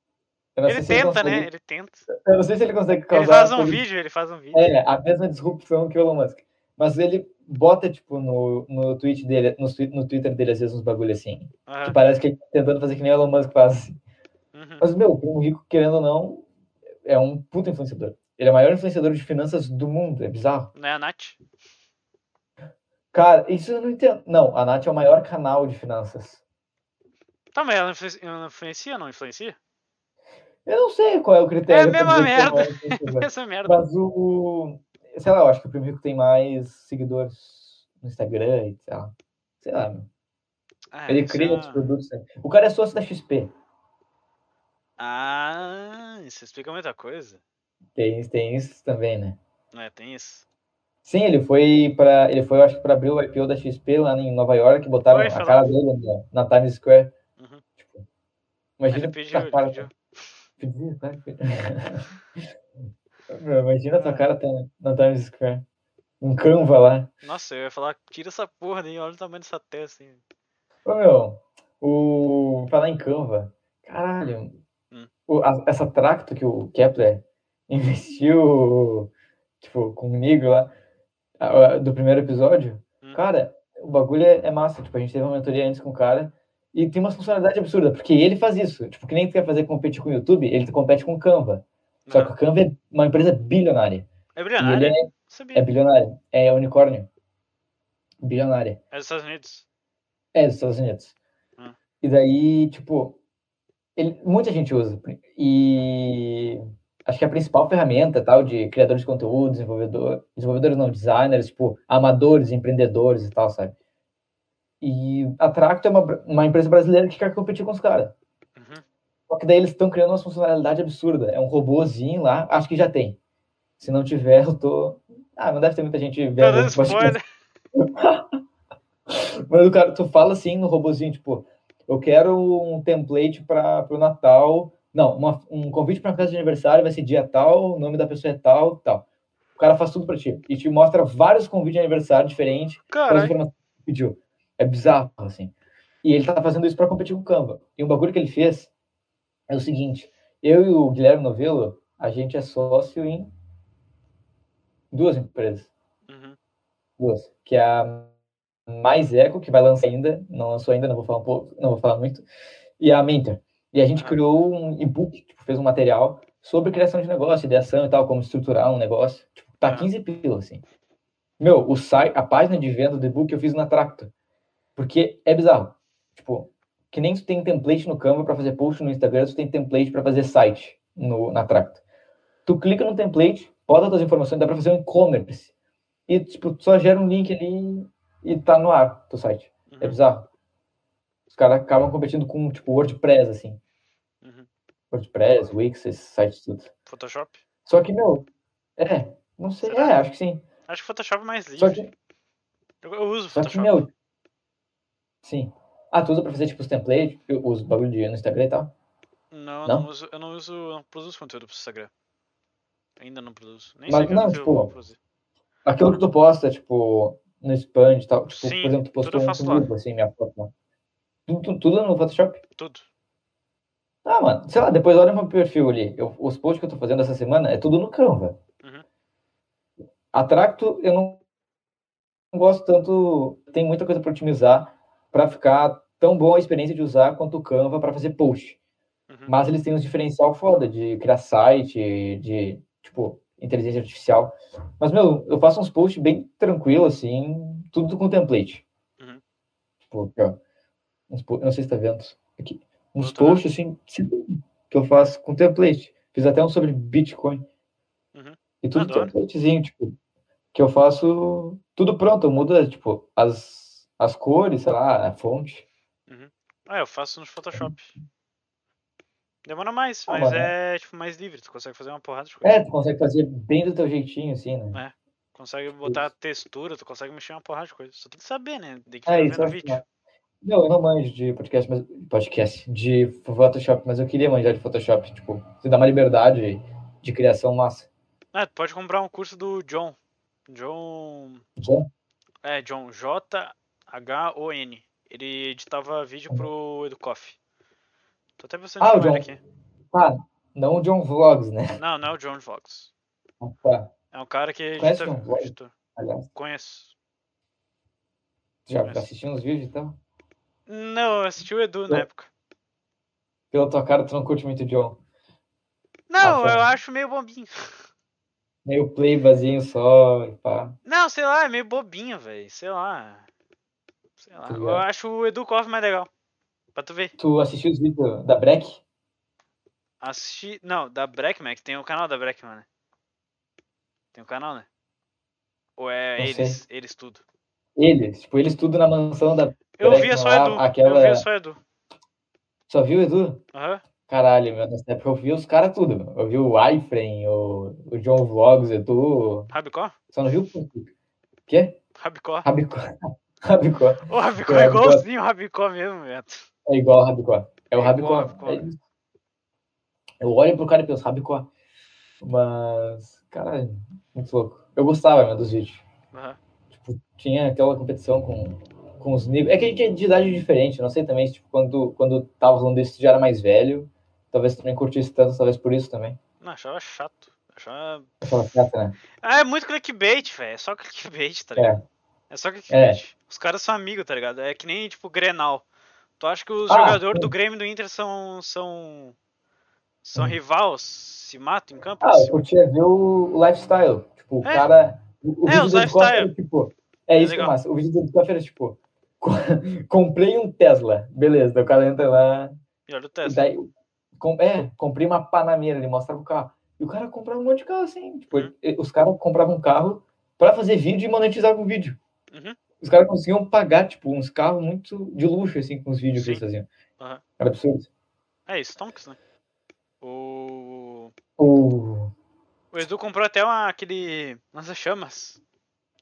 Eu não Ele sei se tenta, né? consegue- Ele tenta. Eu não sei se ele consegue assim, é causar. Ele faz um todo- vídeo, ele faz um vídeo. É, a mesma disrupção que o Elon Musk. Mas ele bota, tipo, no, no tweet dele, no, twi- no Twitter dele, às vezes, uns bagulho assim. Que Aham. parece que ele tá tentando fazer que nem o Elon Musk faz. Uhum. Mas, meu, o Primo Rico, querendo ou não, é um puta influenciador. Ele é o maior influenciador de finanças do mundo, é bizarro. Né, a Nath? Cara, isso eu não entendo. Não, a Nath é o maior canal de finanças. Tá, mas ela influ- ela influencia ou não influencia? Eu não sei qual é o critério. pra mesma dizer que é o maior influenciador. Essa merda. Mas o. Sei lá, eu acho que o Primo Rico tem mais seguidores no Instagram e tal. Sei lá, meu. Ah, Ele isso é cria uma- os produtos. né? O cara é sócio da XP. Ah, isso explica muita coisa. Tem, tem isso também, né? Né, tem isso. Sim, ele foi para ele foi, eu acho que para abrir o IPO da XP lá em Nova York, botaram Foi, a foi lá. cara dele na, na Times Square. Uhum. Tipo, imagina Ele tua pediu, ele cara- pediu. pediu, claro que pediu. Meu, Imagina a tua Ah. cara tá na Times Square. Um Canva lá. Nossa, eu ia falar, tira essa porra daí, olha o tamanho dessa assim. testa, hein. Ô, meu, o falar em Canva. Caralho. Hum. O- a- essa Tracto que o Kepler investiu tipo comigo lá a- a- do primeiro episódio. Hum. Cara, o bagulho é, é massa, tipo, a gente teve uma mentoria antes com o cara e tem uma funcionalidade absurda, porque ele faz isso. Tipo, que nem tu quer fazer competir com o YouTube, ele compete com o Canva. Só que Aham. o Canva é uma empresa bilionária. É E ele bilionário, é, sabia. é bilionária, é unicórnio. Bilionária. É dos Estados Unidos. É, dos Estados Unidos. Hum. E daí, tipo, ele- muita gente usa. E acho que a principal ferramenta, tal, de criadores de conteúdo, desenvolvedor, desenvolvedores não, designers, tipo, amadores, empreendedores e tal, sabe? E a Tracto é uma, br- uma empresa brasileira que quer competir com os caras. Uhum. Só que daí eles estão criando uma funcionalidade absurda. É um robôzinho lá, acho que já tem. Se não tiver, eu tô... Ah, não deve ter muita gente Tá vendo dando esse podcast. spoiler. Mas o cara, tu fala assim no robozinho, tipo, eu quero um template para o Natal. Não, uma- um convite para uma festa de aniversário vai ser dia tal, o nome da pessoa é tal, tal. O cara faz tudo para ti e te mostra vários convites de aniversário diferentes, com as Caralho. informações que tu pediu. É bizarro, assim. E ele tá fazendo isso para competir com o Canva. E um bagulho que ele fez é o seguinte: eu e o Guilherme Novello, a gente é sócio em duas empresas Uhum. duas, que é a Mais Eco, que vai lançar ainda, não lançou ainda, não vou falar um pouco, não vou falar muito, e a Mentor. E a gente Ah. criou um e-book, tipo, fez um material sobre criação de negócio, ideação e tal, como estruturar um negócio. Tipo, tá Ah. 15 pila, assim. Meu, o site, a página de venda do e-book eu fiz na Tracto. Porque é bizarro. Tipo, que nem tu tem template no Canva para fazer post no Instagram, tu tem template para fazer site no, na Tracto. Tu clica no template, bota tuas informações, dá para fazer um e-commerce. E, tipo, tu só gera um link ali e tá no ar, teu site. É Uhum. bizarro. Os caras acabam competindo com, tipo, WordPress, assim. Uhum. WordPress, Wix, esses sites tudo. Photoshop? Só que, meu, é, não sei, é, acho que sim. Acho que Photoshop é mais Só livre. que, Eu, eu uso só que Photoshop. meu, sim. Ah, tu usa pra fazer, tipo, os templates, os bagulho de no Instagram e tal? Não, eu Não? não uso, eu não uso, eu não produzo conteúdo pro Instagram. Ainda não produzo. Nem Mas sei não, quando que eu tipo, vou produzir. Aquilo que tu posta, tipo, no expand e tal. Tipo, Sim, por exemplo, tu tudo eu postou um faço lá. grupo, assim, minha foto lá. Tudo, tudo, tudo no Photoshop? Tudo. Ah, mano, sei lá, depois olha meu perfil ali. Eu, os posts que eu tô fazendo essa semana é tudo no Canva. Uhum. Atracto, eu não não gosto tanto, tem muita coisa para otimizar para ficar tão boa a experiência de usar quanto o Canva para fazer post. Uhum. Mas eles têm uns diferencial foda de criar site, de tipo inteligência artificial. Mas meu, eu faço uns posts bem tranquilo assim, tudo com template. Uhum. Tipo, aqui, ó, uns po- eu não sei se tá vendo aqui. Uns Eu tô tá vendo. posts assim, simples, que eu faço com template. Fiz até um sobre Bitcoin. Uhum. E tudo Adoro. templatezinho, tipo, que eu faço tudo pronto, eu mudo, tipo, as, as cores, sei lá, a fonte. Ah, eu faço no Photoshop. Demora mais, Ah, mas mano, é tipo mais livre. Tu consegue fazer uma porrada de coisa. É, tu consegue fazer bem do teu jeitinho, assim, né? Consegue botar textura, tu consegue mexer uma porrada de coisa. Só tem que saber, né? Tem que ficar É isso, eu vendo acho que vídeo. não. Não, eu não manjo de podcast, mas. Podcast, de Photoshop, mas eu queria manjar de Photoshop. Tipo, você dá uma liberdade de criação massa. Ah, tu pode comprar um curso do John. John. John? É, John. J-H-O-N. Ele editava vídeo pro Educoff. Tô até pensando em Ah, o chamar ele John. aqui. Ah, não o John Vlogs, né? Não, não é o John Vlogs. Ah, Tá, É um cara que Conhece edita. John Vlogs? editor. aliás. Conheço. tu Já Conheço. assistiu uns vídeos, então? Não, eu assisti o Edu na Eu- época. Pela tua cara, tu não curte muito o John. Não, eu foi. acho meio bombinho. Meio play vazio só e pá. Não, sei lá, é meio bobinho, velho. Sei lá. Sei lá. Tá Eu ligado. acho o Edu Koff mais legal. Pra tu ver. Tu assistiu os vídeos da Breck? Assisti. Não, da Breckman, que tem o canal da Breckman, né? Tem o canal, né? Ou é Não sei. eles, eles tudo. Eles, tipo, eles tudo na mansão da. Eu Breckman via só lá, Edu. Eu ah, aquela- via só Edu. Só viu, Edu? Aham. Caralho, meu, nessa época eu vi os caras tudo. meu. Eu vi o Iframe, o, o John Vlogs, Edu. Rabicó? Só não viu o quê? Rabicó. Rabicó. Rabicó. O Rabicó É, é Rabicó. igualzinho o Rabicó mesmo, Beto. É igual o Rabicó. É É o igual Rabicó. ao Rabicó. É isso. Eu olho pro cara e penso, Rabicó. Mas, caralho, muito louco. Eu gostava, meu, dos vídeos. Aham. tipo, tinha aquela competição com, com os negros. É que a gente é de idade diferente, eu não sei também se tipo, quando, quando tava falando isso tu já era mais velho. Talvez tu nem curtisse tanto, talvez por isso também. Não, achava chato. Achava. Eu falava, "Caraca, né? Ah, é muito clickbait, velho. É só clickbait, tá É. ligado? É, só clickbait. Os caras são amigos, tá ligado? É que nem, tipo, Grenal. Tu acha que os Ah, jogadores sim. do Grêmio e do Inter são. são. são Hum. rivais? Se matam em campo? Ah, eu Se- curtia ver o, o lifestyle. Tipo, o É. cara. O, o É, os vídeo do Ed Costa lifestyle. era tipo. É É isso que é legal. massa. O vídeo do Ed Costa era tipo. co- Comprei um Tesla. Beleza, daí o cara entra lá. E olha o E Tesla. daí, com- é, comprei uma Panamera, ele mostrava o carro. E o cara comprava um monte de carro assim. Tipo, Uhum. ele- os caras compravam um carro pra fazer vídeo e monetizar com vídeo. Uhum. Os caras conseguiam pagar, tipo, uns carros muito de luxo, assim, com os vídeos que Sim. eles faziam. Aham. Era absurdo. É isso, Tonks, né? O. O... O Edu comprou até uma, aquele. lança-chamas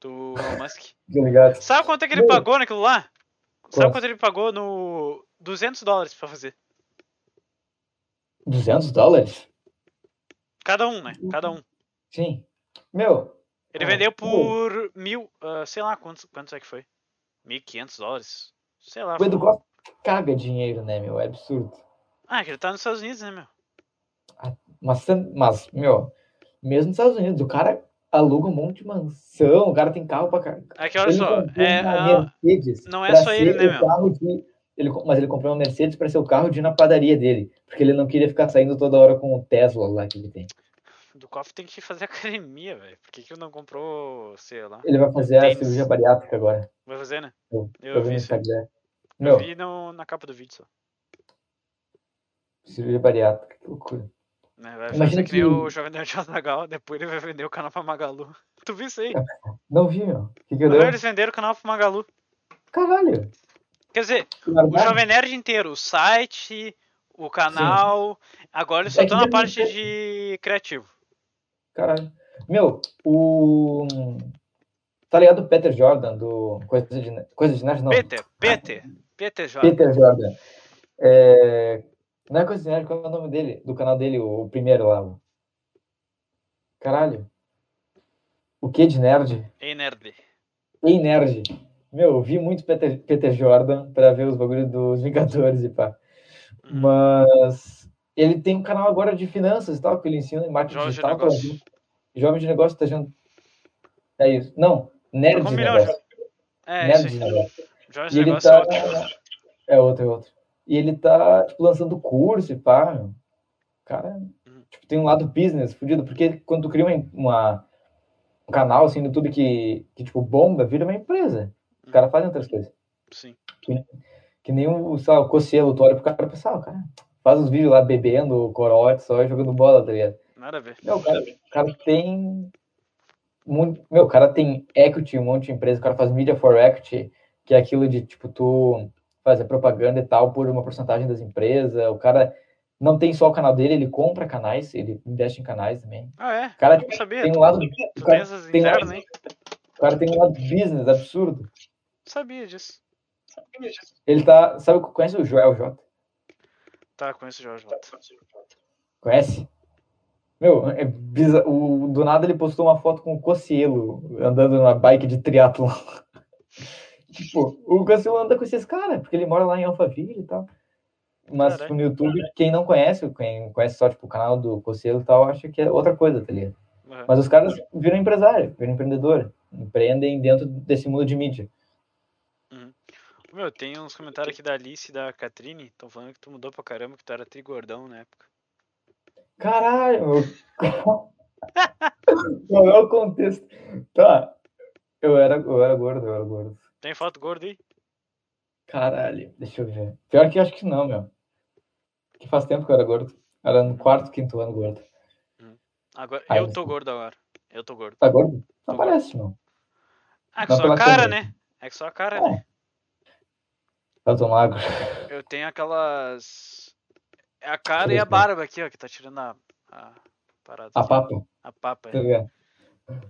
do Elon Musk. Tá ligado? Sabe quanto é que ele Meu. pagou naquilo lá? Sabe Quanto? quanto ele pagou no. 200 dólares pra fazer. 200 dólares? Cada um, né? Cada um. Sim. Meu, Ele Ah, vendeu pô. por mil, ah, sei lá quantos, quantos é que foi? 1.500 dólares? Sei lá. o Edu foi um- Costa caga dinheiro, né, meu? É absurdo. Ah, que ele tá nos Estados Unidos, né, meu? Mas, sen- mas, meu, mesmo nos Estados Unidos, o cara aluga um monte de mansão, o cara tem carro pra caralho. Aqui, É olha Ele só. comprou É, uma ah, Mercedes não é pra só ele, ser né, o meu? carro de Ele, co- mas ele comprou uma Mercedes para ser o carro de ir na padaria dele, porque ele não queria ficar saindo toda hora com o Tesla lá que ele tem. Do Koff tem que fazer academia, velho. Por que, que não comprou, sei lá? Ele vai fazer a Tênis. cirurgia bariátrica agora. Vai fazer, né? Eu, Eu eu vi vi no isso. Instagram. Eu Meu, vi no, na capa do vídeo só. cirurgia bariátrica, que loucura. Né? Vai Imagina fazer que, nem que- o Jovem Nerd Azaghal, depois ele vai vender o canal pra Magalu. Tu viu É isso aí? Não vi, meu. O que, que eu Agora dei? eles venderam o canal pro Magalu. Caralho. Quer dizer, que o barbárie. Jovem Nerd inteiro, o site, o canal. Agora eles só É que estão na deve parte ter- de criativo. Caralho. Meu, o. Tá ligado o Peter Jordan, do. Coisa de, Ne- Coisa de Nerd, não. Peter, Peter, Peter Jovem. Peter Jordan. É... Não é Coisa de Nerd, qual é o nome dele? Do canal dele, o, o primeiro lá. o- Caralho. O que de Nerd? Ei, nerd. Ei, Nerd. Meu, eu vi muito Peter, Peter Jordan pra ver os bagulhos dos Vingadores e pá. Hum. Mas. Ele tem um canal agora de finanças e tal, que ele ensina em marketing Jovem de digital pra gente. negócio. Jovem de negócio tá achando. É isso. Não, nerd Com de um milhão negócio. É, nerd isso de aí. negócio. Jovem E de ele negócio tá- é ótimo. É outro, é outro. E ele tá, tipo, lançando curso e pá, meu. O Cara, Uhum. tipo, tem um lado business fudido, porque quando tu cria uma, uma- um canal, assim, no YouTube que, que, tipo, bomba, vira uma empresa. Os caras fazem outras coisas. Sim. Que nem o, sei lá, o Cocielo, tu olha pro cara e pensa, ah, o cara faz uns vídeos lá bebendo, corote, só e jogando bola, tá ligado? Nada a ver. Meu, o cara, o cara tem. Muito, meu, o cara tem equity, um monte de empresa, o cara faz media for equity, que é aquilo de, tipo, tu fazer propaganda e tal por uma porcentagem das empresas. O cara não tem só o canal dele, ele compra canais, ele investe em canais também. Ah, é? O cara Não sabia. tem um lado, Tu o tem cara, essas tem um- internas, hein? o cara tem um lado business absurdo. Não sabia disso. Ele tá, sabe, conhece o Joel J? Tá, conheço o Jorge Lotto. Conhece? Meu, é bizarro. O, do nada ele postou uma foto com o Cocielo andando numa bike de triatlon. tipo, o Cocielo anda com esses caras, porque ele mora lá em Alphaville e tal. Mas Caralho. tipo, no YouTube, quem não conhece, quem conhece só tipo, o canal do Cocielo e tal, acha que é outra coisa, tá ligado? Aham. Mas os caras viram empresário, viram empreendedor, empreendem dentro desse mundo de mídia. Meu, tem uns comentários aqui da Alice e da Catrine. Estão falando que tu mudou pra caramba, que tu era trigordão na época. Caralho, meu. Qual é o contexto? Tá. Eu era, eu era gordo, eu era gordo. Tem foto gorda aí? Caralho, deixa eu ver. Pior que eu acho que não, meu. Que faz tempo que eu era gordo. Era no quarto, quinto ano gordo. Agora, Ah, eu eu tô gordo agora. Eu tô gordo. Tá gordo? Não Tô parece, não. Ah, que Dá só a pela cara, câmera. né? É que só a cara, É. né? Eu tô Tá magro. Eu tenho aquelas. É a cara É. Três, e a né? barba aqui, ó, que tá tirando a, a parada. A aqui. papa, A papa. tá é. ligado?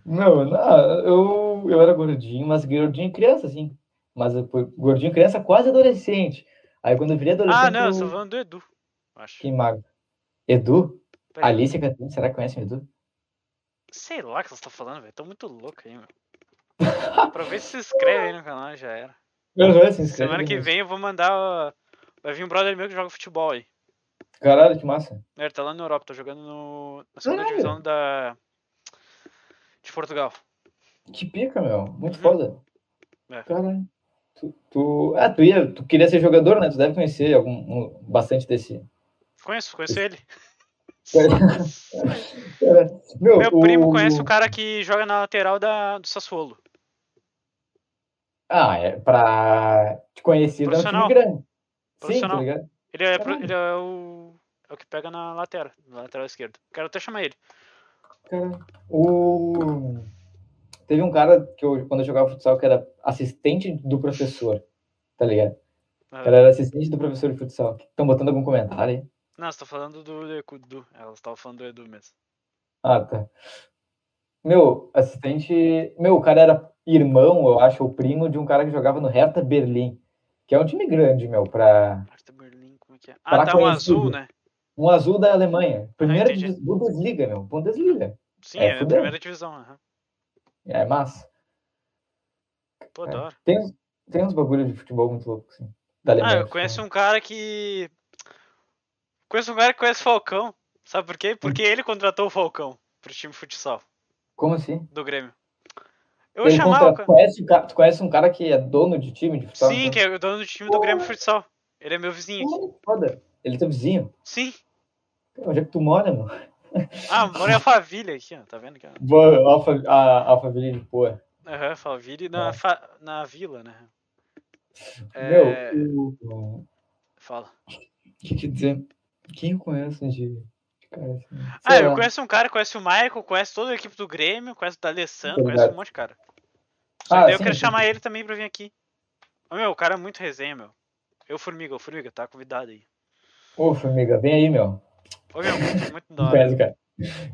Não, não, eu, eu era gordinho, mas gordinho criança, assim. Mas eu fui gordinho criança quase adolescente. Aí quando eu virei adolescente, Ah, não, eu eu tô falando do Edu. eu Acho. fiquei magro. Edu? Peraí. Alice e Catarina, será que conhecem o Edu? Sei lá o que vocês estão falando, velho. Tô muito louco aí, meu. Aproveita e se inscreve aí no canal, já era. Aham, se inscreve Semana aí, que mas- vem eu vou mandar. ó, Vai vir um brother meu que joga futebol aí. Caralho, que massa. Ele tá lá na Europa, tá jogando no, na segunda Caralho. divisão da. de Portugal. Que pica, meu. Muito Uhum. foda. É. Caralho. Tu, tu... Ah, tu, ia, tu queria ser jogador, né? Tu deve conhecer algum, um- bastante desse. Conheço, conheço ele. Meu, Meu primo conhece o cara que joga na lateral da, do Sassuolo. Ah, é pra te conhecer, é um time Profissional. grande. Sim, tá Profissional. ligado? Ele é, pro- Caralho. ele é o. É o que pega na lateral, na lateral esquerda. Quero até chamar ele. Caralho. O... Teve um cara que eu, quando eu jogava futsal, que era assistente do professor, tá ligado? Ah. Ela era assistente do professor de futsal. Estão botando algum comentário aí? Não, você tá falando do do Edu. Elas estavam falando do Edu mesmo. Ah, tá. Meu, assistente. Meu, o cara era irmão, eu acho, ou primo de um cara que jogava no Hertha Berlim, que é um time grande, meu, pra. Arthur Berlim, como é que é? Ah, Pra tá um azul, conhecido. né? Um azul da Alemanha. Primeira Ah, entendi. divis- Bundesliga, meu. Bundesliga. Sim, É, é, a fudeu. primeira divisão. aham. É massa. Pô, É. da hora. Tem, uns- tem uns bagulhos de futebol muito louco, assim. Da Ah, Alemanha. eu conheço um cara que. Conheço um cara que conhece Falcão. Sabe por quê? Porque ele contratou o Falcão pro time futsal Como assim? do Grêmio. Eu vou Ele chamar contra- o cara. um conhece, o ca- tu conhece um cara que é dono de time de futsal? Sim, então? que é o dono do time do Grêmio Futsal. Ele é meu vizinho. aqui. Foda. Ele é teu vizinho? Sim. Cara, onde é que tu mora, meu? Ah, moro em Alphaville aqui, ó. Tá vendo? aqui, ó? Boa, Alfa, a Alphaville de Poa. Aham, Alphaville na, Nossa. fa- na vila, né? É, É. Meu, o... o Fala. que que dizer? Quem eu conheço de, de cara assim? Ah, Sei eu lá. conheço um cara, conheço o Michael, conheço toda a equipe do Grêmio, conheço o D'Alessandro, Tá conheço um ligado. monte de cara. Só Ah, que daí eu sim, quero sim. chamar ele também pra vir aqui. Ô, meu, o cara é muito resenha, meu. Eu, Formiga, o Formiga, tá convidado aí. Ô, formiga, vem aí, meu. Ô, meu, muito, muito da Não hora. conhece, cara.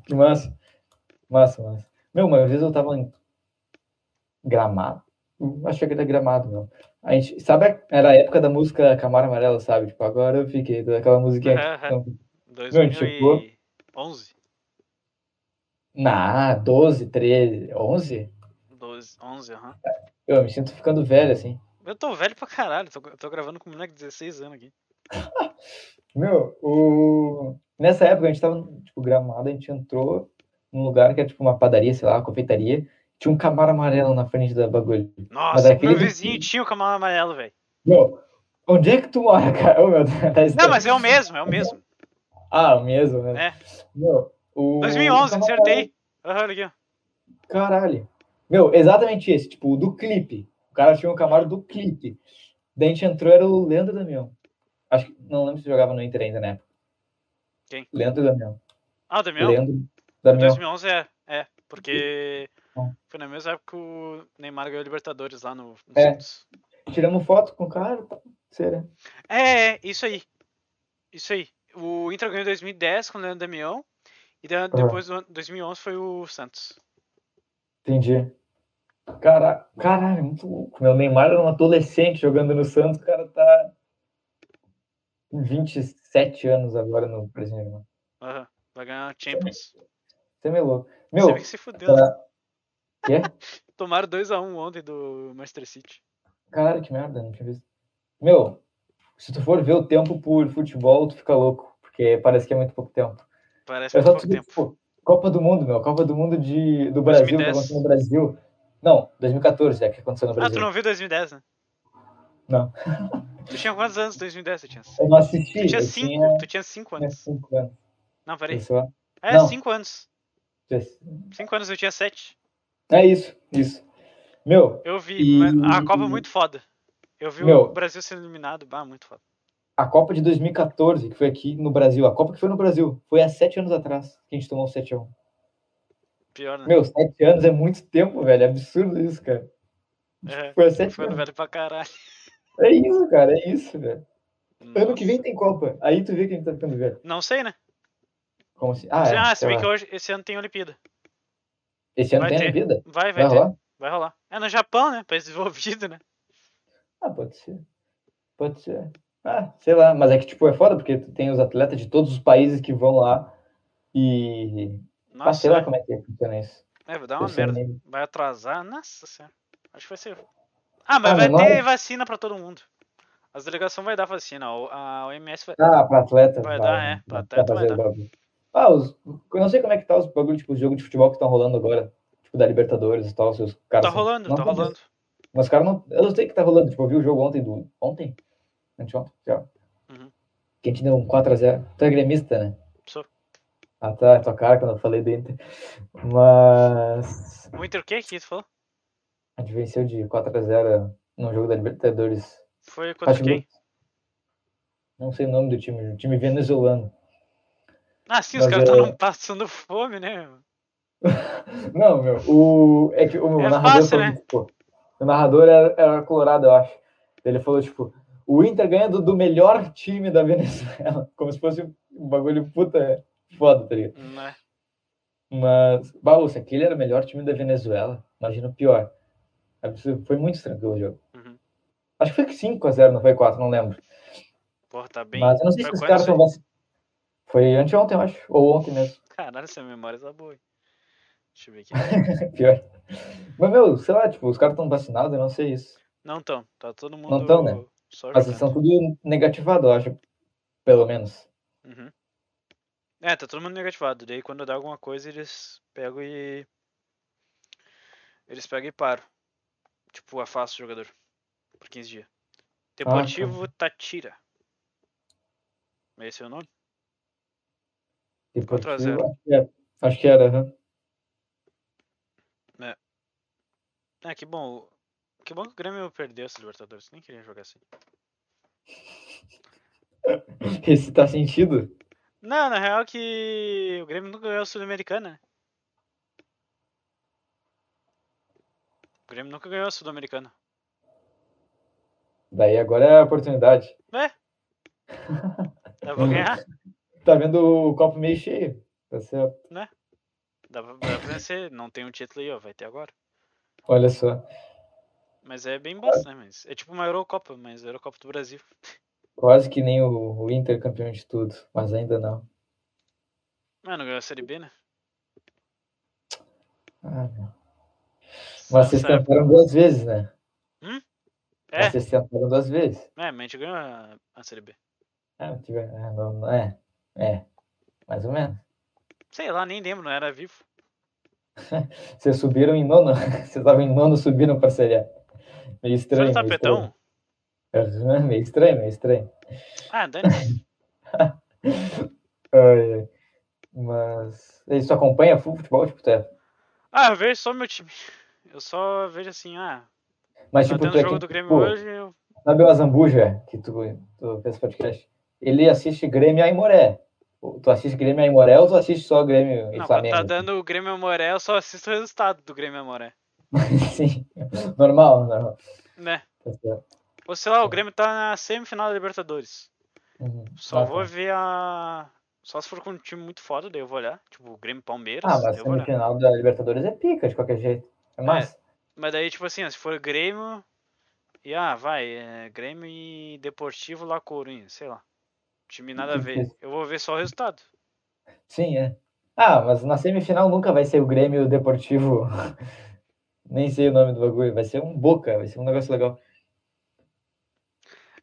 Que massa. Massa, massa. Meu, uma vez eu tava em Gramado. Hum, Acho que era Gramado, meu. A gente, sabe, a- era a época da música Camaro Amarelo, sabe? Tipo, agora eu fiquei, toda aquela musiquinha. Então, que- é. Aham, Meu, ele chegou. 2011, Na 12, 13, 11? 12, 11, aham. Eu me sinto ficando velho, assim. Eu tô velho pra caralho, tô, tô gravando com um moleque de 16 anos aqui. Meu, o... nessa época a gente tava, tipo, Gramado, a gente entrou num lugar que era tipo uma padaria, sei lá, uma confeitaria. Tinha um Camaro Amarelo na frente da bagulho. Mas é Nossa, aquele meu do- vizinho tinha o camarão amarelo, velho. Meu, onde é que tu mora, cara? Ô, meu, tá Não, mas é o mesmo, é o mesmo. Ah, o mesmo, né? É. Meu, o... 2011, Camaro acertei. Aham, olha aqui, ó. Caralho. Meu, exatamente esse, tipo, o do clipe. O cara tinha um Camaro do clipe. Daí a gente entrou, era o Leandro Damião. Acho que, não lembro se jogava no Inter ainda, né? Quem? Leandro Damião. Ah, o Damião? Leandro Damião. 2011 é, é, porque Bom. foi na mesma época que o Neymar ganhou a Libertadores lá no, no É. Santos. Tiramos foto com o cara, tá? Será? É, é, isso aí. Isso aí. O Inter ganhou em 2010 com o Leandro Damião. E da- depois, do ano- 2011, foi o Santos. Entendi. Cara, caralho, muito louco. Meu Neymar era um adolescente jogando no Santos, o cara tá com 27 anos agora no presente. Aham. Vai ganhar a Champions. Você é meio louco. Meu, Meu, Você vê que se fudeu. né? tá- Quê? Tomaram 2x1 ontem do Manchester City. Caralho, que merda, não tinha visto. Meu, se tu for ver o tempo por futebol, tu fica louco, porque parece que é muito pouco tempo. Parece Eu muito só pouco tudo, tempo. tipo, Copa do Mundo, meu, Copa do Mundo de, do Brasil, que 2010. aconteceu no Brasil. Não, 2014 é que aconteceu no Ah, tu Brasil. não viu 2010, né? Não. Tu tinha quantos anos em 2010, Tinha? Eu não assisti, Tu tinha eu 5, tu tinha 5 tinha anos. 5 anos. Não, peraí. sei lá. É, Não. 5 anos. 5 anos eu tinha 7. É isso, isso. Meu, Eu vi. E- mas A Copa é muito foda. Eu vi Meu. o Brasil sendo eliminado. Bah, muito foda. a Copa de 2014, que foi aqui no Brasil, a Copa que foi no Brasil, foi há sete anos atrás que a gente tomou o 7x1. Pior, né? Meu, sete anos é muito tempo, velho. É absurdo isso, cara. É, Foi há sete foi anos. velho pra caralho. É isso, cara, é isso, velho. Ano que Nossa. vem tem Copa. Aí tu vê que a gente tá ficando velho. Não sei, né? Como assim? Ah, é, ah, se sei bem lá. que hoje, esse ano tem Olimpíada. Esse ano vai tem ter. a vida? Vai, vai, Vai ter. rolar? Vai rolar. É no Japão, né? País desenvolvido, né? Ah, pode ser. Pode ser. Ah, sei lá, mas é que, tipo, é foda, porque tu tem os atletas de todos os países que vão lá e. ah, Nossa, sei lá como é que funciona isso. é, vai dar uma Deve ser né? merda. meio- Vai atrasar. Nossa senhora. Acho que vai ser. Ah, mas Ah, vai mas ter não- vacina pra todo mundo. As delegações vai dar vacina. o- A OMS vai. Ah, pra atleta. Vai Vai, dar, é. Pra atleta vai fazer o dar. bagulho. Ah, os, eu não sei como é que tá os bagulho, tipo, os jogos de futebol que estão rolando agora. Tipo, da Libertadores e tal. Se os caras, Tá rolando, não tá tão- rolando. Mas os caras não. Eu não sei o que tá rolando. Tipo, eu vi o jogo ontem do. Ontem? Anteontem? sei lá. Uhum. Que a gente deu um 4x0. Tu é gremista, né? Sou. Ah, tá. É tua cara quando eu falei do Inter. Mas. O Inter o quê que tu falou? A gente venceu de 4x0 no jogo da Libertadores. Foi contra Acho que- quem? Não sei o nome do time. O time venezuelano. Ah, sim, os Mas caras estão é- não passando fome, né? meu? Não, meu, o. É que o meu É narrador fácil, falou, né? tipo, o narrador era, era colorado, eu acho. Ele falou, tipo, o Inter ganha do, do melhor time da Venezuela. Como se fosse um bagulho puta foda, tá ligado? Não é. Mas, baú, se aquele era o melhor time da Venezuela, imagina o pior. Absurdo, Foi muito tranquilo o jogo. Uhum. Acho que foi 5x0, não foi 4, não lembro. Porra, tá bem. Mas eu não sei Foi se os quando caras isso aí? são vac... Foi anteontem, eu acho. Ou ontem mesmo. Caralho, essa memória tá boa. hein? Deixa eu ver aqui. Pior. Mas, meu, sei lá, tipo, os caras estão vacinados, eu não sei isso. Não tão. Tá todo mundo. tão, né? Só jogando. Mas eles são tudo negativado, eu acho. Pelo menos. Uhum. É, tá todo mundo negativado. Daí quando dá alguma coisa, eles pegam e. Eles pegam e param. Tipo, afasta o jogador. Por 15 dias. tá. Deportivo Tatira. Esse é o nome? Depois 4 a que- 0. Tipo, Acho que era, acho que era, né? aham. Ah, que bom. Que bom que o Grêmio perdeu essa Libertadores. Nem queria jogar assim. Esse tá sentido? Não, na real que o Grêmio nunca ganhou a Sul-Americana. né? O Grêmio nunca ganhou a Sul-Americana. Daí agora é a oportunidade. Dá pra ganhar? Tá vendo o copo meio cheio? Tá certo. Dá pra, dá pra vencer. Não tem um título aí, ó. Vai ter agora. Olha só. Mas é bem bosta, né? Mas é tipo uma Eurocopa, mas Eurocopa do Brasil. Quase que nem o, o Inter campeão de tudo, mas ainda não. Mano, ganhou a Série B, né? Ah, mas vocês Sabe- tentaram duas vezes, né? Hum? Mas É. Vocês tentaram duas vezes. É, mas a gente ganhou a, a Série B. Ah, eu tive- ah, não, não é. É. Mais ou menos. Sei lá, nem lembro, não era vivo. Vocês subiram em nono. Vocês estavam em nono, subiram pra Série A. Meio Será estranho. que tá meio tapetão? estranho. Aham, Meio estranho, meio estranho. Ah, dane Ai, ai. Mas. Isso tu acompanha fu- futebol, tipo, tu é. Ah, eu vejo só meu time. Eu só vejo assim, ah, Mas, tá tipo, tendo tu é jogo quem- do Grêmio pô, hoje, eu... Sabe o Azambuja, que tu, tu fez podcast? Ele assiste Grêmio e Aimoré. Tu assiste Grêmio e Aimoré ou tu assiste só Grêmio e Não, quando Flamengo? tá dando o Grêmio Amoré, eu só assisto o resultado do Grêmio Amoré, Sim, normal, normal. né? Tá certo. Ou sei lá, o Grêmio tá na semifinal da Libertadores. Uhum. Só Ah, vou tá. ver a... Só se for com um time muito foda, daí eu vou olhar. Tipo, o Grêmio e Palmeiras, Ah, mas daí eu vou olhar. Ah, semifinal da Libertadores é pica, de qualquer jeito. É massa. Mas daí, tipo assim, ó, se for Grêmio... E, ah, vai, é, Grêmio e Deportivo La Coruña, sei lá. Time nada a ver. Eu vou ver só o resultado. Sim, é. Ah, mas na semifinal nunca vai ser o Grêmio Deportivo. Nem sei o nome do bagulho. Vai ser um Boca, vai ser um negócio legal.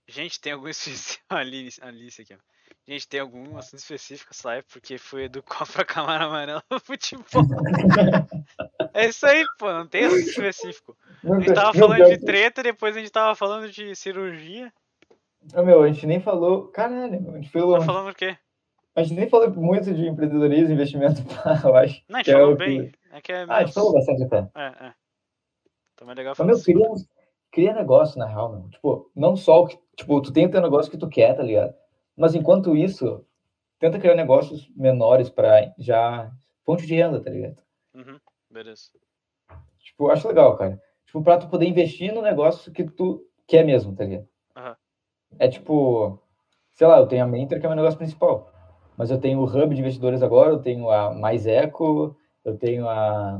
Gente, tem algum específico. Ali, Alice aqui, ó. Gente, tem algum assunto específico essa época, porque foi do Copa Camara Amarela ao futebol. é isso aí, pô, não tem assunto específico. A gente tava falando de treta, depois a gente tava falando de cirurgia. Ah, Meu, a gente nem falou. Caralho, a gente foi Tá longe. falando o quê? A gente nem falou muito de empreendedorismo, investimento, pá, eu acho. Não, a que gente falou o que- bem. É que é Ah, a menos- gente falou Tá bastante até. É, é. Então é legal Mas, falar meu, assim. cria, cria negócio, na real, meu. Tipo, não só o que. Tipo, tu tem o teu negócio que tu quer, tá ligado? Mas enquanto isso, tenta criar negócios menores pra já. Fonte de renda, tá ligado? Uhum, beleza. Tá. Tipo, eu acho legal, cara. Tipo, pra tu poder investir no negócio que tu quer mesmo, tá ligado? Aham. É tipo, sei lá, eu tenho a Mentor, que é meu negócio principal. Mas eu tenho o Hub de investidores agora, eu tenho a Mais Eco, eu tenho a.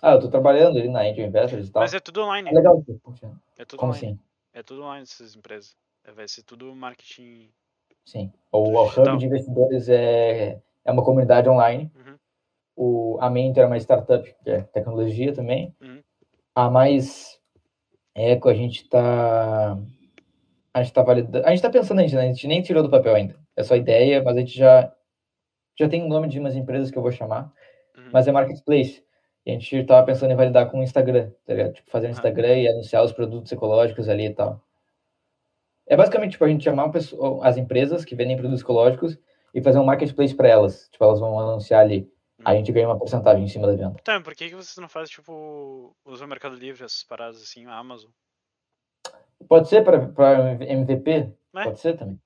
Ah, eu tô trabalhando ali na Angel Investors e tal. Mas é tudo online. É legal. tipo, É tudo Como online. assim? É tudo online essas empresas. É, Vai ser tudo marketing. Sim. O, o Digital. Hub de investidores é, é uma comunidade online. Então Uhum. O, a Mentor é uma startup, que é tecnologia também. Uhum. A mais eco, a gente tá. A gente tá validando. A gente tá pensando ainda, né? A gente nem tirou do papel ainda. É só ideia, mas a gente já. Já tem o nome de umas empresas que eu vou chamar, uhum. mas é marketplace. E a gente tava pensando em validar com o Instagram, tá ligado? Tipo, fazer um Ah. Instagram e anunciar os produtos ecológicos ali e tal. É basicamente, tipo, a gente chamar o pessoal- as empresas que vendem produtos ecológicos e fazer um marketplace pra elas. Tipo, elas vão anunciar ali. A gente ganha uma porcentagem em cima da venda. Então, por que, que vocês não fazem, tipo, usam o Mercado Livre, essas paradas assim, a Amazon? Pode ser para MVP? Né? Pode ser também.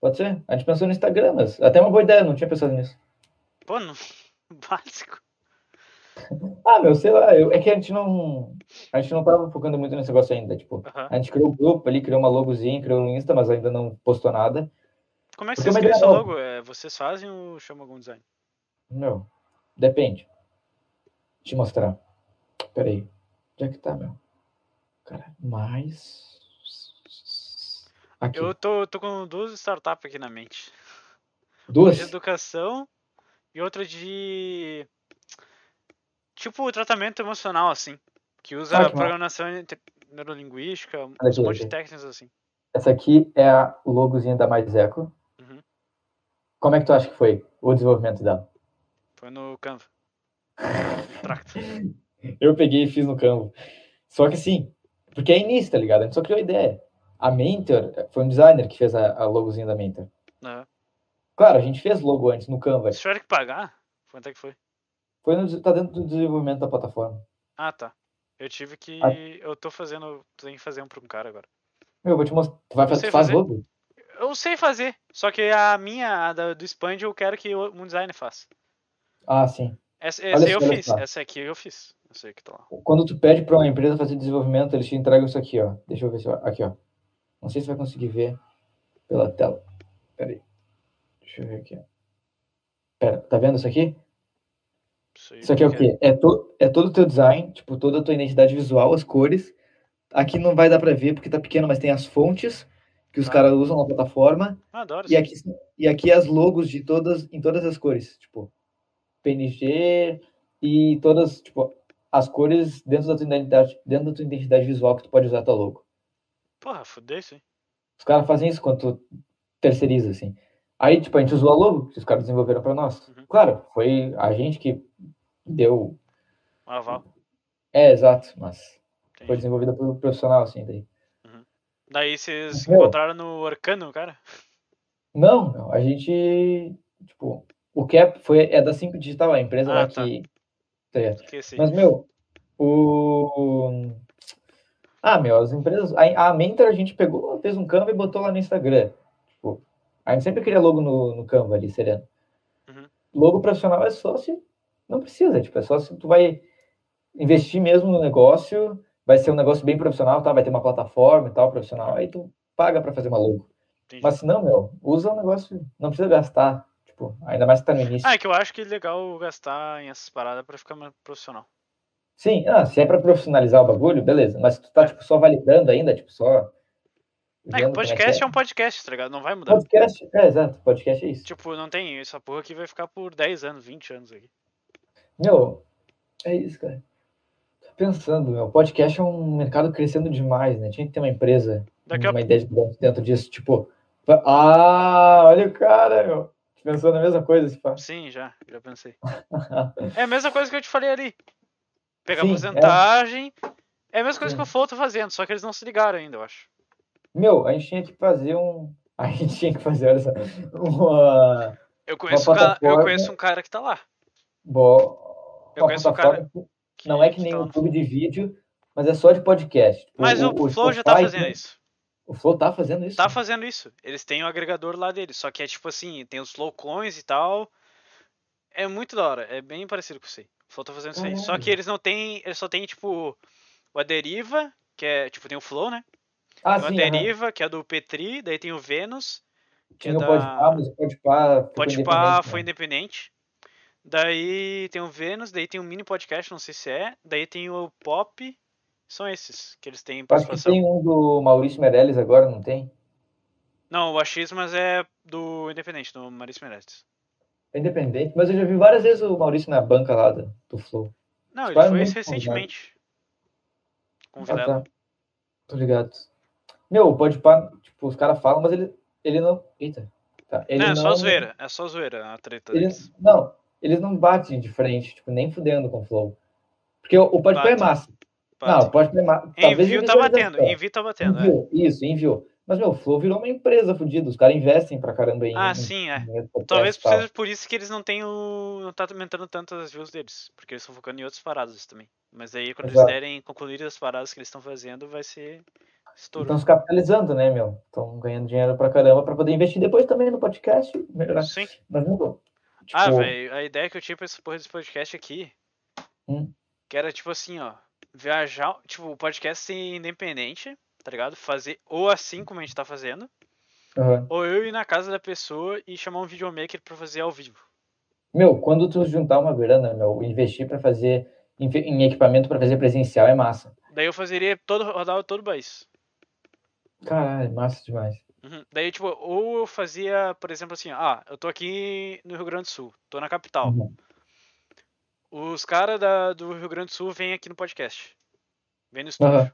Pode ser. A gente pensou no Instagram, mas até uma boa ideia, não tinha pensado nisso. Pô, não... básico. Ah, meu, sei lá, eu- é que a gente não. A gente não tava focando muito nesse negócio ainda. Tipo, Aham. a gente criou o grupo ali, criou uma logozinha, criou um Insta, mas ainda não postou nada. Como é que Porque vocês uma criam ideia esse nova. logo? É, vocês fazem ou chama algum design? Meu, depende. Deixa eu mostrar. Peraí. Onde é que tá, meu? Cara, mais. Aqui. Eu tô, tô com duas startups aqui na mente. Uma Duas? de educação e outra de... Tipo, tratamento emocional, assim. Que usa Ah, que massa. Ah, programação inter- neurolinguística, um Olha aqui, monte de olha técnicas assim. Essa aqui é a logozinha da Mais Eco. Uhum. Como é que tu acha que foi o desenvolvimento dela? Foi no Canva. Tracto. Eu peguei e fiz no Canva. Só que assim, eh, porque é início, tá ligado? A gente só criou a ideia. A Mentor, foi um designer que fez a, a logozinha da Mentor. Né? Claro, a gente fez logo antes no Canva. Vocês tiveram que pagar? Quanto é que foi? Foi no, tá dentro do desenvolvimento da plataforma. Ah, tá. Eu tive que. Ah. Eu tô fazendo. Tenho que fazer um pra um cara agora. Meu, eu vou te mostrar. Tu vai Eu fazer, sei tu faz fazer. logo? Eu sei fazer, só que a minha, a da- do Expand, eu quero que o- um designer faça. Ah, sim. Essa, Olha essa só, eu olha fiz, só. essa aqui eu fiz. Essa aí que tá lá. Quando tu pede pra uma empresa fazer desenvolvimento, eles te entregam isso aqui, ó. Deixa eu ver se eu... Aqui, ó. Não sei se vai conseguir ver pela tela. Pera aí. Deixa eu ver aqui. ó. Pera, tá vendo isso aqui? Isso, aí Isso aqui é o porque- quê? É, to, é todo o teu design, tipo, toda a tua identidade visual, as cores. Aqui não vai dar pra ver porque tá pequeno, mas tem as fontes que os Tá. caras usam na plataforma. Ah, adoro E isso. aqui, e aqui as logos de todas, em todas as cores, tipo, PNG e todas, tipo, as cores dentro da tua identidade, dentro da tua identidade visual que tu pode usar a tua logo. Porra, fudeu isso, hein? Os caras fazem isso quando tu terceiriza, assim. Aí, tipo, a gente usou a logo que os caras desenvolveram pra nós. Uhum. Claro, foi a gente que deu... Um aval. É, exato, mas Entendi. foi desenvolvida por um profissional, assim, daí. Daí vocês Meu. encontraram no Arcano, cara? Não, não, a gente, tipo, o Cap foi, é da Simp Digital, a empresa Ah, lá tá. que... Tá ligado? Esqueci. Mas, meu, o. Ah, meu, as empresas. A, a Mentor a gente pegou, fez um Canva e botou lá no Instagram. Tipo, a gente sempre cria logo no, no Canva ali, sereno. Uhum. Logo profissional é só se. Não precisa, tipo, é só se tu vai investir mesmo no negócio, vai ser um negócio bem profissional, tá? Vai ter uma plataforma e tal, profissional, aí tu paga pra fazer uma logo. Entendi. Mas se não, meu, usa o negócio, não precisa gastar. Tipo, ainda mais que tá no início. Ah, é que eu acho que é legal gastar em essas paradas pra ficar mais profissional. Sim, ah, se é pra profissionalizar o bagulho, beleza. Mas tu tá, tipo, só validando ainda, tipo, só. É, que vendo como podcast é que um podcast, tá ligado? Não vai mudar. Podcast, é, exato, podcast é isso. Tipo, não tem. Essa porra aqui vai ficar por 10 anos, 20 anos aqui. Meu, é isso, cara. Tô pensando, meu, podcast é um mercado crescendo demais, né? Tinha que ter uma empresa, Daqui a uma ideia de negócio dentro disso, tipo. fa- Ah, olha o cara, meu. Pensou na mesma coisa, tipo, se pá. Sim, já, já pensei. É a mesma coisa que eu te falei ali. Pegar Sim, é. porcentagem. É. a mesma coisa Sim. que o Flow tá fazendo, só que eles não se ligaram ainda, eu acho. Meu, a gente tinha que fazer um. A gente tinha que fazer, olha só. Uma. Eu conheço, um cara, eu plataforma- conheço um cara que tá lá. Bo... Eu uma conheço um cara plataforma Não é que tá nem lá o no- clube de vídeo, mas é só de podcast. Tipo, Mas o, Flow já tá Spotify, né? fazendo isso. O Flow tá fazendo isso? Tá fazendo isso. Eles têm o agregador lá deles. Só que é tipo assim, tem os Flow Coins e tal. É muito da hora. É bem parecido com isso aí. O Flow tá fazendo isso aí. Só que Caralho. eles não têm. Eles só têm, tipo, o A Deriva, que é. Tipo, tem o Flow, né? Ah, tem o A sim, aham. Deriva, que é do Petri, daí tem o Vênus. Que Tinha é o da... Podpah, mas o Podpah ficou Pode Podpah independente, foi né? independente. Daí tem o Vênus, daí tem o Mini Podcast, não sei se é. Daí tem o Pop. São esses que eles têm Acho que participação. tem um do Maurício Meirelles agora, não tem? Não, o Achismo mas é do Independente, do Maurício Meirelles. É independente, mas eu já vi várias vezes o Maurício na banca lá do, do Flow. Não, ele Claro, foi muito esse convidado. recentemente. Ah, Convidado. tá. Tô ligado. Meu, o Podpah, tipo, os caras falam, mas ele, ele não... Eita. Tá, ele não, é não... só zoeira, é só zoeira a treta Ele- deles. Não, eles não batem de frente, tipo, nem fudendo com o Flow. Porque o, o Podpah Batem. é massa. Pá. Não, pode ter ma- talvez Envio em tá batendo, visualização. envio tá batendo. é. Envio, Isso, envio. Mas, meu, o Flow virou uma empresa fodida. Os caras investem pra caramba em. Ah, em- sim, é. em podcast Talvez e tal. seja por isso que eles não têm o. não tá aumentando tanto as views deles. Porque eles estão focando em outras paradas também. Mas aí quando Exato. eles derem concluir as paradas que eles estão fazendo, vai ser estouro. Estão se capitalizando, né, meu? Estão ganhando dinheiro pra caramba pra poder investir depois também no podcast e melhorar. Sim. Mas, meu, tipo, Ah, velho, a ideia que eu tinha pra esse porra desse podcast aqui. Hum. Que era tipo assim, ó. Viajar. Tipo, o podcast ser independente, tá ligado? Fazer ou assim como a gente tá fazendo. aham. Ou eu ir na casa da pessoa e chamar um videomaker pra fazer ao vivo. Meu, quando tu juntar uma grana, meu, investir pra fazer em, fe- em equipamento pra fazer presencial é massa. Daí eu fazeria todo. rodava todo o país. Caralho, massa demais. Uhum. Daí, tipo, ou eu fazia, por exemplo, assim, ah, eu tô aqui no Rio Grande do Sul, tô na capital. Uhum. Os caras do Rio Grande do Sul vêm aqui no podcast. Vem no estúdio. Aham.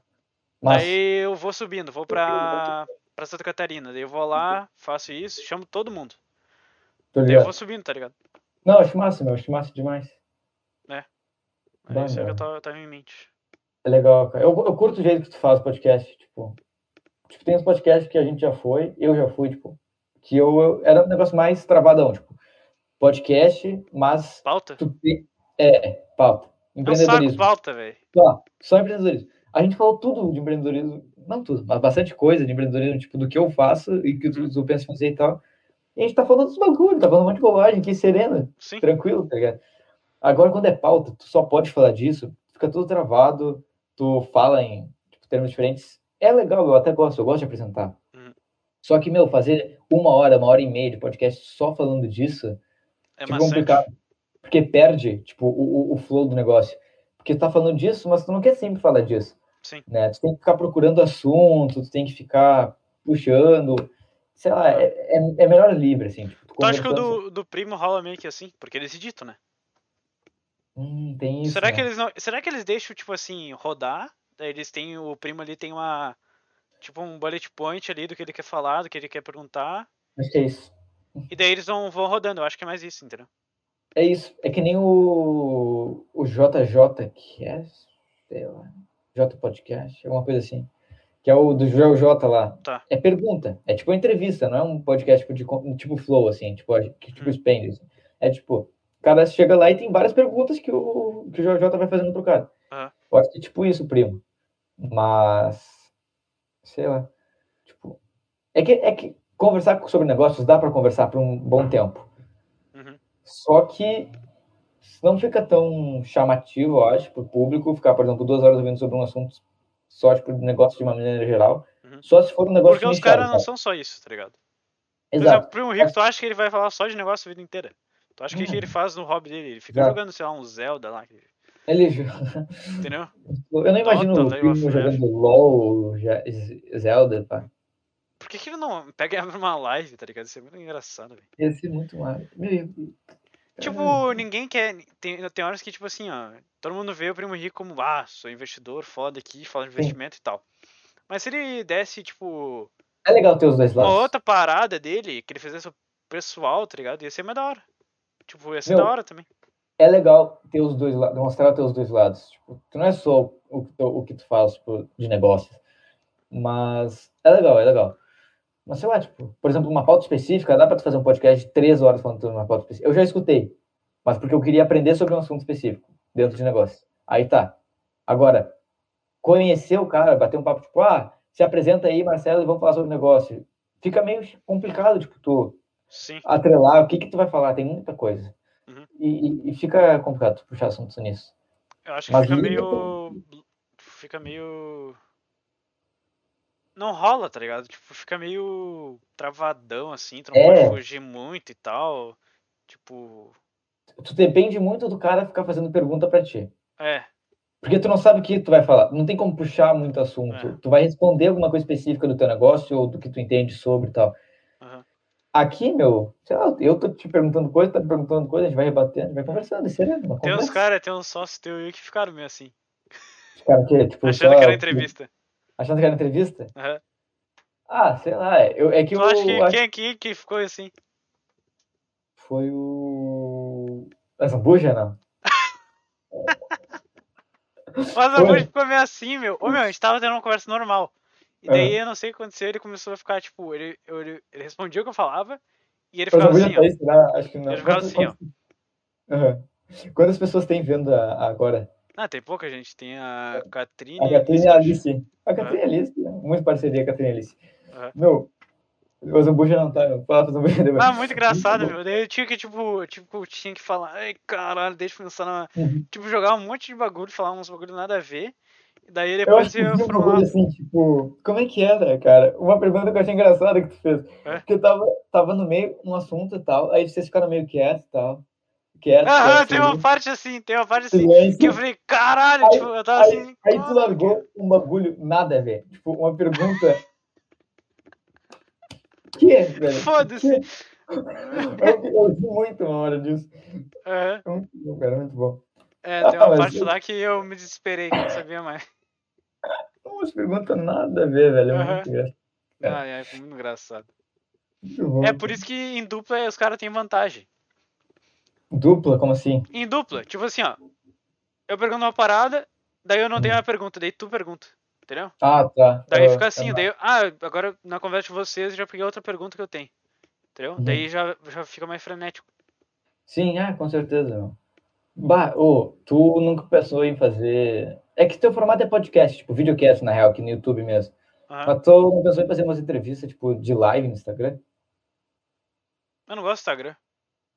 Massa. Daí eu vou subindo, vou pra, pra Santa Catarina. Daí eu vou lá, faço isso, chamo todo mundo. Tô Daí eu ligado. vou subindo, tá ligado? Não, acho massa, meu, acho massa demais. É Dá, isso aí que eu mano. tava, tava em mente. É legal, cara. Eu, eu curto o jeito que tu faz podcast, tipo. Tipo, tem uns podcasts que a gente já foi, eu já fui, tipo, Que eu, eu- era um negócio mais travadão, tipo, podcast, mas Pauta? tu tem. É, pauta. É um saco Empreendedorismo. pauta, velho. Só, só empreendedorismo. A gente falou tudo de empreendedorismo, não tudo, mas bastante coisa de empreendedorismo, tipo, do que eu faço e que Uhum. tu, tu pensa em fazer e tal. E a gente tá falando dos bagulhos, tá falando um monte de bobagem, que sereno Sim. tranquilo, tá ligado? Agora, quando é pauta, tu só pode falar disso, fica tudo travado, tu fala em tipo, termos diferentes. É legal, eu até gosto, eu gosto de apresentar. Uhum. Só que, meu, fazer uma hora, uma hora e meia de podcast só falando disso É fica maçante. complicado. Porque perde, tipo, o, o- o flow do negócio. Porque tu tá falando disso, mas tu não quer sempre falar disso. Sim. Né? Tu tem que ficar procurando assunto, tu tem que ficar puxando. Sei lá, é, é- é melhor livre, assim. Tipo, tu Tu acha que o conversando, do, do primo rola meio que assim? Porque eles editam, né? Hum, tem isso, será, né? que eles não, será que eles deixam, tipo assim, rodar? Daí eles têm. O primo ali tem uma. Tipo um bullet point ali do que ele quer falar, do que ele quer perguntar. Acho que é isso. E daí eles vão, vão rodando. Eu acho que é mais isso, entendeu? É isso. É que nem o, o JJ que é, sei lá, J Podcast, alguma coisa assim. Que é o do Joel J lá. Tá. É pergunta. É tipo uma entrevista, não é um podcast tipo, de, con- tipo flow, assim, tipo, a- que tipo Hum. expande. assim. É tipo, o cara chega lá e tem várias perguntas que o, que o Joel J vai fazendo pro cara. Aham. Eu acho que é tipo isso, primo. Mas, sei lá. Tipo, é que, é que conversar sobre negócios dá pra conversar por um bom tempo. Uhum. Só que não fica tão chamativo, eu acho, para o público ficar, por exemplo, duas horas ouvindo sobre um assunto só, tipo, de negócio de uma maneira geral. Uhum. Só se for um negócio Porque os nichado, caras não sabe? são só isso, tá ligado? Por exemplo, Exato. o primo rico, tu acha que ele vai falar só de negócio a vida inteira? Tu acha que o que Uhum. ele faz no hobby dele? Ele fica Exato. jogando, sei lá, um Zelda lá. que- Ele jo- Entendeu? Eu não imagino Dota, o League of primo Legends. jogando LOL, ja- Zelda, pá. Por que, que ele não pega e abre uma live, tá ligado? Isso é muito engraçado, velho. Ia ser muito mais. Meu, Tipo, ninguém quer. Tem, tem horas que, tipo assim, ó, todo mundo vê o primo rico como, ah, sou investidor, foda aqui, fala de Sim. investimento e tal. Mas se ele desse, tipo, É legal ter os dois uma lados. outra parada dele, que ele fizesse o pessoal, tá ligado? Ia ser mais da hora. Tipo, ia ser Meu, da hora também. é legal ter os dois lados, mostrar ter os dois lados. Tipo, tu não é só o, o, que tu- o que tu faz tipo, de negócios, mas é legal, é legal. Mas sei lá, tipo, por exemplo, uma pauta específica, dá pra tu fazer um podcast de três horas falando sobre uma pauta específica. Eu já escutei, mas porque eu queria aprender sobre um assunto específico dentro de negócio. Aí tá. Agora, conhecer o cara, bater um papo, tipo, ah, se apresenta aí, Marcelo, e vamos falar sobre negócio. Fica meio complicado, tipo, tu Sim. atrelar o que que tu vai falar, tem muita coisa. Uhum. E, e- e fica complicado tu puxar assuntos nisso. Eu acho que Mas fica liga meio. Fica meio. Não rola, tá ligado? Tipo, fica meio travadão, assim, tu não É. pode fugir muito e tal. Tipo. Tu depende muito do cara ficar fazendo pergunta pra ti. É, Porque tu não sabe o que tu vai falar, não tem como puxar muito assunto. É. Tu vai responder alguma coisa específica do teu negócio ou do que tu entende sobre e tal. aham. Aqui, meu, sei lá, eu tô te perguntando coisa, tá me perguntando coisa, a gente vai rebatendo, a gente vai conversando, isso é uma Tem uns conversa. caras, tem uns sócios teu aí que ficaram meio assim, Os cara que, tipo, achando sei que lá, era entrevista. Achando que era entrevista? Aham. Ah, sei lá, eu, é que Tu eu acha que acho quem aqui que ficou assim? que foi o... A Zambuja, não? Mas a Foi. Bush ficou meio assim, meu. Ô, meu, a gente tava tendo uma conversa normal. E daí É. eu não sei o que aconteceu, ele começou a ficar, tipo, ele, eu- ele, ele respondia o que eu falava e ele Mas ficava eu vou assim, adiantar ó. isso, né? Acho que não. Eles ficaram Quantas- assim, ó. Aham. Quantas pessoas tem vendo a- a agora? Ah, tem pouca gente. Tem a Catrine. A e Catrine e a Lisca. Alice. A Catrine e a Alice, né? muito parceria com a Catrine e a Alice. Aham. Meu, o Zambuja não tá, meu. Fala pro Zambuja depois. Ah, muito engraçado, bom. meu. Daí eu tinha que, tipo, eu, tipo, eu tinha que falar, ai, caralho, deixa eu pensar na. Uhum. Tipo, jogar um monte de bagulho, falar uns bagulho nada a ver. E daí Eu acho depois que eu eu vi uma formular. coisa assim, tipo, como é que era, cara? Uma pergunta que eu achei engraçada que tu fez. É? Porque eu tava, tava no meio, um assunto e tal, aí vocês ficaram meio quietos e tal. Quietos, Aham, quietos, Ah, tem uma silêncio. parte assim, tem uma parte assim. Que eu silêncio. falei, caralho, Aí- tipo, eu tava assim. Aí tu "Ah, largou um bagulho nada a ver. Tipo, uma pergunta. que é, velho? Foda-se. Eu, eu vi muito uma hora disso. Aham. É muito bom, cara, é muito bom. É, tem uma Ah, mas parte eu- lá que eu me desesperei, que eu não sabia mais. Umas perguntas nada a ver, velho. É Aham. muito engraçado. É. Ai, ai, foi muito engraçado. Muito bom. É por isso que em dupla os caras têm vantagem. Dupla, como assim? Em dupla, tipo assim, ó. Eu pergunto uma parada, daí eu não tenho Hum. uma pergunta, daí tu pergunta, entendeu? Ah, tá. Daí Ah, fica assim, tá. daí eu, ah, agora na conversa de vocês eu já peguei outra pergunta que eu tenho. Entendeu? Uhum. Daí já, já fica mais frenético. Sim, é, com certeza, meu. Bah, ô, tu nunca pensou em fazer. É que teu formato é podcast, tipo, videocast, na real, que no YouTube mesmo. Aham. Mas tu não pensou em fazer umas entrevistas, tipo, de live no Instagram? Eu não gosto do Instagram.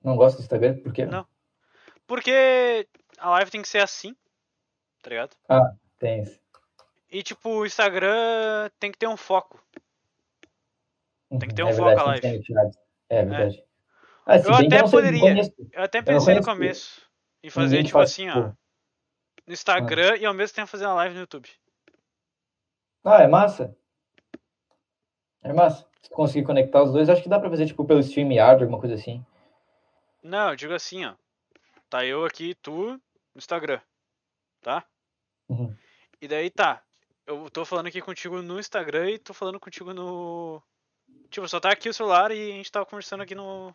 Não gosta do Instagram? Por quê? Não. Porque a live tem que ser assim, tá ligado? Tem esse. E tipo, o Instagram tem que ter um foco. Tem que ter Uhum, um é foco verdade, a tem live. que ter atividade. É verdade. Ah, se Eu bem que é. até não sei, não poderia. conheço. Eu até pensei no conheço começo em fazer, que tipo faz, assim, tipo- ó. No Instagram e ao mesmo tempo fazer uma live no YouTube. Ah, é massa. É massa. Se conseguir conectar os dois, acho que dá pra fazer, tipo, pelo StreamYard, alguma coisa assim. Não, eu digo assim, ó. Tá eu aqui, tu, no Instagram. Tá? Uhum. E daí tá. Eu tô falando aqui contigo no Instagram e tô falando contigo no. Tipo, só tá aqui o celular e a gente tá conversando aqui no,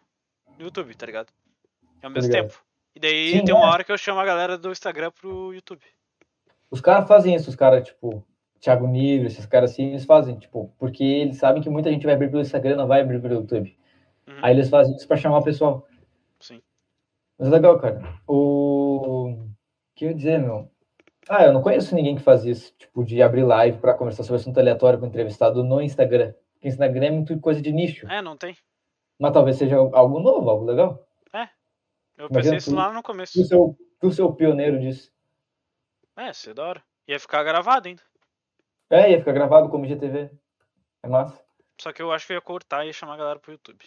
no YouTube, tá ligado? E ao mesmo ligado. tempo. E daí Sim, tem uma é. hora que eu chamo a galera do Instagram pro YouTube. Os caras fazem isso, os caras, tipo, Thiago Nigro, esses caras assim, eles fazem, tipo, porque eles sabem que muita gente vai abrir pelo Instagram, não vai abrir pelo YouTube. Uhum. Aí eles fazem isso pra chamar o pessoal. Sim. Mas é legal, cara. O o que eu ia dizer, meu? Ah, eu não conheço ninguém que faz isso, tipo, de abrir live pra conversar sobre assunto aleatório com o entrevistado no Instagram. Porque Instagram é muito coisa de nicho. É, não tem. Mas talvez seja algo novo, algo legal. Eu Imagina pensei isso tu- lá no começo. Tu ser o- tu ser o pioneiro disso. É, isso é da hora. Ia ficar gravado ainda. É, ia ficar gravado como IGTV. É massa. Só que eu acho que eu ia cortar e ia chamar a galera pro YouTube.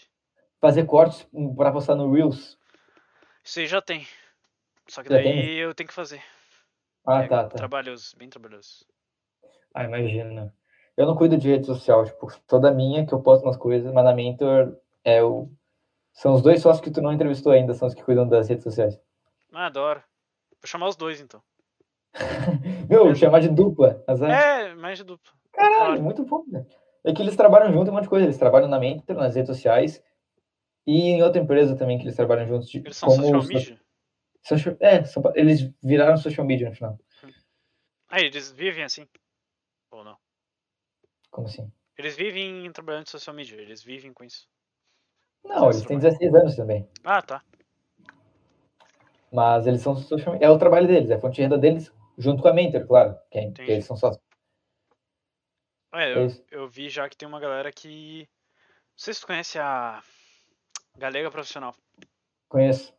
Fazer cortes pra postar no Reels. Isso aí já tem. Só que Já daí tem? eu tenho que fazer. Ah, é tá, tá. trabalhoso, bem trabalhoso. Ah, imagina. Eu não cuido de rede social, tipo, toda minha que eu posto umas coisas, mas na Mentor é o. São os dois sócios que tu não entrevistou ainda, são os que cuidam das redes sociais. Ah, adoro. Vou chamar os dois então. Meu, chamar de dupla, azar. É, mais de duplo. Né? Caralho, muito bom, né? É que eles trabalham junto em um monte de coisa. Eles trabalham na Mentor, nas redes sociais e em outra empresa também que eles trabalham juntos. de- Eles são como social so- media? social- é, são pa- eles viraram social media no final. Ah, eles vivem assim. Ou não? Como assim? Eles vivem trabalhando de social media, eles vivem com isso. Não, eles têm 16 anos também. Ah, tá. Mas eles são social media. É o trabalho deles, é a fonte de renda deles, junto com a Mentor, claro. Que, que Entendi. eles são sócios. É, É eu, isso. eu vi já que tem uma galera que. Não sei se tu conhece a. Galega Profissional. Conheço.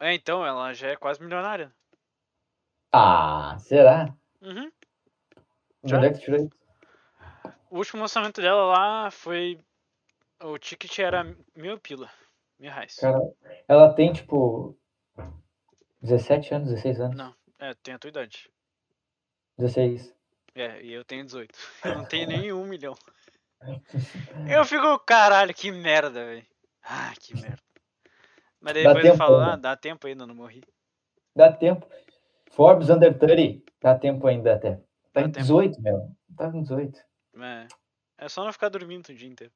É, então, ela já é quase milionária. Ah, será? Uhum. De Já? onde é que tu tirou isso? O último lançamento dela lá foi. O ticket era mil pila. Mil reais. Cara, ela tem, tipo, 17 anos, 16 anos. Não. É, tem a tua idade. 16. É, e eu tenho 18. Eu não tenho nem um milhão. É. Eu fico, caralho, que merda, velho. Ah, que merda. Mas daí Dá depois eu tempo né? falo, ainda. ah, dá tempo ainda, não morri. Dá tempo. Forbes Under 30, dá tempo ainda até. Dá Tá em tempo. 18, meu. Tá com 18. É, é só não ficar dormindo o dia inteiro.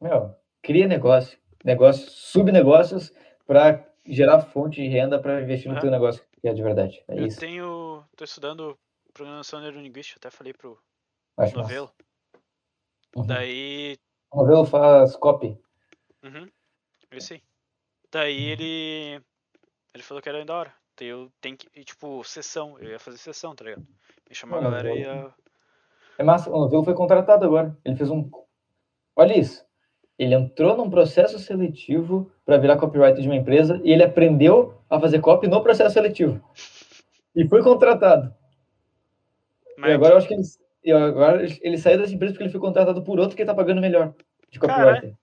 Meu, cria negócio. Negócio, subnegócios pra gerar fonte de renda pra investir no Aham. teu negócio, que é de verdade. É eu isso. tenho. tô estudando programação neurolinguística, até falei pro Acho massa. um novelo. Uhum. Daí O novelo faz copy. Uhum. É. Eu sei. Daí ele. Ele falou que era da hora. Daí eu tenho que. e, Tipo, sessão. Eu ia fazer sessão, tá ligado? Ia chamar a Mano, galera e eu- ia. É massa, o Novelo foi contratado agora. Ele fez um. Olha isso. Ele entrou num processo seletivo para virar copywriter de uma empresa e ele aprendeu a fazer copy no processo seletivo. E foi contratado. Mas E agora eu acho que ele, e agora ele saiu dessa empresa porque ele foi contratado por outro que tá pagando melhor de copywriter.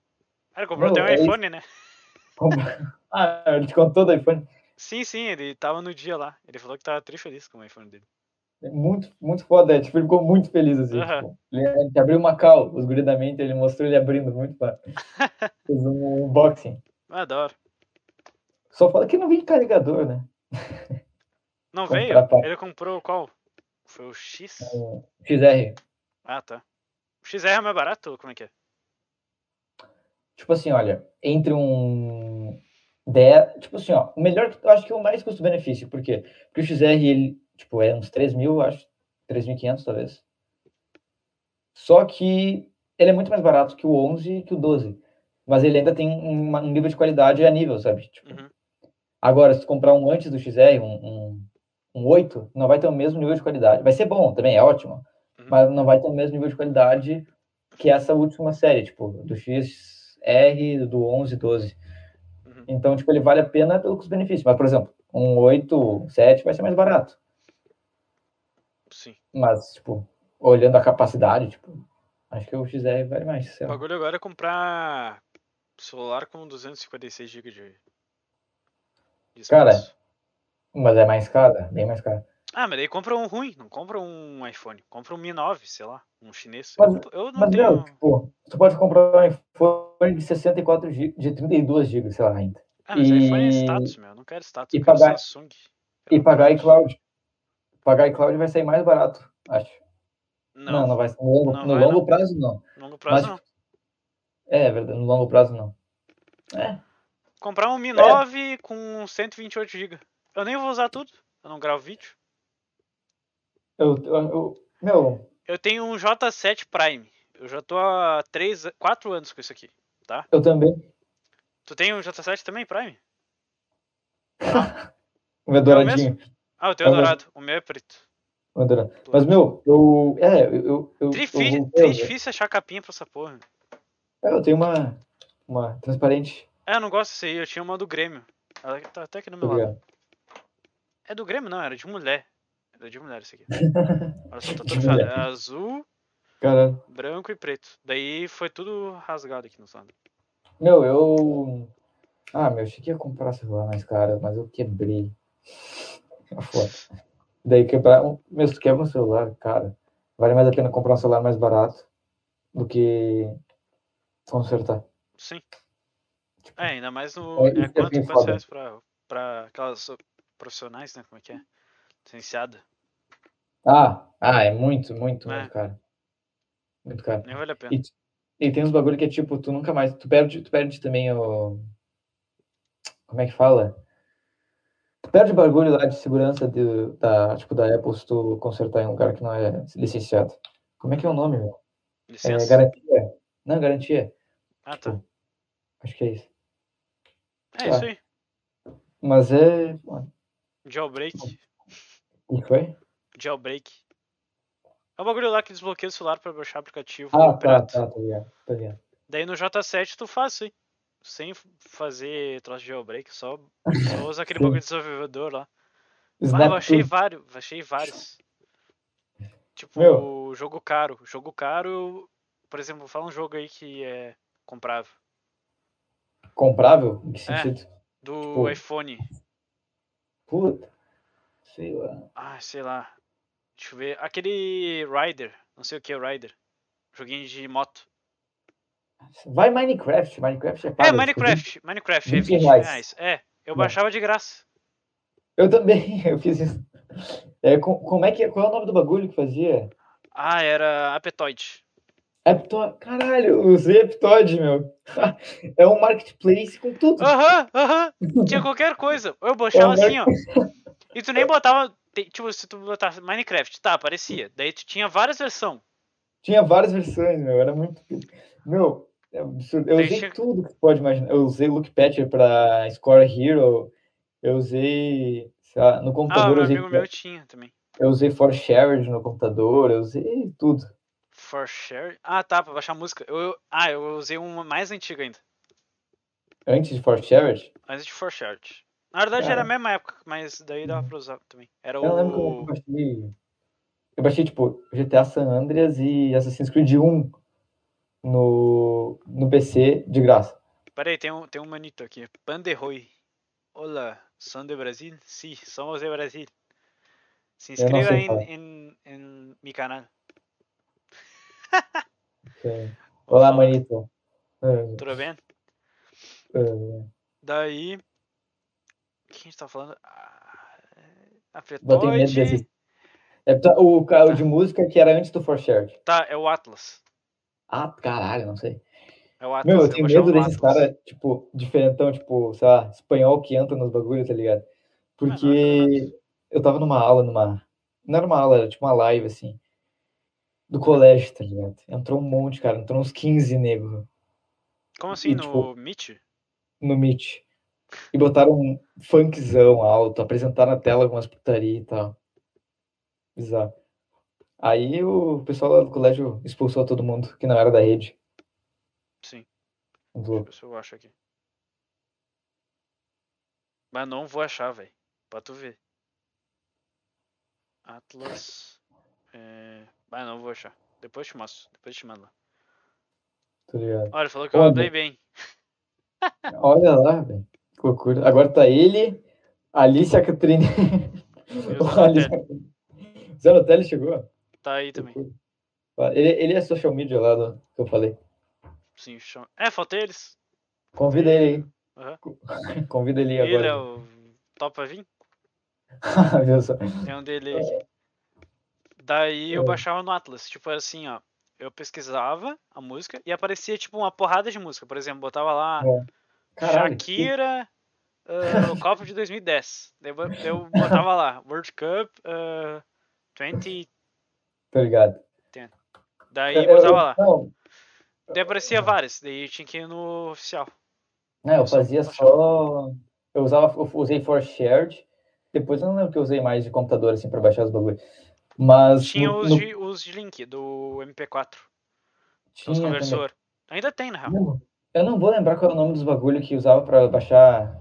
Cara, comprou até Meu, um é isso. iPhone, né? ah, ele te contou do iPhone. Sim, sim, ele tava no dia lá. Ele falou que tava triste feliz com o iPhone dele. É Muito, muito foda. é, Tipo, ele ficou muito feliz assim. Aham. tipo, ele, a gente abriu uma call, os guri da mente, ele mostrou ele abrindo muito foda. Fez um unboxing. Ah, da hora. Só fala que não vem carregador, né? Não Comprar veio? pra- Ele comprou qual? Foi o X? XR. Ah, tá. O XR é mais barato? ou Como é que é? Tipo assim, olha, entre um 10, tipo assim, ó, o melhor, eu acho que é o mais custo-benefício, por quê? Porque o XR, ele, tipo, é uns 3 mil, acho, 3.500 talvez. Só que ele é muito mais barato que o 11 e que o 12. Mas ele ainda tem um, uma- um nível de qualidade a nível, sabe? Tipo, Uhum. Agora, se tu comprar um antes do XR, um, um, um 8, não vai ter o mesmo nível de qualidade. Vai ser bom também, é ótimo. Uhum. Mas não vai ter o mesmo nível de qualidade que essa última série, tipo, do XR, do 11, 12. Uhum. Então, tipo, ele vale a pena pelo custo-benefício. Mas, por exemplo, um 8, 7 vai ser mais barato. Sim. Mas, tipo, olhando a capacidade, tipo, acho que o XR vale mais. sei O lá. bagulho agora é comprar celular com 256 GB de, de Cara, espaço. Mas é mais caro, bem mais caro. Ah, mas daí compra um ruim, não compra um iPhone. Compra um Mi 9, sei lá, um chinês. Mas- eu, eu não um Mas, tenho. meu, tipo, tu pode comprar um iPhone de 64 GB, de 32 GB, sei lá, ainda. Ah, mas iPhone é e- status, meu. Eu não quero status. e eu quero pagar- Samsung. E pelo pagar amor de Deus. iCloud. Pagar iCloud vai sair mais barato, acho. Não, Não, não, vai ser. No longo, Não no vai, longo não. prazo, não. longo prazo mas- não. É, é verdade, no longo prazo, não. É, Comprar um Mi 9 com 128 GB. Eu nem vou usar tudo. Eu não gravo vídeo. eu, eu- eu- meu, Eu tenho um J7 Prime. Eu já tô há 3, 4 anos com isso aqui. eu também. Tu tem um J7 também, Prime? O é meu douradinho. Ah, eu tenho o É o mesmo. dourado. O meu é preto. o meu dourado. Mas, meu, eu. É, eu. eu, eu, Tri, eu, fi- eu, tri difícil achar capinha pra essa porra. eu tenho uma. Uma transparente. tá Ah, eu não gosto disso aí. Eu tinha uma do Grêmio. Ela tá até aqui no meu lado. Obrigado. É do Grêmio, não, era de mulher. Era de mulher isso aqui. Olha só, tá De todo errado. mulher. É azul, Cara, branco e preto. Daí foi tudo rasgado aqui no salão. Meu, eu. Ah, meu, eu cheguei a comprar celular mais caro, mas eu quebrei. É Foda. Daí quebrar. um- Meu, se tu quebra um celular, cara, vale mais a pena comprar um celular mais barato do que consertar. Sim. Tipo, É, ainda mais no. É, É, isso é quanto, bem quantos foda. reais pra, pra aquelas profissionais, né? Como é que é? Licenciada. Ah, ah, é muito, muito, É. muito caro. Muito caro. Nem vale a pena. E, e tem uns bagulho que é tipo, tu nunca mais. Tu perde, tu perde também o. Como é que fala? Tu perde o bagulho lá de segurança de, da, tipo, da Apple se tu consertar em um lugar que não é licenciado. Como é que é o nome, meu? É Licença? garantia. Não, garantia. ah, tá. Acho que é isso. É isso aí. Mas é. mano, Jailbreak. O que foi? Jailbreak. É o bagulho lá que desbloqueia o celular pra baixar aplicativo. Ah, tá, pirata. tá, tá ligado. Tá ligado. Daí no J7 tu faz isso aí. Sem f- fazer troço de jailbreak, só, só usa aquele Sim. bagulho de desenvolvedor lá. Mas eu Snap achei tudo. vários, achei vários. Tipo, Meu. jogo caro. Jogo caro, por exemplo, fala um jogo aí que é comprável. Comprável? Em que É. sentido? Do Tipo- iPhone. Puta. Sei lá. Ah, sei lá. Deixa eu ver. Aquele Rider. Não sei o que é Rider. Joguinho de moto. Vai Minecraft. Minecraft é É, caro. Minecraft. Minecraft. É 20 20 reais. reais. É, eu É. baixava de graça. Eu também, eu fiz isso. É, com- como é que, qual é o nome do bagulho que fazia? Ah, era Apetoid. Aptod, caralho, eu usei Aptod, meu. É um marketplace com tudo. Aham, aham. Tinha qualquer coisa. Eu baixava Aham. assim, ó. E tu nem botava. te- Tipo, se tu botasse Minecraft, tá, aparecia. Daí tu tinha várias versões. Tinha várias versões, meu, era muito... Meu, é absurdo. Eu usei Deixa- tudo que tu pode imaginar. Eu usei Lookpatcher pra Score Hero, eu usei, sei lá, no Ah, computador meu eu usei, amigo meu tinha também. eu usei For Shared no computador, eu usei tudo. For share. Ah, tá, pra baixar música. Eu, eu- ah, eu usei uma mais antiga ainda. Antes de For Shared, Antes de For share. Na verdade era a Cara. mesma época, mas daí dava pra usar também. Era eu não lembro como é que o. eu baixei. Eu baixei, tipo, GTA San Andreas e Assassin's Creed 1 no, no PC de graça. Peraí, tem um, tem um manito aqui. Panderroy. Olá, são de Brasil? Sim, somos de Brasil. Se Eu não inscreva sei em, falar. em, em mi canal. Sim. Olá, Fala, Manito. Ah, Tudo bem? ah, Daí. O que a gente tá falando? Ah, Botei medo Apetoide. desse- É, tá, o, ca- o de música que era antes do For Shared. Tá, é o Atlas. Ah, caralho, não sei. É o Atlas. Meu, Ah, eu eu tenho baixava medo o desses Atlas. caras, tipo, diferentão, tipo, sei lá, espanhol que entra nos bagulhos, tá ligado? Mas não é Porque eu tava numa aula, numa. Não era uma aula, era tipo uma live, assim. Do colégio, tá ligado? Entrou um monte, cara. Entrou uns 15 negros. Como assim? E, no tipo, Meet? no Meet. E botaram um funkzão alto, apresentaram na tela algumas putaria e tal. Bizarro. Aí o pessoal lá do colégio expulsou todo mundo que não era da rede. Sim. Muito Deixa eu louco. ver se eu acho aqui. Mas não vou achar, velho. Pra tu ver. Atlas. É... Mas não vou achar. Depois te mostro. Depois te mando lá. Tô tá ligado. Olha, falou que eu Olha. andei bem. Olha lá, velho. Que loucura. Agora tá ele, a Alice, a Catrine. E o O Alice. Zanotelli chegou? é, Tá aí também. Ele, ele é social media lá do, que eu falei. Sim, chama- É, falta eles. Convida ele Aham. aí. Convida ele aí Ele é agora. o. Topa vir? Viu só? É um delay aqui. Daí eu É. baixava no Atlas. Tipo assim, ó. Eu pesquisava a música e aparecia, tipo, uma porrada de música. Por exemplo, botava lá Caralho, que- Shakira, ah, o Copa de 2010. Daí eu- daí eu botava lá World Cup ah, 20. Tô tá ligado. Daí Eu- eu- botava lá. Não, Daí aparecia várias. Daí eu tinha que ir no oficial. Né, eu Só fazia baixava. só. Eu usava, eu usei for shared. Depois eu não lembro que eu usei mais de computador assim pra baixar os bagulhos. Mas Tinha no- os, no- de, os de link do MP4, é tinha os também. conversor. Ainda tem, na real. Não, Eu não vou lembrar qual era o nome dos bagulhos que usava pra baixar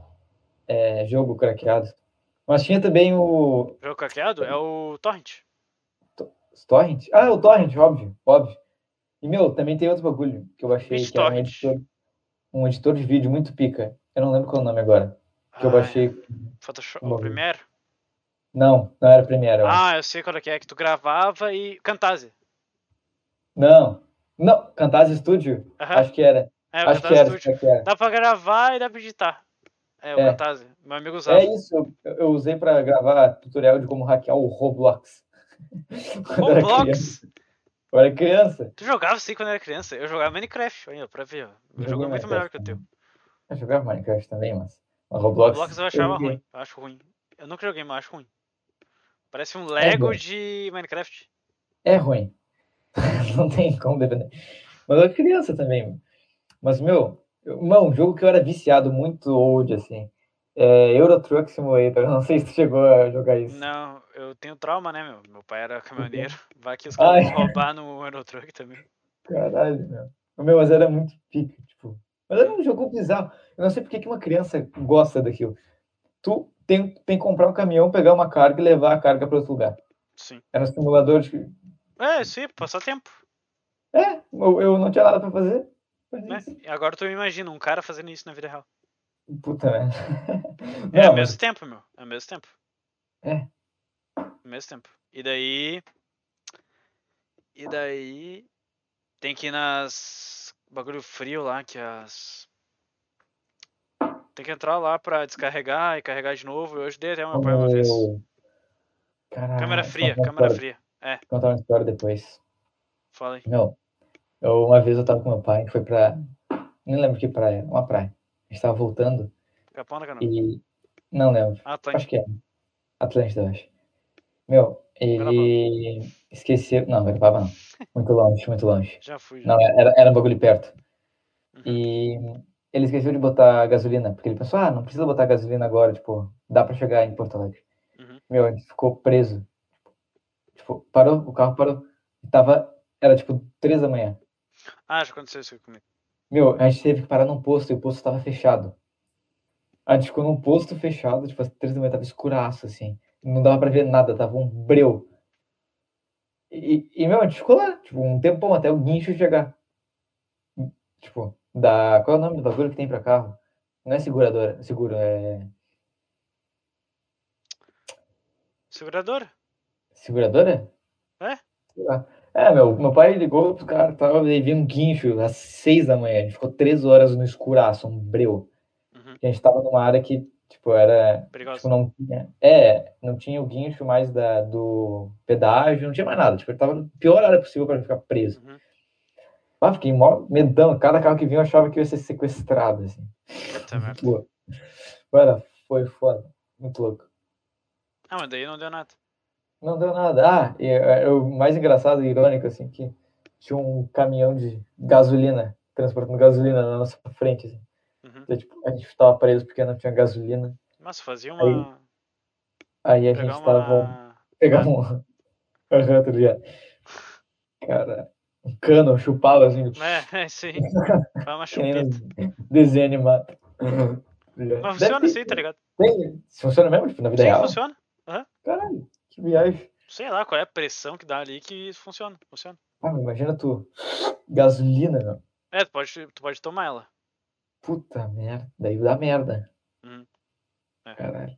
é, jogo craqueado. Mas tinha também o Jogo craqueado é o Torrent. os Torrent. Ah, o Torrent, óbvio, óbvio. E meu, também tem outro bagulho que eu baixei que era um BitTorrent. editor, um editor de vídeo muito pica. Eu não lembro qual é o nome agora. Que eu Ah, baixei. Photoshop, um o bagulho. primeiro. Não, não era a primeira. eu acho. Ah, eu sei qual é que é, que tu gravava e cantase. Não. Não, Cantaz Studio? Aham. Acho que era. É, o Acho que Cantase era, do último. acho que era. Dá pra gravar e dá pra editar. É, o É. Cantase. Meu amigo usava. É isso, eu- eu usei pra gravar tutorial de como hackear o Roblox. Quando era criança. Roblox! Eu era criança. Tu jogava assim quando era criança? Eu jogava Minecraft, olha, pra ver. ó. Meu Joguei jogo é muito Minecraft melhor que o teu. também. Eu jogava Minecraft também, mas. mas Roblox. é Roblox eu achava joguei. ruim. Eu acho ruim. Eu nunca joguei, mas eu acho ruim. Parece um Lego É bom. de Minecraft. É ruim. Não tem como defender. Mas eu era criança também. meu. Mas, meu, eu- mano, um jogo que eu era viciado muito old, assim. É Euro Truck Simulator. Eu Não sei se tu chegou a jogar isso. Não, eu tenho trauma, né, meu? Meu pai era caminhoneiro. Vai que os Uhum. Ai. caras vão roubar no Eurotruck também. Caralho, meu. O meu, mas era muito pica, tipo. Mas era um jogo bizarro. Eu não sei porque que uma criança gosta daquilo. Tu tem, tem que comprar um caminhão, pegar uma carga e levar a carga para outro lugar. Sim. Era um simulador de. É, isso aí, passar tempo. É, eu, eu não tinha nada pra fazer. Fazia Né? isso. E Agora tu imagina um cara fazendo isso na vida real. Puta, né? É Não, ao mas- mesmo tempo, meu. É ao mesmo tempo. É. Ao mesmo tempo. E daí. E daí. Tem que ir nas. Bagulho frio lá, que as. Tem que entrar lá pra descarregar e carregar de novo. Eu ajudei até meu pai uma vez. Como- Caralho, Câmera fria, contar uma câmera história- fria. Contar uma história depois. Fala aí. Meu, eu, uma vez eu tava com meu pai, que foi pra. Nem lembro que praia, uma praia. A gente tava voltando Capão da canoa. e. Não lembro. Ah, tá. Acho que é. Atlântida, eu acho. Meu, ele esqueceu. Não, Garopaba não. Muito longe, muito longe. Já fui. Já. Não, era, era um bagulho perto. Uhum. E ele esqueceu de botar gasolina, porque ele pensou, ah, não precisa botar gasolina agora, tipo, dá pra chegar em Porto Alegre. Uhum. Meu, ele ficou preso. Tipo, parou, o carro parou. Tava, era tipo três da manhã. Ah, já aconteceu isso comigo. Meu, a gente teve que parar num posto e o posto tava fechado. A gente ficou num posto fechado, tipo, às três da manhã, tava escuraço, assim. Não dava pra ver nada, tava um breu. E, e, meu, a gente ficou lá, tipo, um tempão até o guincho chegar. Tipo, da. Qual é o nome do bagulho que tem pra carro? Não é seguradora, seguro, é. Seguradora? Seguradora? É? Sei lá. É, meu, meu pai ligou pro cara, tava, ele viu um guincho às seis da manhã, a gente ficou três horas no escuraço, um breu. Uhum. que a gente tava numa área que, tipo, era. Tipo, Perigosa. não tinha. É, não tinha o guincho mais da, do pedágio, não tinha mais nada. Tipo, ele tava na pior área possível pra ficar preso. Uhum. Ah, fiquei mó medão. Cada carro que vinha eu achava que eu ia ser sequestrado, assim. Puta merda. Pô. Mano, foi foda. Muito louco. Ah, mas daí não deu nada. Não deu nada. é Ah, e, é, o mais engraçado e irônico, assim, que tinha um caminhão de gasolina transportando gasolina na nossa frente, assim. Uhum. Então, tipo, a gente tava preso porque não tinha gasolina. Nossa, fazia uma. Aí a Pegar gente tava. uma. Pegar um. Aham, tá ligado? Cara, um cano, chupava assim. É, é isso aí. Vai uma que nem chupeta. nos Desenho animado. Tá ligado? Mas Deve funciona ter- assim, tá ligado? Tem, funciona mesmo, tipo, na vida Sim, real? funciona. Caralho, que viagem. Sei lá qual é a pressão que dá ali que isso funciona. Funciona. Ah, mas imagina tu. Gasolina, meu. É, tu pode, tu pode tomar ela. Puta merda. Daí dá merda. Uhum. É. Caralho.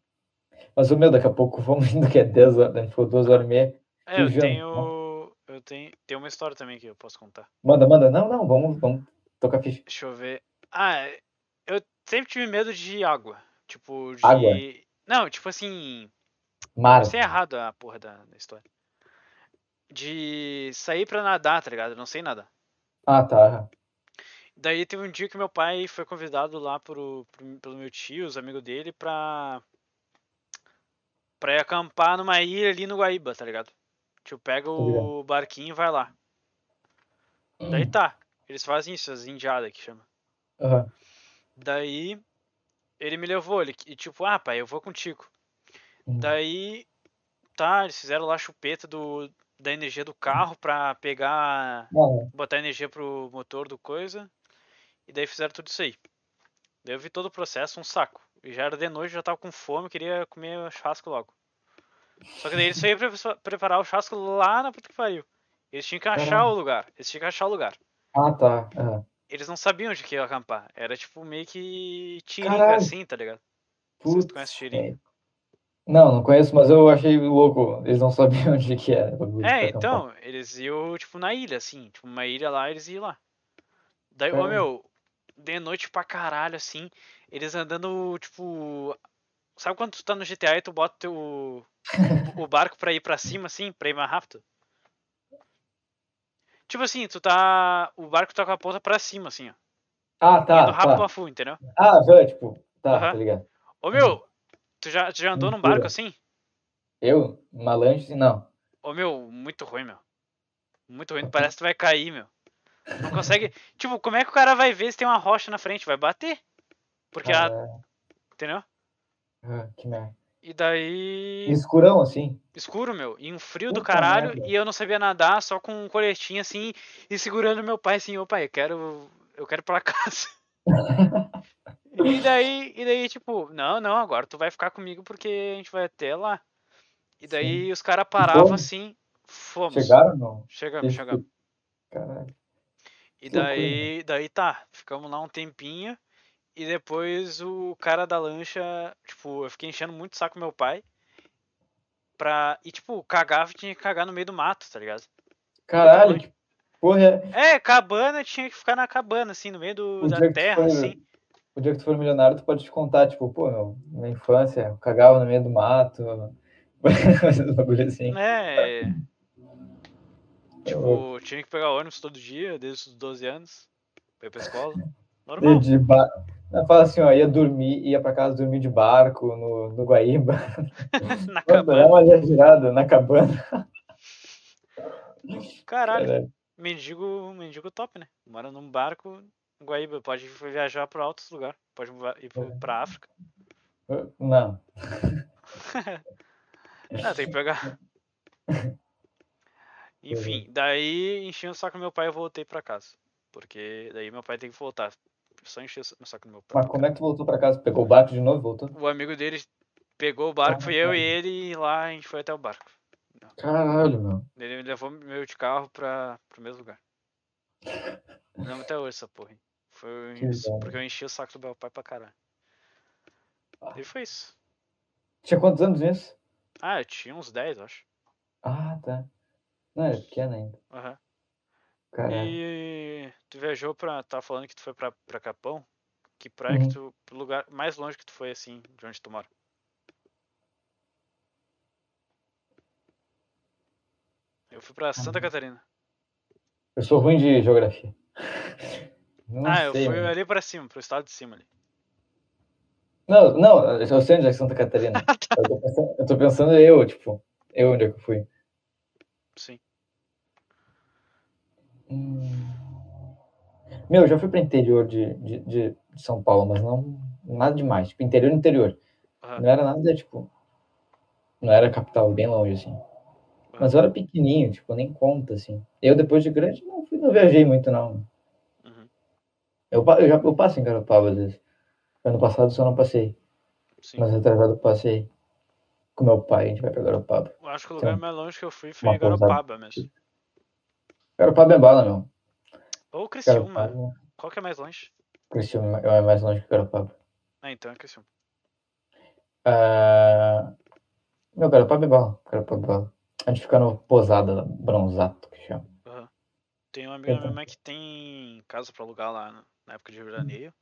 Mas, ô, meu, daqui a pouco vamos indo que é 10 horas, né? Ficou 2 horas e meia. É, eu Funciona. tenho. Eu tenho. Tem uma história também que eu posso contar. Manda, manda. Não, não, vamos, vamos tocar ficha. Deixa eu ver. Ah, eu sempre tive medo de água. Tipo, de. Água? Não, tipo assim. Mar. Isso é errado a porra da, da história. De sair pra nadar, tá ligado? Eu não sei nadar. Ah, tá. Daí teve um dia que meu pai foi convidado lá pro, pro- pelo meu tio, os amigos dele, pra. pra ir acampar numa ilha ali no Guaíba, tá ligado? Tio pega o barquinho e vai lá. Daí tá. Eles fazem isso, as indiadas que chama. Aham. Daí ele me levou, ele, e tipo, ah, pai, eu vou contigo. Uhum. Daí, tá, eles fizeram lá a chupeta do, da energia do carro pra pegar, Não, botar energia pro motor do coisa, e daí fizeram tudo isso aí. Daí eu vi todo o processo, um saco. E já era de noite, já tava com fome, queria comer churrasco logo. Só que daí eles foram pre- preparar o churrasco lá na puta que pariu. Eles tinham que achar o Caralho. lugar, eles tinham que achar o lugar. Ah, tá. Aham. Eles não sabiam onde que ia acampar, era tipo meio que tiringa Caralho. assim, tá ligado? Vocês Putz, conhecem Tiringa? é. Não, não conheço, mas eu achei louco. Eles não sabiam onde que era. o bagulho É, pra acampar. então, eles iam, tipo, na ilha, assim. Tipo, uma ilha lá, eles iam lá. Daí, ô, Caramba. meu, de noite pra caralho, assim. Eles andando, tipo. Sabe quando tu tá no GTA e tu bota teu, o barco pra ir pra cima, assim, pra ir mais rápido? Tipo assim, tu tá. O barco tá com a ponta pra cima, assim, ó. Ah, Indo tá, rápido pra tá. full, entendeu? Ah, já, tipo, tá, Aham. tá ligado. Ô, meu, tu já, tu já andou num barco Mentira. assim? Eu, malanche, assim, não. Ô, meu, muito ruim, meu. Muito ruim, parece que tu vai cair, meu. Tu Não consegue. tipo, como é que o cara vai ver se tem uma rocha na frente? Vai bater. Porque a. Caralho, Entendeu? ah, que merda. E daí. Escurão, assim. Escuro, meu. E um frio do Puta caralho. merda. E eu não sabia nadar, só com um coletinho assim. E segurando meu pai assim: ô pai, eu quero. Eu quero ir pra casa. e daí, e daí, tipo, não, não, agora tu vai ficar comigo porque a gente vai até lá. E daí os caras paravam fomos? assim. Fomos. Chegaram, não? Chegamos, Esse- chegamos. Caralho. E Que loucura, daí, daí tá, ficamos lá um tempinho. E depois o cara da lancha, tipo, eu fiquei enchendo muito o saco do meu pai. Pra... E tipo, cagava tinha que cagar no meio do mato, tá ligado? Caralho, que porra é? É, cabana tinha que ficar na cabana, assim, no meio do- O da dia que tu terra, foi- assim. O dia que tu for milionário, tu pode te contar, tipo, pô, meu, minha infância, eu cagava no meio do mato, esses bagulho assim. Né? Eu- Tipo, tinha que pegar ônibus todo dia, desde os 12 anos, pra ir pra escola. De, Normal. de ba... Não, Fala assim, ó, ia dormir, ia pra casa dormir de barco no, no Guaíba. na Mano, dá cabana. uma girada na cabana. Caralho, Caralho. mendigo, mendigo top, né? Mora num barco, em Guaíba, pode viajar pra outros lugares. Pode ir pra- pra África. Não. Ah, tem que pegar. Enfim, daí enchi o saco do meu pai e eu voltei pra casa. Porque daí meu pai tem que voltar. Só enchi o saco do meu pai. Mas como é que tu voltou pra casa? Pegou o barco de novo e voltou? O amigo dele pegou o barco, fui eu e Caralho. ele, e lá a gente foi até o barco. Caralho, meu. Ele me levou meu de carro pra, pro mesmo lugar. Não até hoje essa porra. hein. Foi Que isso, merda. porque eu enchi o saco do meu pai pra caralho. Ah. E foi isso. Tinha quantos anos isso? Ah, eu tinha uns 10, eu acho. Ah, tá. Não, era pequena ainda. Aham. Caralho. E tu viajou pra. Tá falando que tu foi pra, pra Capão? Que praia que Uhum. tu. O lugar mais longe que tu foi, assim, de onde tu mora? Eu fui pra Santa Catarina. Eu sou ruim de geografia. Não ah, eu sei, fui mano. ali pra cima, pro estado de cima ali. Não, não, eu sei onde é Santa Catarina. eu, tô pensando, eu tô pensando eu, tipo, eu onde é que eu fui. Sim. Hum. Meu, já fui para interior de, de, de São Paulo, mas não nada demais. Tipo, interior, interior. Aham. Não era nada, tipo. Não era capital, bem longe, assim. Mas eu era pequenininho, tipo, nem conta, assim. Eu, depois de grande, não, fui, não viajei muito, não. Uhum. Eu, pa- eu, já, eu passo em Garopaba, às vezes. Ano passado só não passei, Sim. mas atrasado eu passei com meu pai, a gente vai pra Garopaba. Eu acho que o Tem lugar um- mais longe que eu fui foi uma pousada. Garopaba mesmo. Garopaba é bala, meu. Ou Criciúma. Garopaba, Qual que é mais longe? Criciúma é mais longe que Garopaba. Ah, então é Criciúma. Ah, meu, Garopaba é bala, Garopaba é bala. A gente fica no Posada, Bronzato, que chama. Aham. Tem uma amiga da minha Então. mãe que tem casa pra alugar lá na- na época de veraneio.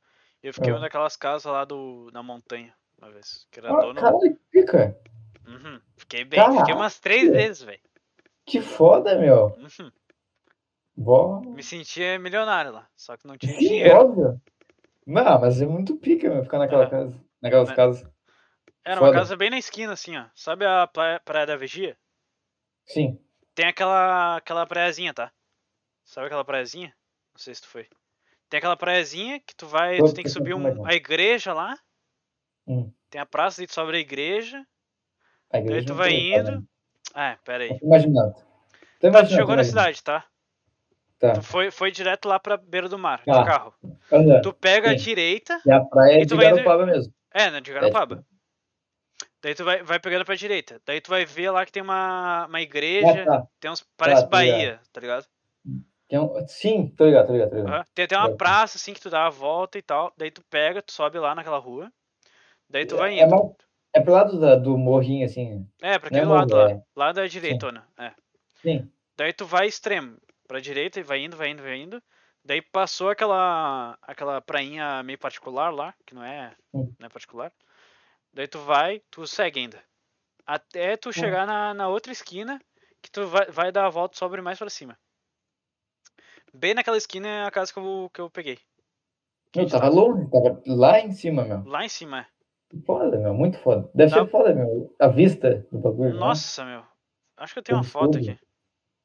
E eu fiquei em uma Ah. daquelas casas lá do, na montanha, uma vez. Que era Ah, dono. caralho, que pica! Uhum. Fiquei bem, fiquei umas três Caraca. vezes, velho. Que foda, meu! Uhum. Bom, Me sentia milionário lá, só que não tinha Sim, dinheiro. óbvio. Não, mas é muito pica, meu, ficar naquela É. casa, naquelas É. casas. Era uma foda. casa bem na esquina, assim, ó. Sabe a praia, praia da Vigia? Sim, Tem aquela, aquela praiazinha, tá? Sabe aquela praiazinha? Não sei se tu foi. Tem aquela praiazinha que tu vai, Eu tu tem que sei subir como é que um, é. a igreja lá. Hum. Tem a praça, daí tu sobe a igreja. a Daí igreja tu não vai tem nada, né? indo. Ah, pera aí. Tô Imaginando. Tô Tá, tu imaginando, tô chegou na imaginando. cidade, tá? é Tá. Tu foi, foi direto lá pra beira do mar, Tá. de carro. Aham. Tu pega a Sim. direita. E a praia E é tu de vai indo- Garopaba mesmo. É, né, de Garopaba. Daí tu vai, vai pegando pra direita. Daí tu vai ver lá que tem uma, uma Ah, igreja. tá. Tem uns. Parece tá ligado. Bahia, tá ligado? Tem um- Sim, tô ligado, tô ligado, tô ligado. Aham. Tem até uma Vai. praça assim que tu dá a volta e tal. Daí tu pega, tu sobe lá naquela rua. Daí tu vai É, é indo. mal- é pro lado da- do morrinho, assim. É, pra Não é aquele lado morro, lá. é. Lá da direitona. É. Sim. Daí tu vai extremo. Pra direita e vai indo, vai indo, vai indo. Daí passou aquela. aquela prainha meio particular lá, que não é. Hum. Não é particular. Daí tu vai, tu segue ainda. Até tu chegar na, na outra esquina, que tu vai, vai dar a volta e sobe mais pra cima. Bem naquela esquina é a casa que eu, que eu peguei. Que a Meu, gente tava tava- longe, tava lá em cima, meu. Lá em cima, é. Foda, meu, muito foda. Deve Tá. ser foda, meu, a vista do bagulho. né? Nossa, meu. Acho que eu tenho Que uma foto absurdo. aqui.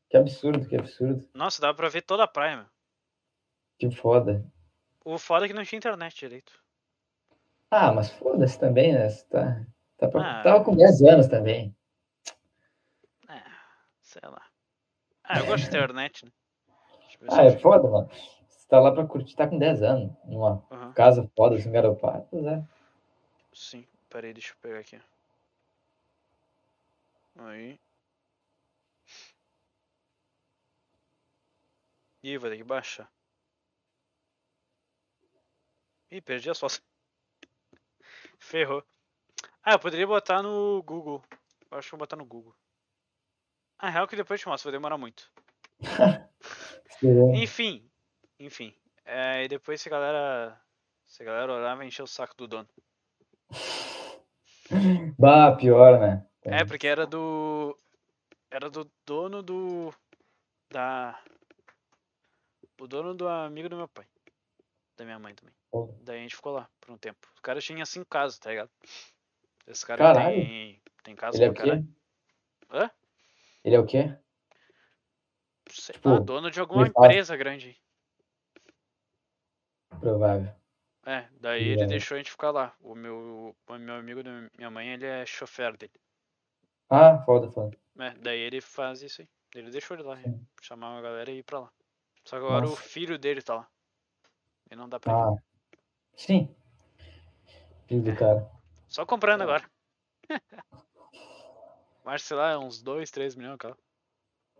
Que absurdo, que absurdo. Nossa, dá pra ver toda a praia, meu. Que foda. O foda é que não tinha internet direito. Ah, mas foda-se também, né? Você tá, tá pra- Ah. Tava com 10 anos também. Sei lá. Ah, eu gosto de internet, né? Deixa eu ver se Ah, eu é acho. foda, mano. Você tá lá pra curtir, tá com 10 anos, numa Aham, casa foda, assim, garopado, né? sim. Pera aí, deixa eu pegar aqui. Aí. Ih, vou ter que baixar. Ih, perdi as fotos. Ferrou. Ah, eu poderia botar no Google. Eu acho que eu vou botar no Google. Ah, real que depois eu te mostro, vai demorar muito. Você- um Enfim, enfim. É, e depois se a galera. Se a galera orar, vai encher o saco do dono. Bah, pior, né? É, porque era do. Era do dono do. Da. O dono do amigo do meu pai. Da minha mãe também. Pô. Daí a gente ficou lá por um tempo. Os caras tinham cinco casas, tá ligado? Esse cara Caralho. tem. Tem casa Ele é o pra quê? caralho. Hã? Ele é o quê? Sei lá, Tipo, dono de alguma ele fala- empresa grande. Provável. É, daí Ele ele é- deixou a gente ficar lá. O meu, o meu amigo da minha mãe, ele é chofer dele. Ah, foda, foda. É, daí ele faz isso aí. Ele deixou ele lá, Sim. chamar uma galera e ir pra lá. Só que agora o Nossa. filho dele tá lá. E não dá pra ir. Ah, sim. Filho do cara. Só É. comprando agora. Mas sei lá, é uns 2, 3 milhões, cara.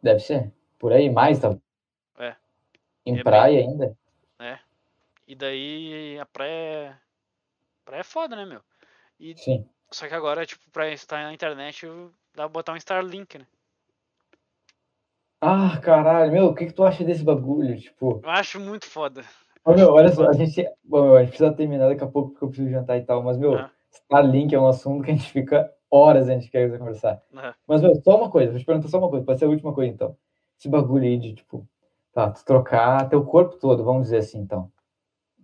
Deve ser. Por aí, mais, tá? É. Em É praia ainda? E daí a praia. é- Praia é foda, né, meu? Sim. Só que agora, tipo, pra estar na internet, eu- dá pra botar um Starlink, né? Ah, caralho, meu, o que que tu acha desse bagulho? Tipo. Eu acho muito foda. Ô, meu, olha só, a gente, bom, meu, a gente precisa terminar daqui a pouco porque eu preciso jantar e tal, mas, meu, Ah. Starlink é um assunto que a gente fica horas a gente quer conversar. Aham. Mas, meu, só uma coisa, vou te perguntar só uma coisa, pode ser a última coisa, então. Esse bagulho aí de, tipo, tá, tu trocar teu corpo todo, vamos dizer assim, então,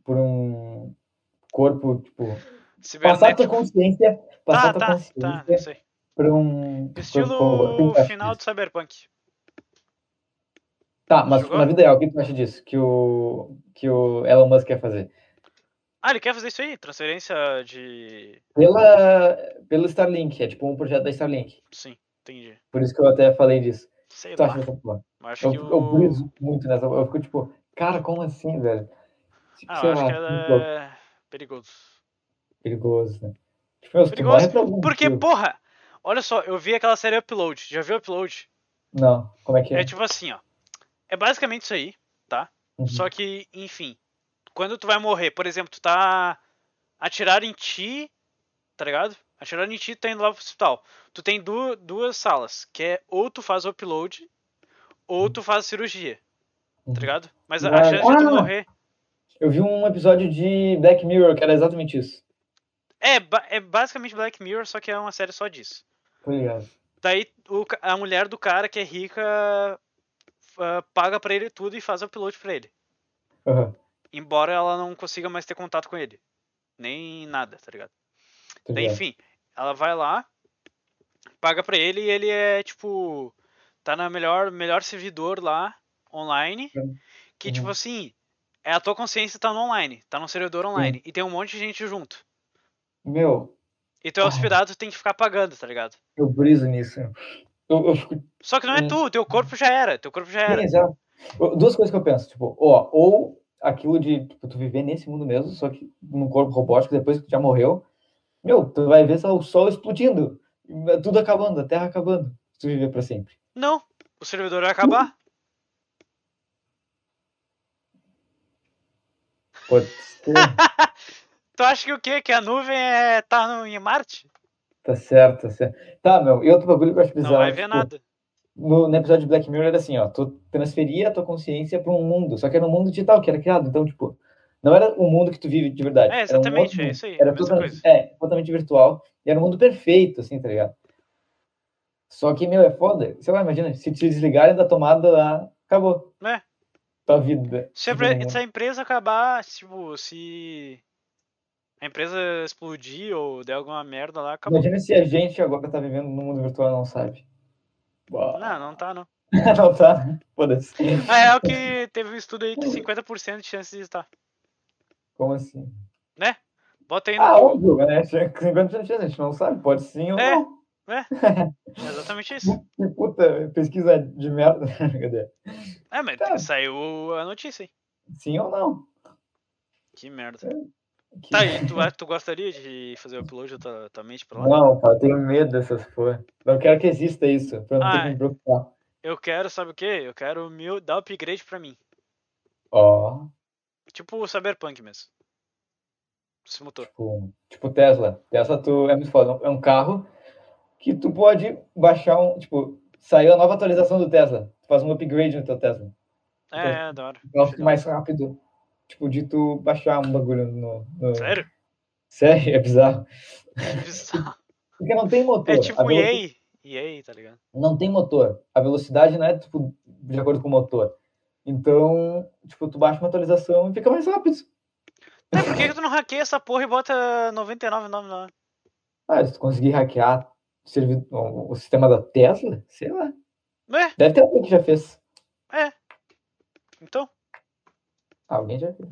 por um corpo, tipo, passar tua Cibernético. consciência, Tá, tá, passar tua tá, não consciência sei. pra um... pra- pra- pra- pra- Estilo pra- pra- final do Cyberpunk. Tá, mas tipo, Jogou? na vida real, o que tu acha disso? Que o, que o Elon Musk quer fazer? Ah, ele quer fazer isso aí? Transferência de. Pela, pelo Starlink, é tipo um projeto da Starlink. Sim, entendi. Por isso que eu até falei disso. Sei O que tu lá. acha dessa porra? Mas acho Eu, que eu o. briso muito nessa. Eu fico tipo, cara, como assim, velho? Tipo, Ah, sei eu acho lá, que tipo, ela é perigoso. perigoso, né? Tipo, meu, se tu Perigoso, morre pra algum Porque, motivo- porra, olha só, eu vi aquela série Upload. Já viu Upload? Não, como é que é? É tipo assim, ó. É basicamente isso aí. Uhum. Só que, enfim, quando tu vai morrer, por exemplo, tu tá atirar em ti, tá ligado? Atirar em ti, tu tá indo lá pro hospital. Tu tem du- duas salas, que é ou tu faz o upload, ou tu faz cirurgia, tá Uhum. ligado? Mas a, Ah, a chance de tu ah! morrer Eu vi um episódio de Black Mirror que era exatamente isso. é, ba- é basicamente Black Mirror, só que é uma série só disso. Tô ligado. Daí o ca- a mulher do cara que é rica ah, paga pra ele tudo e faz o upload pra ele. Aham, Embora ela não consiga mais ter contato com ele. Nem nada, tá ligado? tô Daí, ligado. enfim, ela vai lá, paga pra ele e ele é tipo tá na melhor melhor servidor lá online, Uhum. que tipo assim, é a tua consciência tá no online, tá num servidor online e tem um monte de gente junto. Meu, E tu é Ah. hospedado, tu tem que ficar pagando, tá ligado? eu briso nisso. Eu, eu fico. Só que não é Hum. tu, teu corpo já era, teu corpo já Sim, era. exato. é um, Eu- Duas coisas que eu penso, tipo, ó, ou aquilo de tipo, tu viver nesse mundo mesmo, só que num corpo robótico, depois que tu já morreu, meu, tu vai ver só o sol explodindo, é tudo acabando, a terra acabando, se tu viver pra sempre. Não, o servidor vai acabar. Pode ser, Tu acha que o quê? Que a nuvem é tá no, em Marte? tá certo, tá certo. Tá, meu, e outro bagulho que eu acho bizarro. Não vai ver tipo, nada. No, no episódio de Black Mirror era assim, ó, tu transferia a tua consciência pra um mundo, só que era um mundo digital que era criado, então, tipo, não era o mundo que tu vive de verdade. É, era um outro exatamente, é mundo. isso aí, é a Era mesma totalmente, coisa. é, totalmente virtual e era um mundo perfeito, assim, tá ligado? Só que, meu, é foda. Sei lá, imagina, se te desligarem da tomada lá, acabou. É. Tua vida. Se a, Tipo, empre- se a empresa acabar, tipo, se a empresa explodir ou der alguma merda lá, acabou. Imagina se a gente agora tá vivendo num mundo virtual e não sabe. Uau. Não, não tá, não. não tá? Foda-se. Ah, é o que teve um estudo aí que 50% de chance de estar. Como assim? Bota aí no Ah, Google. óbvio, né? 50% de chance, a gente não sabe, pode sim ou É. não. É exatamente isso. Que puta pesquisa de merda. Cadê? É, mas Tá. saiu a notícia, hein? Sim ou não? Que merda. É. Que- Tá, e tu, ah, tu gostaria de fazer o upload da tua, tua mente pra lá? Não, cara, eu tenho medo dessas porra. Não quero que exista isso, pra eu não ter que Ai. me preocupar. Eu quero, sabe o quê? Eu quero mil, dar upgrade pra mim. Ó, Tipo o Cyberpunk mesmo. Esse motor. tipo, tipo Tesla. Tesla tu, é muito foda. É um carro que tu pode baixar um. Tipo, saiu a nova atualização do Tesla. Tu faz um upgrade no teu Tesla. É, é, da hora. Eu acho que mais rápido. Tipo, de tu baixar um bagulho no. no- Sério? Sério? É bizarro. É. Bizarro. Porque não tem motor. É a tipo velocidade- EA. EA, tá ligado? não tem motor. A velocidade não é tipo, de acordo com o motor. Então, tipo, tu baixa uma atualização e fica mais rápido. Tá, por que, que tu não hackeia essa porra e bota 99,99? Ah, se tu conseguir hackear o, servi- o- o sistema da Tesla, sei lá. Né? Deve ter alguém que já fez. Então, Ah, alguém já fez.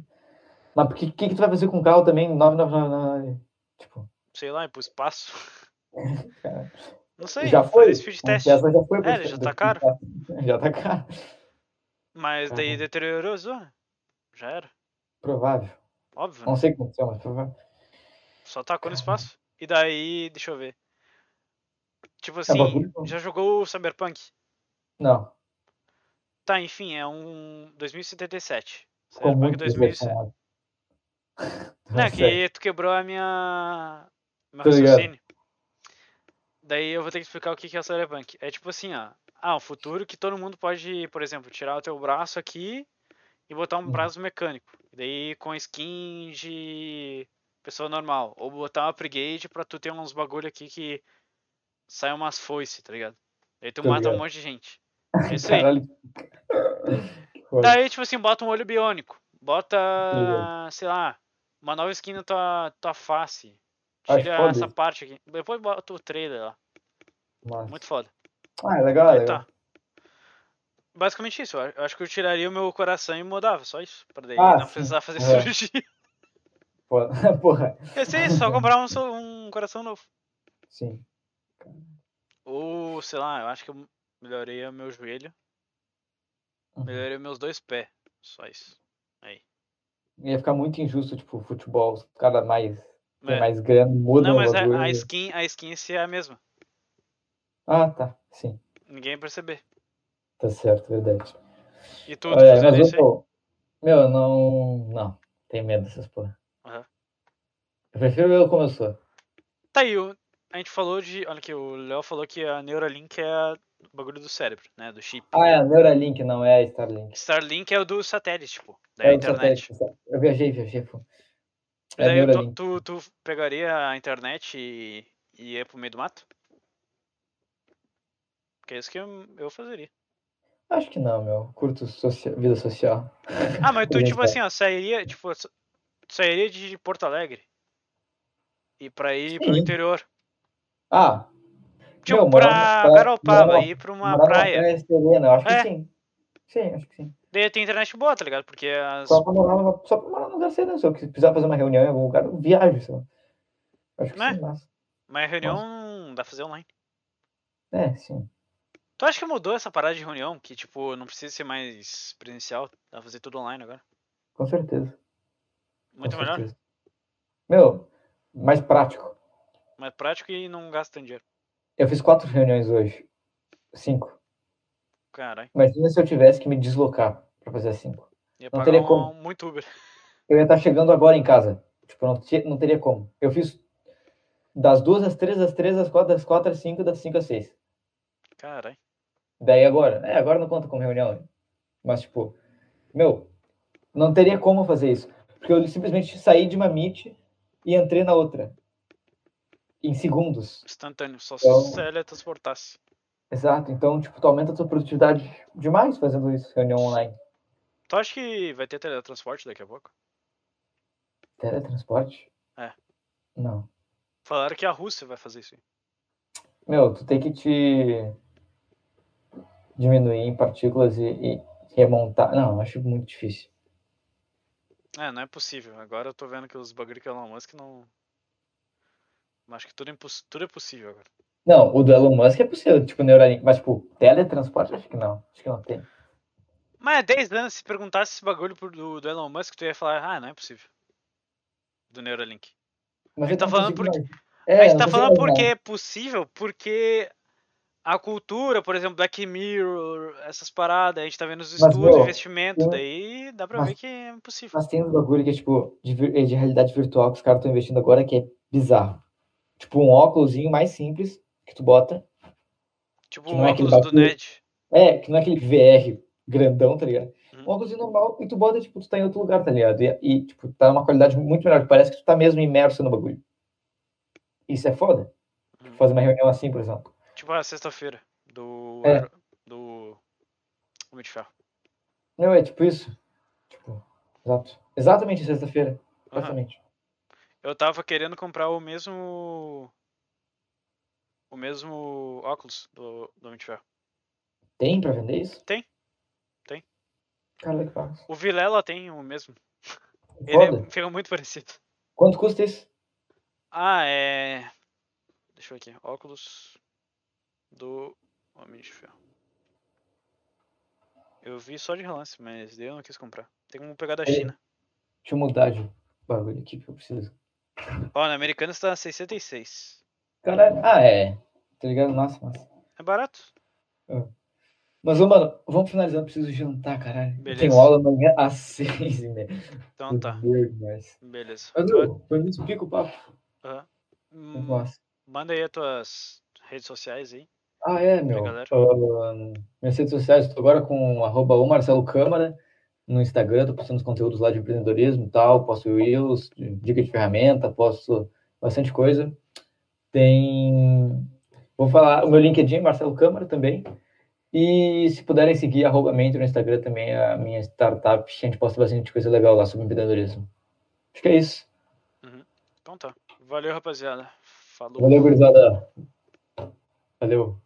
Mas o que, que, que tu vai fazer com o carro também? 9999. Tipo, sei lá, ir pro espaço. Cara, Não sei. já fazer foi. speed O test. Tesla já foi. pro É, ele já speed tá caro. test. Já tá caro. Mas daí Aham. deteriorou a zona. Já era. Provável. Óbvio. né? Não sei o que aconteceu, mas provável. Só tacou no espaço. E daí, deixa eu ver. Tipo Tá assim, bagulho? já jogou o Cyberpunk? Não. Tá, enfim, é um 2077. Ficou Cyberpunk muito 2077. decepcionado. Não, é Né, que tu quebrou a minha. Meu Tá Tô ligado. raciocínio. Daí eu vou ter que explicar o que que é o cyberpunk. É tipo assim, ó. Ah, um futuro que todo mundo pode, por exemplo, tirar o teu braço aqui e botar um Uhum. braço mecânico. Daí com skin de pessoa normal. Ou botar uma brigade pra tu ter uns bagulho aqui que sai umas foice, tá ligado? Daí tu Tô mata um ligado. monte de gente. É isso aí. Caralho. Foi. Daí, tipo assim, bota um olho biônico. Bota, Legal. sei lá, uma nova skin na tua, tua face. Acho Tira foda essa isso. parte aqui. Depois bota o trailer lá. Massa. Muito foda. Ah, legal, Aí legal. tá. basicamente isso. Eu acho que eu tiraria o meu coração e mudava, só isso. Pra daí Ah, não sim. precisar fazer É. cirurgia. tá. Porra, porra. Eu sei, só comprar um, so- um coração novo. Sim. Ou, sei lá, eu acho que eu melhorei o meu joelho. Uhum. Melhorei meus dois pés. Só isso. Ia ficar muito injusto, tipo, futebol, os caras mais, tem É. mais grana mudam Não, o mas é, a, bagulho. né? a skin, a skin em si é a mesma. Ah, tá. Sim, Ninguém vai perceber. tá certo, verdade. E tu, tu Olha, fizeria mas isso eu, aí? pô, meu, eu não. Não, tenho medo dessas porra. Aham. Eu prefiro eu como eu sou. Tá aí, o- a gente falou de. Olha aqui, o Léo falou que a Neuralink é a- o bagulho do cérebro, né? Do chip. Ah, é a Neuralink, não é a Starlink. Starlink é o do satélite, tipo, da É o internet. satélite. Eu viajei, viajei, pô. E É a daí tu- Neuralink. tu, tu, pegaria a internet e, e ia pro meio do mato? Porque é isso que eu, eu fazeria. Acho que não, meu. Curto socia- vida social. Ah, mas tu, Pois tipo é. assim, ó, sairia, tipo, sa- sairia de Porto Alegre. E pra ir pro Sim. interior. Ah, Tipo, Não, morar pra numa praia- morar Garopaba, numa- ir pra uma morar numa praia. praia serena, eu acho É. que sim. Sim, acho que sim. Daí tem internet boa, tá ligado? Porque as. Só pra morar, numa- só pra morar num lugar sereno. Se eu precisar fazer uma reunião em algum lugar, eu viajo, sei lá. Acho que Né? sim, mas... Mas reunião dá pra fazer online. É, sim. Tu acha que mudou essa parada de reunião? Que, tipo, não precisa ser mais presencial, dá pra fazer tudo online agora. Com certeza. Muito com melhor, certeza. Meu, mais prático. mais prático e não gasta tanto dinheiro. Eu fiz quatro reuniões hoje. Cinco. Caralho, Imagina se eu tivesse que me deslocar pra fazer as cinco. ia Não pagar teria um, como. muito Uber. Eu ia estar chegando agora em casa. Tipo, não, ti- não teria como. Eu fiz das duas às três, às três, às quatro, às quatro, às cinco, das cinco às seis. Caralho. Daí agora, é, agora não conta como reunião, né? mas tipo, meu, não teria como fazer isso, porque eu simplesmente saí de uma meet e entrei na outra em segundos. Instantâneo, só Então- se ela transportasse. Exato, então tipo, tu aumenta a tua produtividade demais fazendo isso, reunião online. Tu acha que vai ter teletransporte daqui a pouco? Teletransporte? É. Não. Falaram que a Rússia vai fazer isso. aí. Meu, tu tem que te diminuir em partículas e, e remontar. Não, eu acho muito difícil. É, não é possível. Agora eu tô vendo que os bagulho que Elon Musk não. Acho que tudo é, imposs- tudo é possível agora. Não, o do Elon Musk é possível, tipo, Neuralink, mas tipo, teletransporte acho que não, acho que não tem. Mas há 10 anos, se perguntasse esse bagulho pro- do, do Elon Musk, tu ia falar, ah, não é possível. Do Neuralink. Mas A gente tá eu não falando consigo porque- imaginar. É, a eu gente não tá consigo falando porque imaginar. é possível, porque a cultura, por exemplo, Black Mirror, essas paradas, a gente tá vendo os Mas, estudos, meu, investimento, eu- daí dá pra mas- ver que é impossível. Mas tem uns bagulho que é tipo de, vir- de realidade virtual que os caras estão investindo agora que é bizarro. Tipo, um óculosinho mais simples que tu bota. Tipo que o não é aquele óculos do bagulho- Ned. É, que não é aquele VR grandão, tá ligado? Uhum. Um óculosinho normal e tu bota, tipo, tu tá em outro lugar, tá ligado? E, e, tipo, tá uma qualidade muito melhor. Parece que tu tá mesmo imerso no bagulho. Isso é foda. Uhum. Fazer uma reunião assim, por exemplo. Tipo a sexta-feira do. É. aero- do. é Homem de Ferro. Não, é tipo isso. Tipo, exato. Exatamente sexta-feira. Aham. Exatamente. Eu tava querendo comprar o mesmo. O mesmo óculos do, do Homem de Ferro. Tem pra vender isso? Tem. Tem. Caralho, que passa. O Vilela tem o mesmo. Ele é- Foda. fica muito parecido. Quanto custa isso? Ah, é. Deixa eu ver aqui. Óculos do Homem de Ferro. Eu vi só de relance, mas daí eu não quis comprar. Tem como pegar da Ele- China. Deixa eu mudar de bagulho aqui que eu preciso. Ó, na americana está 66. Caralho. Ah, é. Tá ligado? Nossa, mas. É barato. Mas, ô, mano, vamos finalizando. Eu preciso jantar, caralho. Eu Beleza. Tenho aula amanhã às seis e meia. Então tá. Então Mas... Beleza. Mas, Tu- meu, foi muito pico o papo. Aham. Muito Hum, massa. Manda aí as tuas redes sociais aí. Ah, é, meu. galera. Ahn, minhas redes sociais, estou agora com arroba o Marcelo Câmara no Instagram, estou postando os conteúdos lá de empreendedorismo e tal, posto Reels, dica de ferramenta, posto bastante coisa. Tem. Vou falar o meu LinkedIn, Marcelo Câmara também. E se puderem seguir, arroba Mentor no Instagram também, é a minha startup, a gente posta bastante coisa legal lá sobre empreendedorismo. Acho que é isso. Então tá. Valeu, rapaziada. Falou. Valeu, gurizada. Valeu.